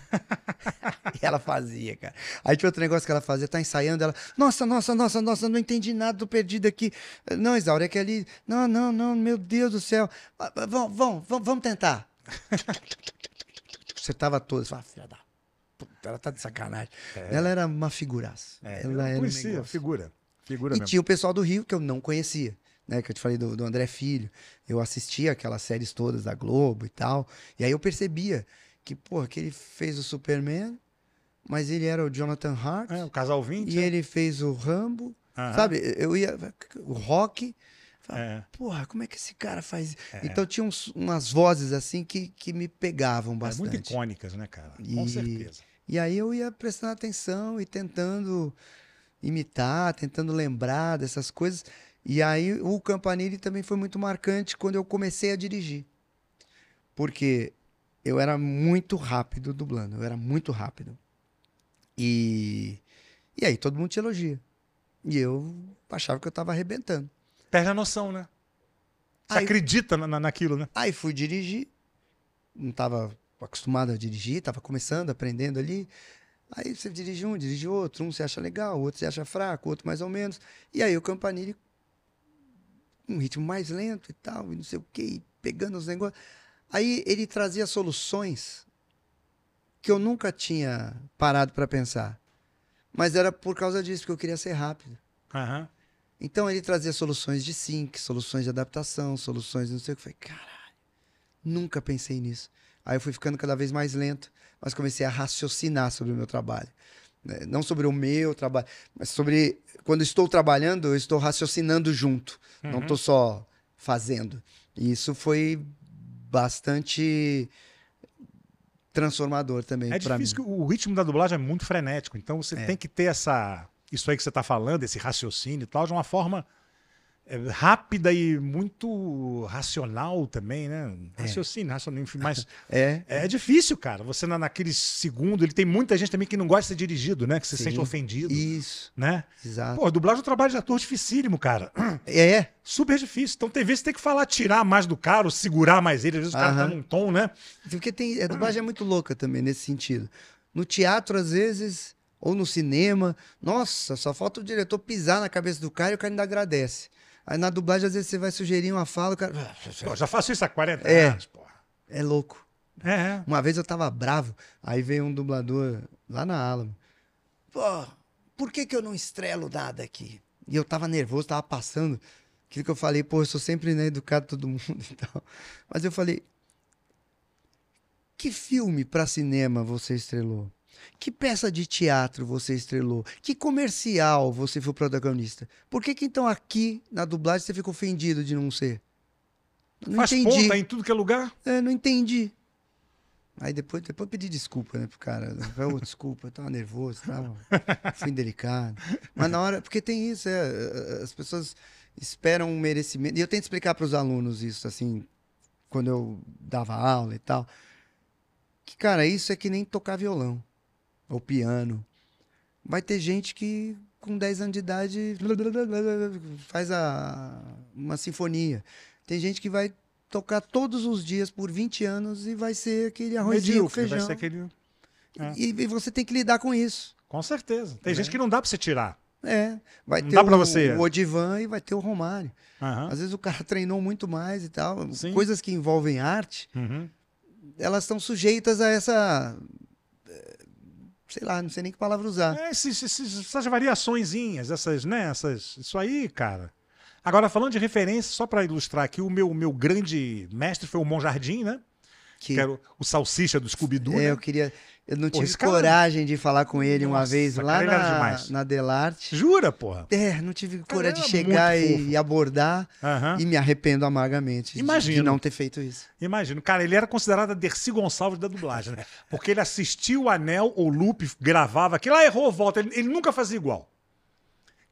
Speaker 2: e ela fazia, cara. Aí tinha outro negócio que ela fazia, tá ensaiando, ela, nossa, nossa, nossa, nossa, não entendi nada, tô perdido aqui. Não, Isaura, é que ali, não, não, não, meu Deus do céu. Ah, ah, Vamos, vamos, vamos, vamos tentar. Você tava todo, você fala, "Ah, filha da puta, ela tá de sacanagem. Ela era uma figuraça.
Speaker 1: É,
Speaker 2: ela era um
Speaker 1: conhecia,
Speaker 2: negócio.
Speaker 1: figura. Figura
Speaker 2: E
Speaker 1: mesmo.
Speaker 2: tinha o pessoal do Rio que eu não conhecia, né? Que eu te falei do, do André Filho. Eu assistia aquelas séries todas da Globo e tal. E aí eu percebia que, porra, que ele fez o Superman, mas ele era o Jonathan Hart.
Speaker 1: É, o Ah. casal 20.
Speaker 2: e ele fez o Rambo.
Speaker 1: aham,
Speaker 2: Sabe? Eu ia. O rock.
Speaker 1: É.
Speaker 2: Porra, como é que esse cara faz? Então tinha uns- umas vozes assim que, que me pegavam
Speaker 1: É,
Speaker 2: bastante.
Speaker 1: muito icônicas, né, cara? Com
Speaker 2: E-
Speaker 1: certeza.
Speaker 2: E aí eu ia prestando atenção e tentando imitar, tentando lembrar dessas coisas. E aí o Campanile também foi muito marcante quando eu comecei a dirigir. Porque eu era muito rápido dublando, eu era muito rápido. E, e aí todo mundo te elogia. E eu achava que eu estava arrebentando.
Speaker 1: Perde a noção, né? Você
Speaker 2: Aí-
Speaker 1: acredita na- na- naquilo, né?
Speaker 2: Aí fui dirigir, não estava acostumado a dirigir, estava começando, aprendendo ali. Aí você dirige um, dirige outro, um você acha legal, outro você acha fraco, outro mais ou menos. E aí o Campanile, um ritmo mais lento e tal, e não sei o quê, e pegando os negócios. Aí ele trazia soluções que eu nunca tinha parado para pensar. Mas era por causa disso, que eu queria ser rápido.
Speaker 1: Aham.
Speaker 2: Então ele trazia soluções de sync, soluções de adaptação, soluções de não sei o que. Eu Falei, caralho, nunca pensei nisso. Aí eu fui ficando cada vez mais lento, mas comecei a raciocinar sobre o meu trabalho. né? Não sobre o meu trabalho, mas sobre. Quando estou trabalhando, eu estou raciocinando junto. Não
Speaker 1: Uhum.
Speaker 2: estou só fazendo. E isso foi bastante transformador também
Speaker 1: É
Speaker 2: para mim. É.
Speaker 1: difícil que o ritmo da dublagem é muito frenético, então você tem que ter essa isso aí que você está falando, esse raciocínio e tal, de uma forma é, rápida e muito racional também, né? Raciocínio, raciocínio, enfim, mas
Speaker 2: É.
Speaker 1: é difícil, cara. Você na, naquele segundo, ele tem muita gente também que não gosta de ser dirigido, né? Que se
Speaker 2: Sim.
Speaker 1: sente ofendido,
Speaker 2: Isso,
Speaker 1: né?
Speaker 2: exato.
Speaker 1: Pô, dublagem é um trabalho de ator dificílimo, cara.
Speaker 2: É,
Speaker 1: Super difícil. Então tem vezes que tem que falar, tirar mais do cara, ou segurar mais ele. Às vezes o cara tá
Speaker 2: Aham.
Speaker 1: num tom, né?
Speaker 2: Porque tem, a dublagem é muito louca também nesse sentido. No teatro, às vezes, ou no cinema, nossa, só falta o diretor pisar na cabeça do cara e o cara ainda agradece. Aí na dublagem, às vezes, você vai sugerir uma fala, o cara.
Speaker 1: Pô, já faço isso há 40
Speaker 2: É.
Speaker 1: anos, porra.
Speaker 2: É louco.
Speaker 1: É, é.
Speaker 2: Uma vez eu tava bravo, aí veio um dublador lá na Alamo. Pô, por que que eu não estrelo nada aqui? E eu tava nervoso, tava passando. Aquilo que eu falei, pô, eu sou sempre né, educado todo mundo e tal. Mas eu falei, que filme pra cinema você estrelou? Que peça de teatro você estrelou? Que comercial você foi protagonista? Por que que então aqui, na dublagem, você fica ofendido de não ser? Não
Speaker 1: Faz ponta em tudo que é lugar.
Speaker 2: é, não entendi. Aí depois, depois eu pedi desculpa, né, pro cara. Eu falei, "Ô, desculpa, eu tava nervoso, tava, fui indelicado. Mas na hora, porque tem isso, é, as pessoas esperam um merecimento. E eu tento explicar pros alunos isso, assim, quando eu dava aula e tal. Que, cara, isso é que nem tocar violão ou piano. Vai ter gente que com 10 anos de idade faz a, uma sinfonia. Tem gente que vai tocar todos os dias por 20 anos e vai ser aquele arrozinho com
Speaker 1: Medíocre,
Speaker 2: feijão.
Speaker 1: vai ser aquele. é.
Speaker 2: E, e você tem que lidar com isso.
Speaker 1: Com certeza.
Speaker 2: Né?
Speaker 1: Tem gente que não dá pra você tirar.
Speaker 2: É, vai
Speaker 1: Não
Speaker 2: ter
Speaker 1: dá
Speaker 2: o,
Speaker 1: pra você-
Speaker 2: o Odivan e vai ter o Romário.
Speaker 1: Aham.
Speaker 2: Às vezes o cara treinou muito mais e tal.
Speaker 1: Sim.
Speaker 2: Coisas que envolvem arte,
Speaker 1: Uhum.
Speaker 2: elas estão sujeitas a essa. eh, Sei lá, não sei nem que palavra usar.
Speaker 1: É, esses- esses- essas variaçõezinhas, essas, né? Essas, isso aí, cara. Agora, falando de referência, só pra ilustrar aqui, o meu, meu grande mestre foi o Monjardim, né?
Speaker 2: que
Speaker 1: Que era o, o salsicha do Scooby-Doo.
Speaker 2: É,
Speaker 1: né?
Speaker 2: eu queria. Eu não
Speaker 1: Pô,
Speaker 2: tive
Speaker 1: esse cara- é um
Speaker 2: coragem de falar com ele uma
Speaker 1: Nossa,
Speaker 2: vez lá
Speaker 1: cara, ele era
Speaker 2: na,
Speaker 1: demais.
Speaker 2: na Delarte.
Speaker 1: Jura, porra?
Speaker 2: É, não tive
Speaker 1: era
Speaker 2: coragem de
Speaker 1: muito
Speaker 2: chegar
Speaker 1: fofo.
Speaker 2: e, e abordar
Speaker 1: Aham.
Speaker 2: e me arrependo amargamente de-
Speaker 1: Imagino.
Speaker 2: de não ter feito isso.
Speaker 1: Imagino. Cara, ele era considerado a Dercy Gonçalves da dublagem, né? Porque ele assistia o Anel ou Loop, gravava aquilo, ah, errou, volta. Ele, ele nunca fazia igual.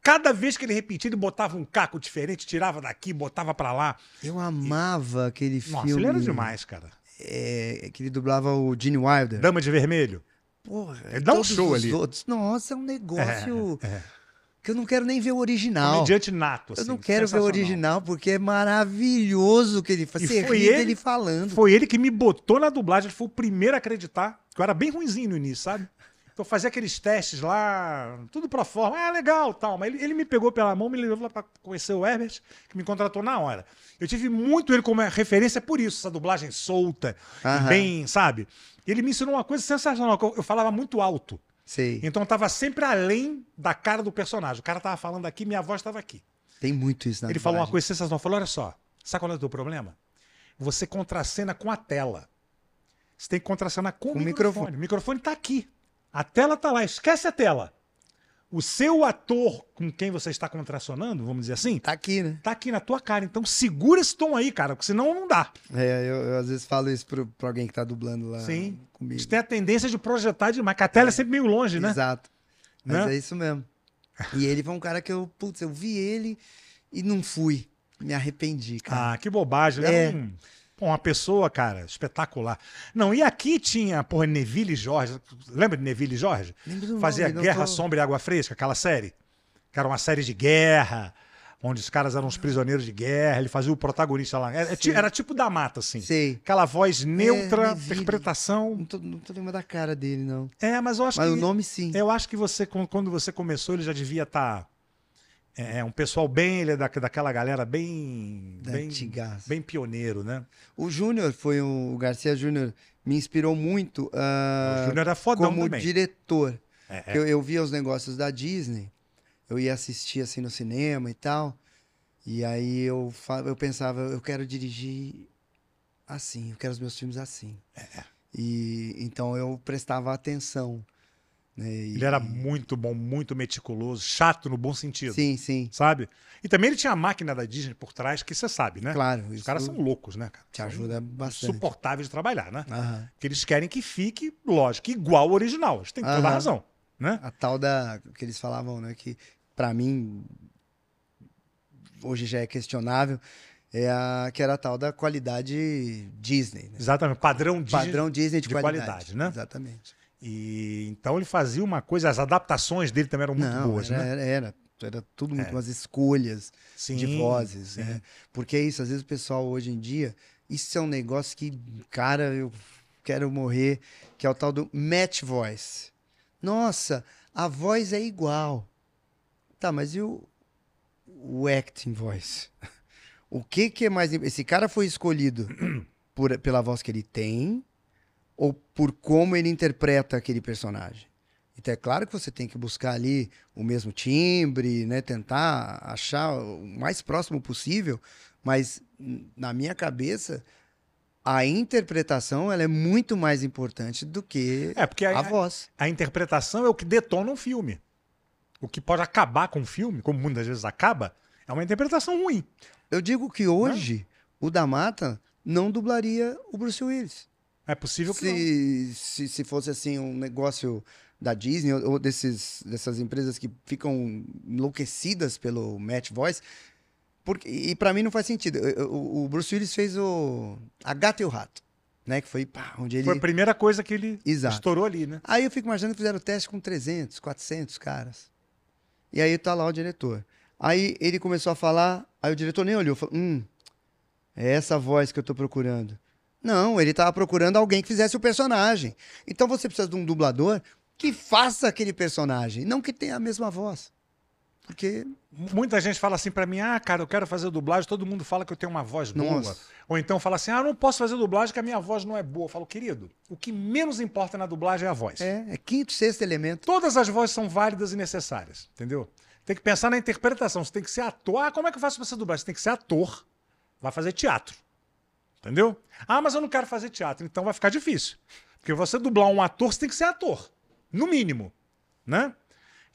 Speaker 1: Cada vez que ele repetia, ele botava um caco diferente, tirava daqui, botava pra lá.
Speaker 2: Eu amava aquele filme.
Speaker 1: Nossa, ele era demais, cara.
Speaker 2: é, que ele dublava o Gene Wilder.
Speaker 1: Dama de Vermelho.
Speaker 2: Porra,
Speaker 1: Ele dá um
Speaker 2: todos
Speaker 1: show
Speaker 2: os
Speaker 1: ali.
Speaker 2: outros. Nossa, é um negócio
Speaker 1: É, é.
Speaker 2: que eu não quero nem ver o original.
Speaker 1: Comediante nato,
Speaker 2: Eu
Speaker 1: assim,
Speaker 2: não quero ver o
Speaker 1: sensacional.
Speaker 2: original porque é maravilhoso o que ele faz.
Speaker 1: E
Speaker 2: Você
Speaker 1: foi
Speaker 2: ri
Speaker 1: ele-
Speaker 2: dele falando.
Speaker 1: Foi ele que me botou na dublagem, ele foi o primeiro a acreditar. que Eu era bem ruinzinho no início, sabe? Então eu fazia aqueles testes lá, tudo pra forma. Ah, legal, tal. Mas ele, ele me pegou pela mão, me levou lá pra conhecer o Herbert, que me contratou na hora. Eu tive muito ele como referência por isso, essa dublagem solta, e
Speaker 2: Aham.
Speaker 1: bem, sabe? Ele me ensinou uma coisa sensacional, que eu, eu falava muito alto.
Speaker 2: Sei.
Speaker 1: Então eu tava sempre além da cara do personagem. O cara tava falando aqui, minha voz tava aqui.
Speaker 2: Tem muito isso na
Speaker 1: Ele falou uma
Speaker 2: dublagem.
Speaker 1: coisa sensacional. Falou: olha só, sabe qual é o teu problema? Você contracena com a tela. Você tem que contracenar com,
Speaker 2: Com
Speaker 1: o
Speaker 2: o
Speaker 1: microfone. O microfone está aqui. A tela está lá. Esquece a tela. O seu ator com quem você está contracionando, vamos dizer assim,
Speaker 2: Tá aqui, né?
Speaker 1: tá aqui na tua cara. Então segura esse tom aí, cara, porque senão não dá.
Speaker 2: É, eu, eu às vezes falo isso pro, pra alguém que tá dublando lá
Speaker 1: Sim. A
Speaker 2: comigo.
Speaker 1: gente tem a tendência de projetar demais. que a tela é, sempre meio longe, né?
Speaker 2: Exato. Mas
Speaker 1: Né?
Speaker 2: é isso mesmo. E ele foi um cara que eu, putz, eu vi ele e não fui. Me arrependi, cara.
Speaker 1: Ah, que bobagem. Ele
Speaker 2: É.
Speaker 1: Era um- pô, uma pessoa, cara, espetacular. Não, e aqui tinha, porra, Neville e Jorge. Lembra de Neville e Jorge?
Speaker 2: Lembro do
Speaker 1: Fazia
Speaker 2: nome, não
Speaker 1: Ah, Guerra,
Speaker 2: tô-
Speaker 1: Sombra e Água Fresca, aquela série. Que era uma série de guerra, onde os caras eram
Speaker 2: Ah.
Speaker 1: os prisioneiros de guerra. Ele fazia o protagonista lá. Era, ti- era tipo da mata, assim.
Speaker 2: Sei.
Speaker 1: Aquela
Speaker 2: É,
Speaker 1: voz neutra,
Speaker 2: Neville.
Speaker 1: interpretação.
Speaker 2: Não tô, não tô lembrando da cara dele, não.
Speaker 1: É, mas eu acho
Speaker 2: Mas
Speaker 1: que.
Speaker 2: o nome sim.
Speaker 1: Eu acho que você, quan- quando você começou, ele já devia estar. é, um pessoal bem. Ele é da, daquela galera bem.
Speaker 2: Da
Speaker 1: bem,
Speaker 2: antigaça.
Speaker 1: bem pioneiro, né?
Speaker 2: O Júnior foi um. O Garcia Júnior me inspirou muito ah,
Speaker 1: O Júnior era fodão
Speaker 2: como
Speaker 1: também.
Speaker 2: diretor.
Speaker 1: É, é.
Speaker 2: Porque Eu, eu via os negócios da Disney, eu ia assistir assim no cinema e tal. E aí eu, fa- eu pensava, eu quero dirigir assim, eu quero os meus filmes assim.
Speaker 1: É,
Speaker 2: E então eu prestava atenção. né, e-
Speaker 1: Ele era muito bom, muito meticuloso, chato no bom sentido,
Speaker 2: Sim, sim.
Speaker 1: sabe? E também ele tinha a máquina da Disney por trás, que você sabe, né?
Speaker 2: Claro,
Speaker 1: Os
Speaker 2: isso
Speaker 1: caras são loucos, né, cara?
Speaker 2: te ajuda bastante.
Speaker 1: Suportáveis de trabalhar, né?
Speaker 2: Aham.
Speaker 1: Porque eles querem que fique, lógico, igual ao original. Eles têm toda a
Speaker 2: Aham.
Speaker 1: razão, né?
Speaker 2: A tal da que eles falavam, né, que pra mim hoje já é questionável, é a que era a tal da qualidade Disney, né?
Speaker 1: Exatamente, padrão Disney.
Speaker 2: Padrão Disney de,
Speaker 1: de
Speaker 2: qualidade.
Speaker 1: qualidade, né?
Speaker 2: Exatamente.
Speaker 1: E então ele fazia uma coisa, as adaptações dele também eram muito
Speaker 2: Não,
Speaker 1: boas,
Speaker 2: era,
Speaker 1: né? É.
Speaker 2: era, era, era tudo muito umas escolhas
Speaker 1: Sim,
Speaker 2: de vozes,
Speaker 1: sim.
Speaker 2: né? Porque é isso, às vezes o pessoal hoje em dia, isso é um negócio que, cara, eu quero morrer, que é o tal do match voice. Nossa, a voz é igual. Tá, mas e o, o acting voice? O que que é mais... im- Esse cara foi escolhido por, pela voz que ele tem ou por como ele interpreta aquele personagem? Então é claro que você tem que buscar ali o mesmo timbre, né? Tentar achar o mais próximo possível, mas n- na minha cabeça a interpretação ela é muito mais importante do que
Speaker 1: É, porque a,
Speaker 2: a voz.
Speaker 1: a interpretação é o que detona um filme. O que pode acabar com um filme, como muitas vezes acaba, é uma interpretação ruim.
Speaker 2: Eu digo que hoje o da Mata não dublaria o Bruce Willis.
Speaker 1: É possível que não.
Speaker 2: se, se, se fosse assim um negócio da Disney ou, ou desses, dessas empresas que ficam enlouquecidas pelo Match Voice, porque, e para mim não faz sentido. Eu- eu- O, Bruce Willis fez o A Gata e o Rato, né? Que foi pá, onde ele.
Speaker 1: Foi a primeira coisa que ele
Speaker 2: Exato.
Speaker 1: estourou ali, né?
Speaker 2: Aí eu fico imaginando que fizeram teste com 300, 400 caras. E aí tá lá o diretor. Aí ele começou a falar, aí o diretor nem olhou, falou: hum, É essa voz que eu tô procurando. Não, ele tava procurando alguém que fizesse o personagem. Então você precisa de um dublador que faça aquele personagem, não que tenha a mesma voz. Porque
Speaker 1: Muita gente fala assim pra mim: ah, cara, eu quero fazer dublagem. Todo mundo fala que eu tenho uma voz boa.
Speaker 2: Nossa.
Speaker 1: Ou então fala assim: ah, eu não posso fazer dublagem que a minha voz não é boa. Eu falo, querido, o que menos importa na dublagem é a voz.
Speaker 2: é, é quinto, sexto elemento.
Speaker 1: Todas as vozes são válidas e necessárias, entendeu? Tem que pensar na interpretação. Você tem que ser ator. Ah, como é que eu faço pra ser dublagem? Você tem que ser ator. Vai fazer teatro. Entendeu? Ah, mas eu não quero fazer teatro. Então vai ficar difícil. Porque você dublar um ator, você tem que ser ator. No mínimo. Né?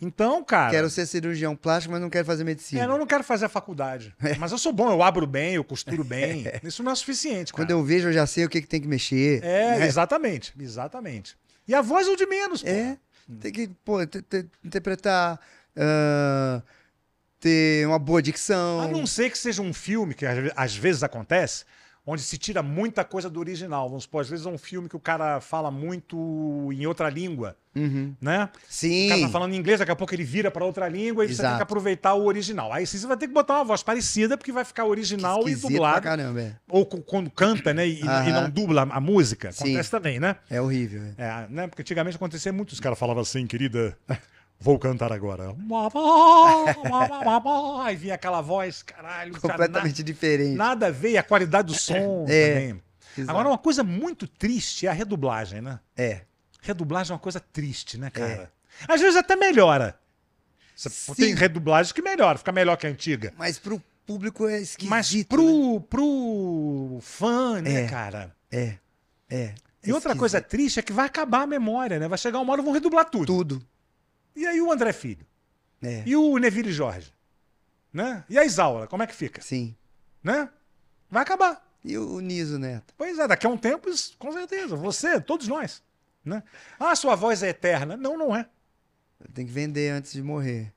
Speaker 1: Então, cara.
Speaker 2: Quero ser cirurgião plástico, mas não quero fazer medicina.
Speaker 1: É, eu não quero fazer a faculdade.
Speaker 2: É.
Speaker 1: Mas eu sou bom, eu abro bem, eu costuro bem. Isso não é suficiente, cara.
Speaker 2: Quando né? eu vejo, eu já sei o que, que tem que mexer.
Speaker 1: É, exatamente, exatamente. E a voz é o de menos, pô.
Speaker 2: É. Tem que, pô, te- te- interpretar, ah, ter uma boa dicção.
Speaker 1: A não ser que seja um filme, que às ve- às vezes acontece, onde se tira muita coisa do original. Vamos supor, às vezes é um filme que o cara fala muito em outra língua,
Speaker 2: Uhum.
Speaker 1: né? O cara
Speaker 2: Sim.
Speaker 1: tá falando em inglês, daqui a pouco ele vira pra outra língua e você tem que
Speaker 2: Exato.
Speaker 1: aproveitar o original. Aí sim você vai ter que botar uma voz parecida, porque vai ficar original e
Speaker 2: Esquisito pra
Speaker 1: dublado.
Speaker 2: caramba, é.
Speaker 1: Ou co- quando canta, né? E, e
Speaker 2: Aham.
Speaker 1: não dubla a música.
Speaker 2: Sim.
Speaker 1: Acontece também, né?
Speaker 2: É horrível. é.
Speaker 1: É, né? Porque antigamente acontecia muito. Os caras falavam assim, querida, vou cantar agora. Aí vinha aquela voz, caralho. cara,
Speaker 2: Completamente diferente.
Speaker 1: na- nada a ver. E a qualidade do som
Speaker 2: É,
Speaker 1: também.
Speaker 2: Exato.
Speaker 1: Agora, uma coisa muito triste é a redublagem, né?
Speaker 2: É.
Speaker 1: Redublagem é uma coisa triste, né, cara? Às vezes até melhora. Você-
Speaker 2: Sim.
Speaker 1: Tem redublagem que melhora, fica melhor que a antiga.
Speaker 2: Mas pro público é esquisito.
Speaker 1: Mas
Speaker 2: né?
Speaker 1: pro, pro fã, né,
Speaker 2: É.
Speaker 1: cara?
Speaker 2: É. É.
Speaker 1: E outra coisa
Speaker 2: Esquisito.
Speaker 1: triste é que vai acabar a memória, né? Vai chegar uma hora e vão redublar tudo.
Speaker 2: Tudo.
Speaker 1: E aí o André Filho?
Speaker 2: É.
Speaker 1: E o Neville Jorge? Né? E a Isaura, como é que fica?
Speaker 2: Sim.
Speaker 1: Né? Vai acabar.
Speaker 2: E o Niso né? Neto?
Speaker 1: Pois é, daqui a um tempo, isso, com certeza. Você, todos nós. Né? Ah, sua voz é eterna. Não, não é.
Speaker 2: Tem que vender antes de morrer.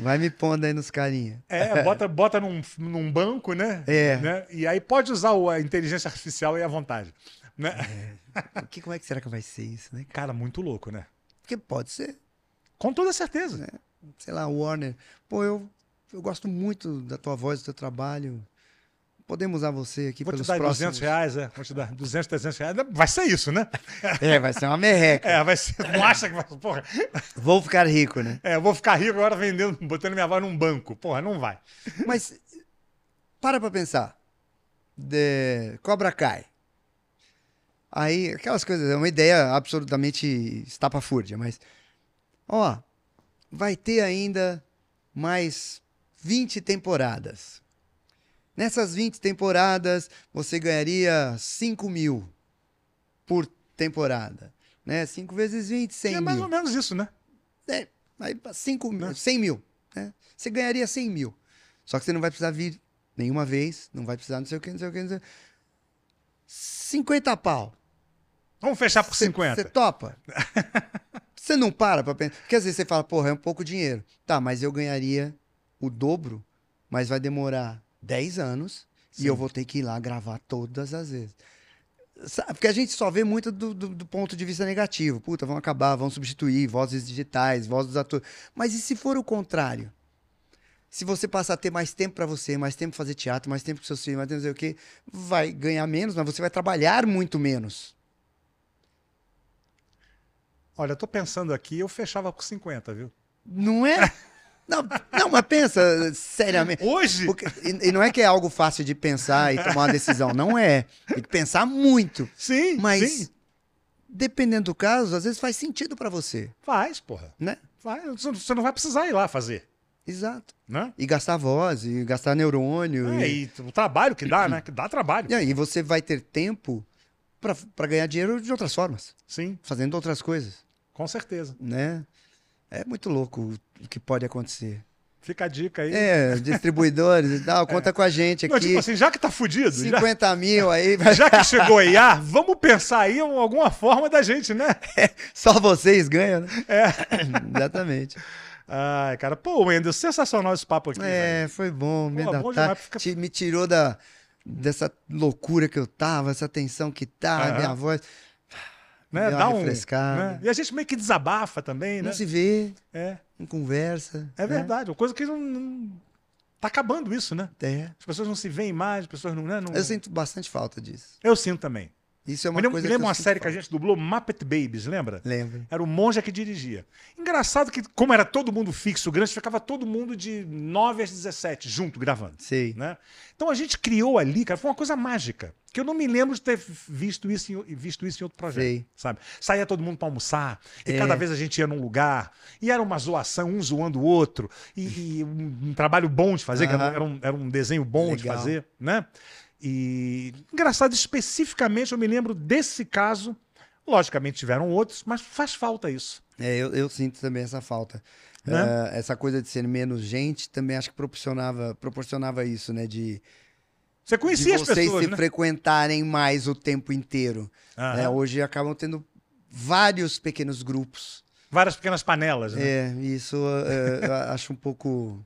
Speaker 2: Vai me pondo aí nos carinha.
Speaker 1: É, bota, bota num, num banco, né?
Speaker 2: É.
Speaker 1: Né? E aí pode usar o- a inteligência artificial e a vontade. Né?
Speaker 2: O que, como é que será que vai ser isso, né?
Speaker 1: Cara, muito louco, né?
Speaker 2: Porque pode ser,
Speaker 1: Com toda certeza.
Speaker 2: sei lá, Warner. Pô, eu, eu gosto muito da tua voz, do teu trabalho. Podemos usar você aqui
Speaker 1: Vou te
Speaker 2: pelos
Speaker 1: dar
Speaker 2: próximos.
Speaker 1: 200 reais, é. Vou te dar 200, 300 reais. Vai ser isso, né?
Speaker 2: É, vai ser uma merreca.
Speaker 1: É, vai ser. Não acha que vai. Porra,
Speaker 2: Vou ficar rico, né?
Speaker 1: É, eu vou ficar rico agora vendendo, botando minha voz num banco. Porra, não vai. É
Speaker 2: Mas para pra pensar. De- Cobra Kai. Aí, aquelas coisas, é uma ideia absolutamente estapafúrdia, mas. Ó, vai ter ainda mais 20 temporadas. Nessas 20 temporadas, você ganharia 5 mil por temporada. Né? 5 vezes 20, 100
Speaker 1: é mais
Speaker 2: mil.
Speaker 1: ou menos isso, né?
Speaker 2: É, aí pra cinco mil,
Speaker 1: Né?
Speaker 2: 100 mil. Né? Você ganharia 100 mil. Só que você não vai precisar vir nenhuma vez, não vai precisar não sei o que, não sei o que, não sei o que. 50 pau.
Speaker 1: Vamos fechar por
Speaker 2: Cê-
Speaker 1: 50.
Speaker 2: Você topa? Você não para pra pensar. Porque às vezes você fala, porra, é um pouco dinheiro. Tá, mas eu ganharia o dobro, mas vai demorar 10 anos
Speaker 1: Sim.
Speaker 2: e eu vou ter que ir lá gravar todas as vezes. Sa- Porque a gente só vê muito do, do- do ponto de vista negativo. Puta, vão acabar, vão substituir vozes digitais, vozes dos atores. Mas e se for o contrário? Se você passar a ter mais tempo pra você, mais tempo pra fazer teatro, mais tempo com seus filhos, mais tempo não sei o quê, vai ganhar menos, mas você vai trabalhar muito menos.
Speaker 1: Olha, eu tô pensando aqui, eu fechava por 50, viu?
Speaker 2: Não é? Não, não, mas pensa seriamente.
Speaker 1: Hoje?
Speaker 2: Porque- e, e não é que é algo fácil de pensar e tomar uma decisão, não é. Tem que pensar muito.
Speaker 1: Sim,
Speaker 2: Mas,
Speaker 1: sim.
Speaker 2: dependendo do caso, às vezes faz sentido pra você,
Speaker 1: Faz, porra.
Speaker 2: né?
Speaker 1: Faz. Você não- Você não vai precisar ir lá fazer,
Speaker 2: Exato.
Speaker 1: né?
Speaker 2: E gastar voz, e gastar neurônio.
Speaker 1: É,
Speaker 2: e,
Speaker 1: e o trabalho que dá, né? Que dá trabalho.
Speaker 2: e aí você vai ter tempo pra- pra ganhar dinheiro de outras formas,
Speaker 1: Sim,
Speaker 2: fazendo outras coisas,
Speaker 1: com certeza.
Speaker 2: né? É muito louco o que pode acontecer.
Speaker 1: Fica a dica aí.
Speaker 2: É, distribuidores e tal, conta com a gente
Speaker 1: Não, tipo
Speaker 2: aqui.
Speaker 1: assim, já que tá fudido, já,
Speaker 2: 50 mil aí, vai-
Speaker 1: já que chegou a IA, vamos pensar aí em alguma forma da gente, né?
Speaker 2: só vocês ganham, né? É. Exatamente.
Speaker 1: Ai, cara, pô, Wendel, sensacional esse papo aqui. velho.
Speaker 2: É, foi bom, me
Speaker 1: Pô, bom
Speaker 2: adaptar.
Speaker 1: demais, fica-
Speaker 2: Te- me tirou da, dessa loucura que eu tava, essa tensão que tá,
Speaker 1: Aham.
Speaker 2: minha voz.
Speaker 1: né?
Speaker 2: deu uma
Speaker 1: Dá um.
Speaker 2: refrescada.
Speaker 1: né? E a gente meio que desabafa também, né?
Speaker 2: Não se vê,
Speaker 1: É,
Speaker 2: não conversa.
Speaker 1: é
Speaker 2: né?
Speaker 1: verdade. Uma coisa que não, não- Tá acabando isso, né?
Speaker 2: É.
Speaker 1: As pessoas não se veem mais, as pessoas não. né, não-
Speaker 2: Eu sinto bastante falta disso.
Speaker 1: Eu sinto também.
Speaker 2: Isso é uma
Speaker 1: Me lembro,
Speaker 2: coisa
Speaker 1: me lembro
Speaker 2: que eu
Speaker 1: uma
Speaker 2: sinto
Speaker 1: série que a
Speaker 2: falta.
Speaker 1: gente dublou, Muppet Babies, lembra?
Speaker 2: Lembro.
Speaker 1: Era o Monja que dirigia. Engraçado que, como era todo mundo fixo, grande, ficava todo mundo de 9 às 17 junto, gravando.
Speaker 2: Sei.
Speaker 1: né? Então a gente criou ali, cara, foi uma coisa mágica. Que eu não me lembro de ter visto isso em, visto isso em outro projeto.
Speaker 2: Sei.
Speaker 1: Sabe? Saía todo mundo para almoçar, e
Speaker 2: É.
Speaker 1: cada vez a gente ia num lugar, e era uma zoação, um zoando o outro, e, e um, um trabalho bom de fazer, que era,
Speaker 2: Aham.
Speaker 1: era um, era um desenho bom de
Speaker 2: Legal.
Speaker 1: fazer, né? E engraçado, especificamente eu me lembro desse caso. Logicamente tiveram outros, mas faz falta isso.
Speaker 2: É, eu, eu sinto também essa falta.
Speaker 1: Né?
Speaker 2: Ah, essa coisa de ser menos gente também acho que proporcionava, proporcionava isso, né? De,
Speaker 1: Você
Speaker 2: de
Speaker 1: conhecia as
Speaker 2: vocês
Speaker 1: pessoas,
Speaker 2: se
Speaker 1: né?
Speaker 2: frequentarem mais o tempo inteiro.
Speaker 1: Aham.
Speaker 2: né? Hoje acabam tendo vários pequenos grupos.
Speaker 1: Várias pequenas panelas, né?
Speaker 2: É, isso eh, eu acho um pouco,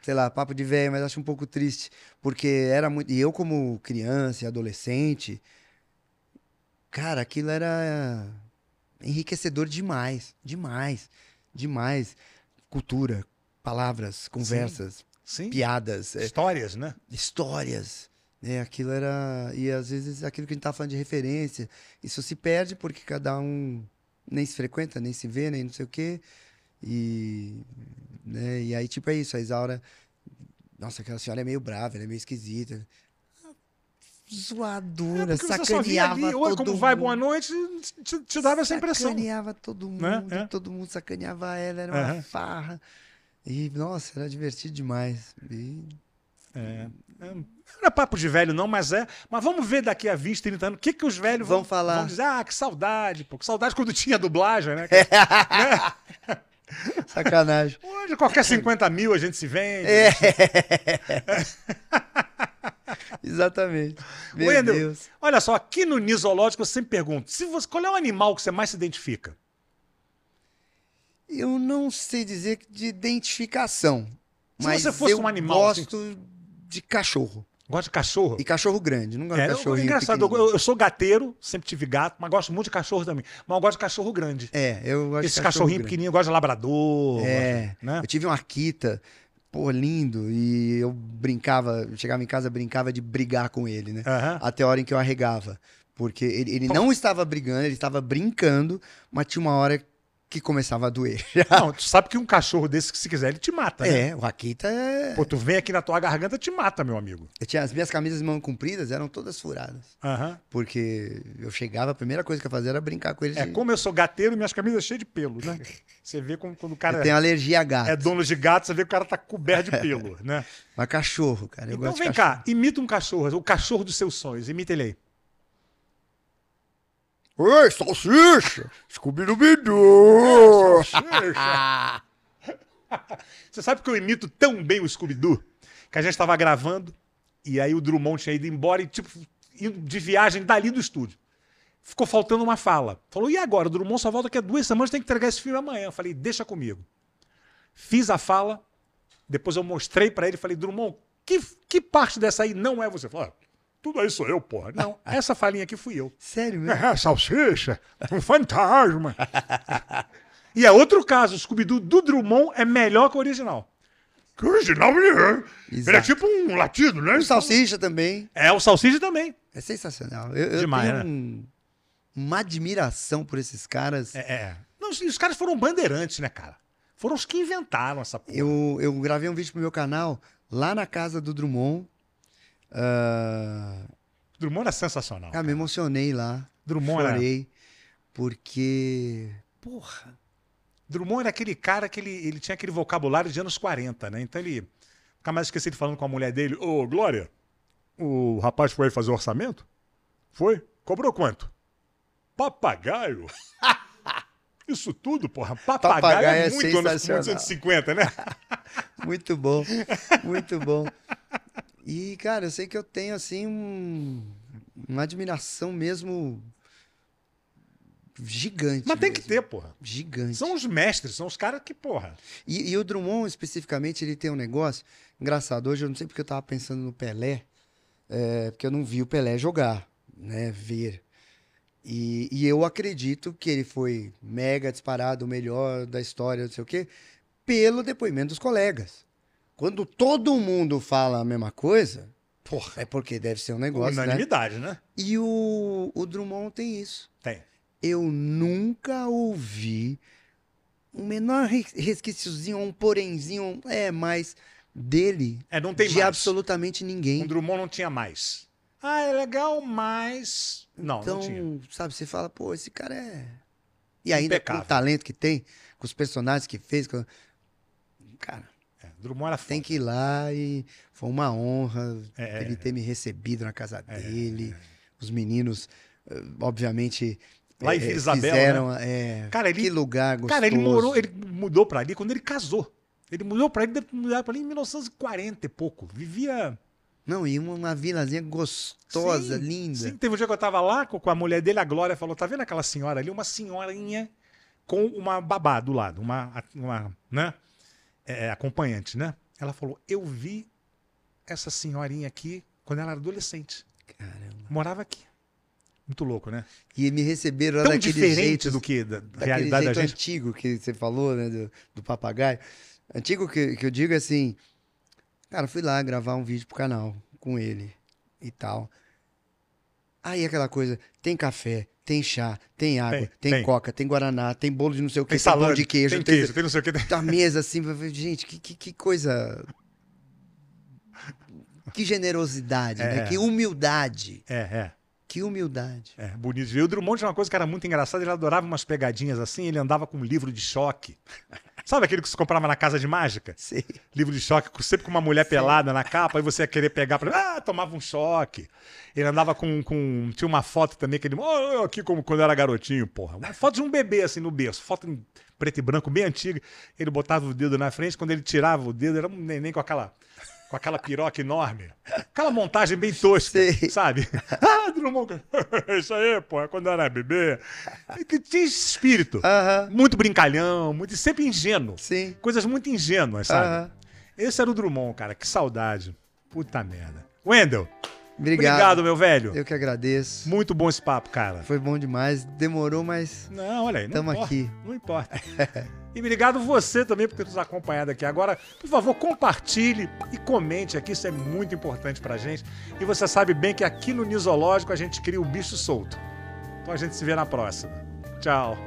Speaker 2: sei lá, papo de velho, mas acho um pouco triste, porque era muito. E eu, como criança e adolescente, cara, aquilo era enriquecedor demais, demais, demais. Cultura, palavras, conversas,
Speaker 1: Sim.
Speaker 2: piadas, eh,
Speaker 1: Histórias, né?
Speaker 2: histórias. Né? Aquilo era. E às vezes aquilo que a gente tá falando de referência. Isso se perde porque cada um nem se frequenta, nem se vê, nem não sei o quê. E. Né? E aí, tipo, é isso. A Isaura. Nossa, aquela senhora é meio brava, ela é meio esquisita. Zoadora,
Speaker 1: É, porque você só via
Speaker 2: sacaneava
Speaker 1: ali, oi,
Speaker 2: todo
Speaker 1: como vai,
Speaker 2: mundo.
Speaker 1: boa noite, te, te dava essa impressão.
Speaker 2: Sacaneava todo mundo,
Speaker 1: Né? É.
Speaker 2: todo mundo sacaneava ela, era uma
Speaker 1: Aham.
Speaker 2: farra. E, nossa, era divertido demais. E
Speaker 1: Não é papo de velho não, mas é. Mas vamos ver daqui a 20, 30 anos, o que que os velhos
Speaker 2: Vão
Speaker 1: vão
Speaker 2: falar.
Speaker 1: Vão dizer, ah, que saudade, pô, que saudade quando tinha dublagem, né? Né?
Speaker 2: sacanagem.
Speaker 1: Hoje, qualquer 50 mil a gente se vende.
Speaker 2: Exatamente. Meu
Speaker 1: Wendel,
Speaker 2: Deus.
Speaker 1: Olha só, aqui no Nisológico eu sempre pergunto, se você, qual é o animal que você mais se identifica?
Speaker 2: Eu não sei dizer de identificação.
Speaker 1: Se
Speaker 2: mas
Speaker 1: você fosse
Speaker 2: eu
Speaker 1: um animal,
Speaker 2: gosto de cachorro.
Speaker 1: Gosta de cachorro?
Speaker 2: E cachorro grande, não gosto
Speaker 1: É,
Speaker 2: de
Speaker 1: eu,
Speaker 2: cachorrinho
Speaker 1: engraçado, eu, eu sou gateiro, sempre tive gato, mas gosto muito de cachorro também. Mas eu gosto de cachorro grande.
Speaker 2: pequenininho. É, eu gosto
Speaker 1: Esse
Speaker 2: de
Speaker 1: cachorrinho
Speaker 2: cachorro grande.
Speaker 1: pequenininho, eu gosto de labrador.
Speaker 2: É.
Speaker 1: gosto, né?
Speaker 2: Eu tive um Akita, pô, lindo, e eu brincava, eu chegava em casa, brincava de brigar com ele, né?
Speaker 1: Aham.
Speaker 2: Até a hora em que eu arregava. Porque ele, ele não estava brigando, ele estava brincando, mas tinha uma hora que começava a doer.
Speaker 1: Não, tu sabe que um cachorro desse, que se quiser, ele te mata, né?
Speaker 2: É, o Akita é.
Speaker 1: Pô, tu vem aqui na tua garganta, te mata, meu amigo.
Speaker 2: Eu tinha as minhas camisas de mão compridas eram todas furadas.
Speaker 1: Aham.
Speaker 2: Porque eu chegava, a primeira coisa que eu fazia era brincar com eles.
Speaker 1: É, como eu sou gateiro, minhas camisas cheias de pelo, né? Você vê como- quando o cara
Speaker 2: Eu tenho alergia a gato.
Speaker 1: é dono de gato, você vê que o cara tá coberto de pelo, né?
Speaker 2: Mas cachorro, cara. É. Eu
Speaker 1: então
Speaker 2: gosto de
Speaker 1: vem
Speaker 2: cachorro.
Speaker 1: cá, imita um cachorro, o cachorro dos seus sonhos, imita ele aí.
Speaker 2: Ei, salsicha! scooby doo
Speaker 1: É, Você sabe que eu imito tão bem o Scooby-Doo que a gente tava gravando e aí o Drummond tinha ido embora e, tipo, indo de viagem dali do estúdio. Ficou faltando uma fala. Falou, e agora? O Drummond só volta daqui a duas semanas, tem que entregar esse filme amanhã. Eu falei, deixa comigo. Fiz a fala, depois eu mostrei pra ele e falei, Drummond, que, que parte dessa aí não é você? Falou, "Ah, tudo aí sou eu, porra. Não, essa falinha aqui fui eu.
Speaker 2: Sério mesmo?
Speaker 1: É, salsicha, um fantasma. e é outro caso, o Scooby-Doo do Drummond é melhor que o original. Que o original ele é,
Speaker 2: Exato. ele é
Speaker 1: tipo um latido, né?
Speaker 2: O salsicha também.
Speaker 1: É, o salsicha também.
Speaker 2: É sensacional. Eu, eu
Speaker 1: Demais,
Speaker 2: tenho
Speaker 1: né?
Speaker 2: um- uma admiração por esses caras.
Speaker 1: É, é. Não, os, os caras foram bandeirantes, né, cara? Foram os que inventaram essa porra.
Speaker 2: Eu, eu gravei um vídeo pro meu canal lá na casa do Drummond. Ah,
Speaker 1: O Drummond era sensacional.
Speaker 2: cara, Ah, me emocionei lá.
Speaker 1: Drummond era,
Speaker 2: Chorei. Porque. Porra.
Speaker 1: Drummond era aquele cara que ele, ele tinha aquele vocabulário de anos 40, né? Então ele... Nunca mais esqueci ele falando com a mulher dele. Ô, Glória, o rapaz foi fazer orçamento? Foi? Cobrou quanto? Papagaio? Isso tudo, porra. Papagaio,
Speaker 2: Papagaio é
Speaker 1: é muito anos
Speaker 2: sensacional.
Speaker 1: 150, né?
Speaker 2: Muito bom, muito bom. E, cara, eu sei que eu tenho, assim, um- uma admiração mesmo gigante.
Speaker 1: Mas tem que
Speaker 2: mesmo.
Speaker 1: ter, porra.
Speaker 2: Gigante.
Speaker 1: São os mestres, são os caras que, porra.
Speaker 2: E, e o Drummond, especificamente, ele tem um negócio engraçado. Hoje eu não sei porque eu tava pensando no Pelé, é, porque eu não vi o Pelé jogar, né? Ver. E, e eu acredito que ele foi mega disparado, o melhor da história, não sei o quê, pelo depoimento dos colegas. Quando todo mundo fala a mesma coisa,
Speaker 1: Porra.
Speaker 2: é porque deve ser um negócio, né?
Speaker 1: Unanimidade, né?
Speaker 2: E o, o Drummond tem isso.
Speaker 1: Tem.
Speaker 2: Eu nunca ouvi um menor res- resquíciozinho, um porenzinho, um- é, mas dele,
Speaker 1: É, não tem
Speaker 2: de
Speaker 1: mais.
Speaker 2: absolutamente ninguém.
Speaker 1: Um Drummond não tinha mais. Ah, é legal, mas. Não,
Speaker 2: Então,
Speaker 1: não tinha.
Speaker 2: sabe, você fala, pô, esse cara é. E ainda com
Speaker 1: Impecável.
Speaker 2: o talento que tem, com os personagens que fez. com- Cara,
Speaker 1: É, Drummond era foda.
Speaker 2: tem que ir lá e foi uma honra
Speaker 1: É,
Speaker 2: ele ter me recebido na casa
Speaker 1: É.
Speaker 2: dele. Os meninos, eh, obviamente,
Speaker 1: Lá em
Speaker 2: eh,
Speaker 1: Vila Isabel, né?
Speaker 2: fizeram. É,
Speaker 1: Cara, ele
Speaker 2: que lugar gostoso.
Speaker 1: Cara, ele morou, ele mudou pra ali quando ele casou. Ele mudou pra ali, deve ter mudado pra ali em 1940 e pouco. Vivia.
Speaker 2: Não, e uma, uma vilazinha gostosa,
Speaker 1: Sim,
Speaker 2: linda.
Speaker 1: Sim, teve um dia que eu tava lá com com a mulher dele, a Glória falou: tá vendo aquela senhora ali? Uma senhorinha com uma babá do lado, uma, uma né? É, acompanhante, né? Ela falou: eu vi essa senhorinha aqui quando ela era adolescente.
Speaker 2: Caramba.
Speaker 1: Morava aqui. Muito louco, né?
Speaker 2: E me receberam
Speaker 1: Tão
Speaker 2: daquele
Speaker 1: diferente
Speaker 2: jeito
Speaker 1: do que da, da
Speaker 2: daquele
Speaker 1: realidade da
Speaker 2: jeito
Speaker 1: gente.
Speaker 2: antigo que você falou, né, do, do papagaio. Antigo que, que eu digo é assim, cara, eu fui lá gravar um vídeo pro canal com ele e tal. Aí aquela coisa, tem café, tem chá, tem água,
Speaker 1: Tem,
Speaker 2: tem,
Speaker 1: tem.
Speaker 2: coca, tem guaraná, tem bolo de não sei o que,
Speaker 1: Tem
Speaker 2: tem,
Speaker 1: salame,
Speaker 2: pão de queijo,
Speaker 1: tem
Speaker 2: tem-
Speaker 1: queijo, tem não sei o que. tem-
Speaker 2: da mesa assim, eu falei, gente, que, que, que coisa. Que generosidade,
Speaker 1: É.
Speaker 2: né? Que humildade.
Speaker 1: É, é.
Speaker 2: Que humildade.
Speaker 1: É, bonito. E o Drummond tinha uma coisa que era muito engraçada, ele adorava umas pegadinhas assim, ele andava com um livro de choque. Sabe aquele que você comprava na casa de mágica?
Speaker 2: Sei.
Speaker 1: Livro de choque, com- sempre com uma mulher pelada na capa, aí você ia querer pegar pra. Ah, tomava um choque. Ele andava com. com- tinha uma foto também que ele. Oh, eu aqui como quando era garotinho, porra. Uma foto de um bebê assim no berço, foto em preto e branco, bem antiga. Ele botava o dedo na frente, quando ele tirava o dedo, era um neném com aquela. Com aquela piroca enorme. Aquela montagem bem tosca,
Speaker 2: Sei.
Speaker 1: sabe? Ah, Drummond. Isso aí, pô, é quando eu era bebê. Que Tinha esse espírito.
Speaker 2: Aham,
Speaker 1: Muito brincalhão, muito, sempre ingênuo.
Speaker 2: sim.
Speaker 1: Coisas muito ingênuas, sabe?
Speaker 2: Aham.
Speaker 1: Esse era o Drummond, cara. Que saudade. Puta merda. Wendel,
Speaker 2: Obrigado.
Speaker 1: obrigado, meu velho.
Speaker 2: Eu que agradeço.
Speaker 1: Muito bom esse papo, cara.
Speaker 2: Foi bom demais. Demorou, mas
Speaker 1: Não, olha aí. Não
Speaker 2: Tamo
Speaker 1: importa,
Speaker 2: aqui.
Speaker 1: Não importa. e obrigado você também por ter nos acompanhado aqui. Agora, por favor, compartilhe e comente aqui. Isso é muito importante pra gente. E você sabe bem que aqui no Nisológico a gente cria o bicho solto. Então a gente se vê na próxima. Tchau.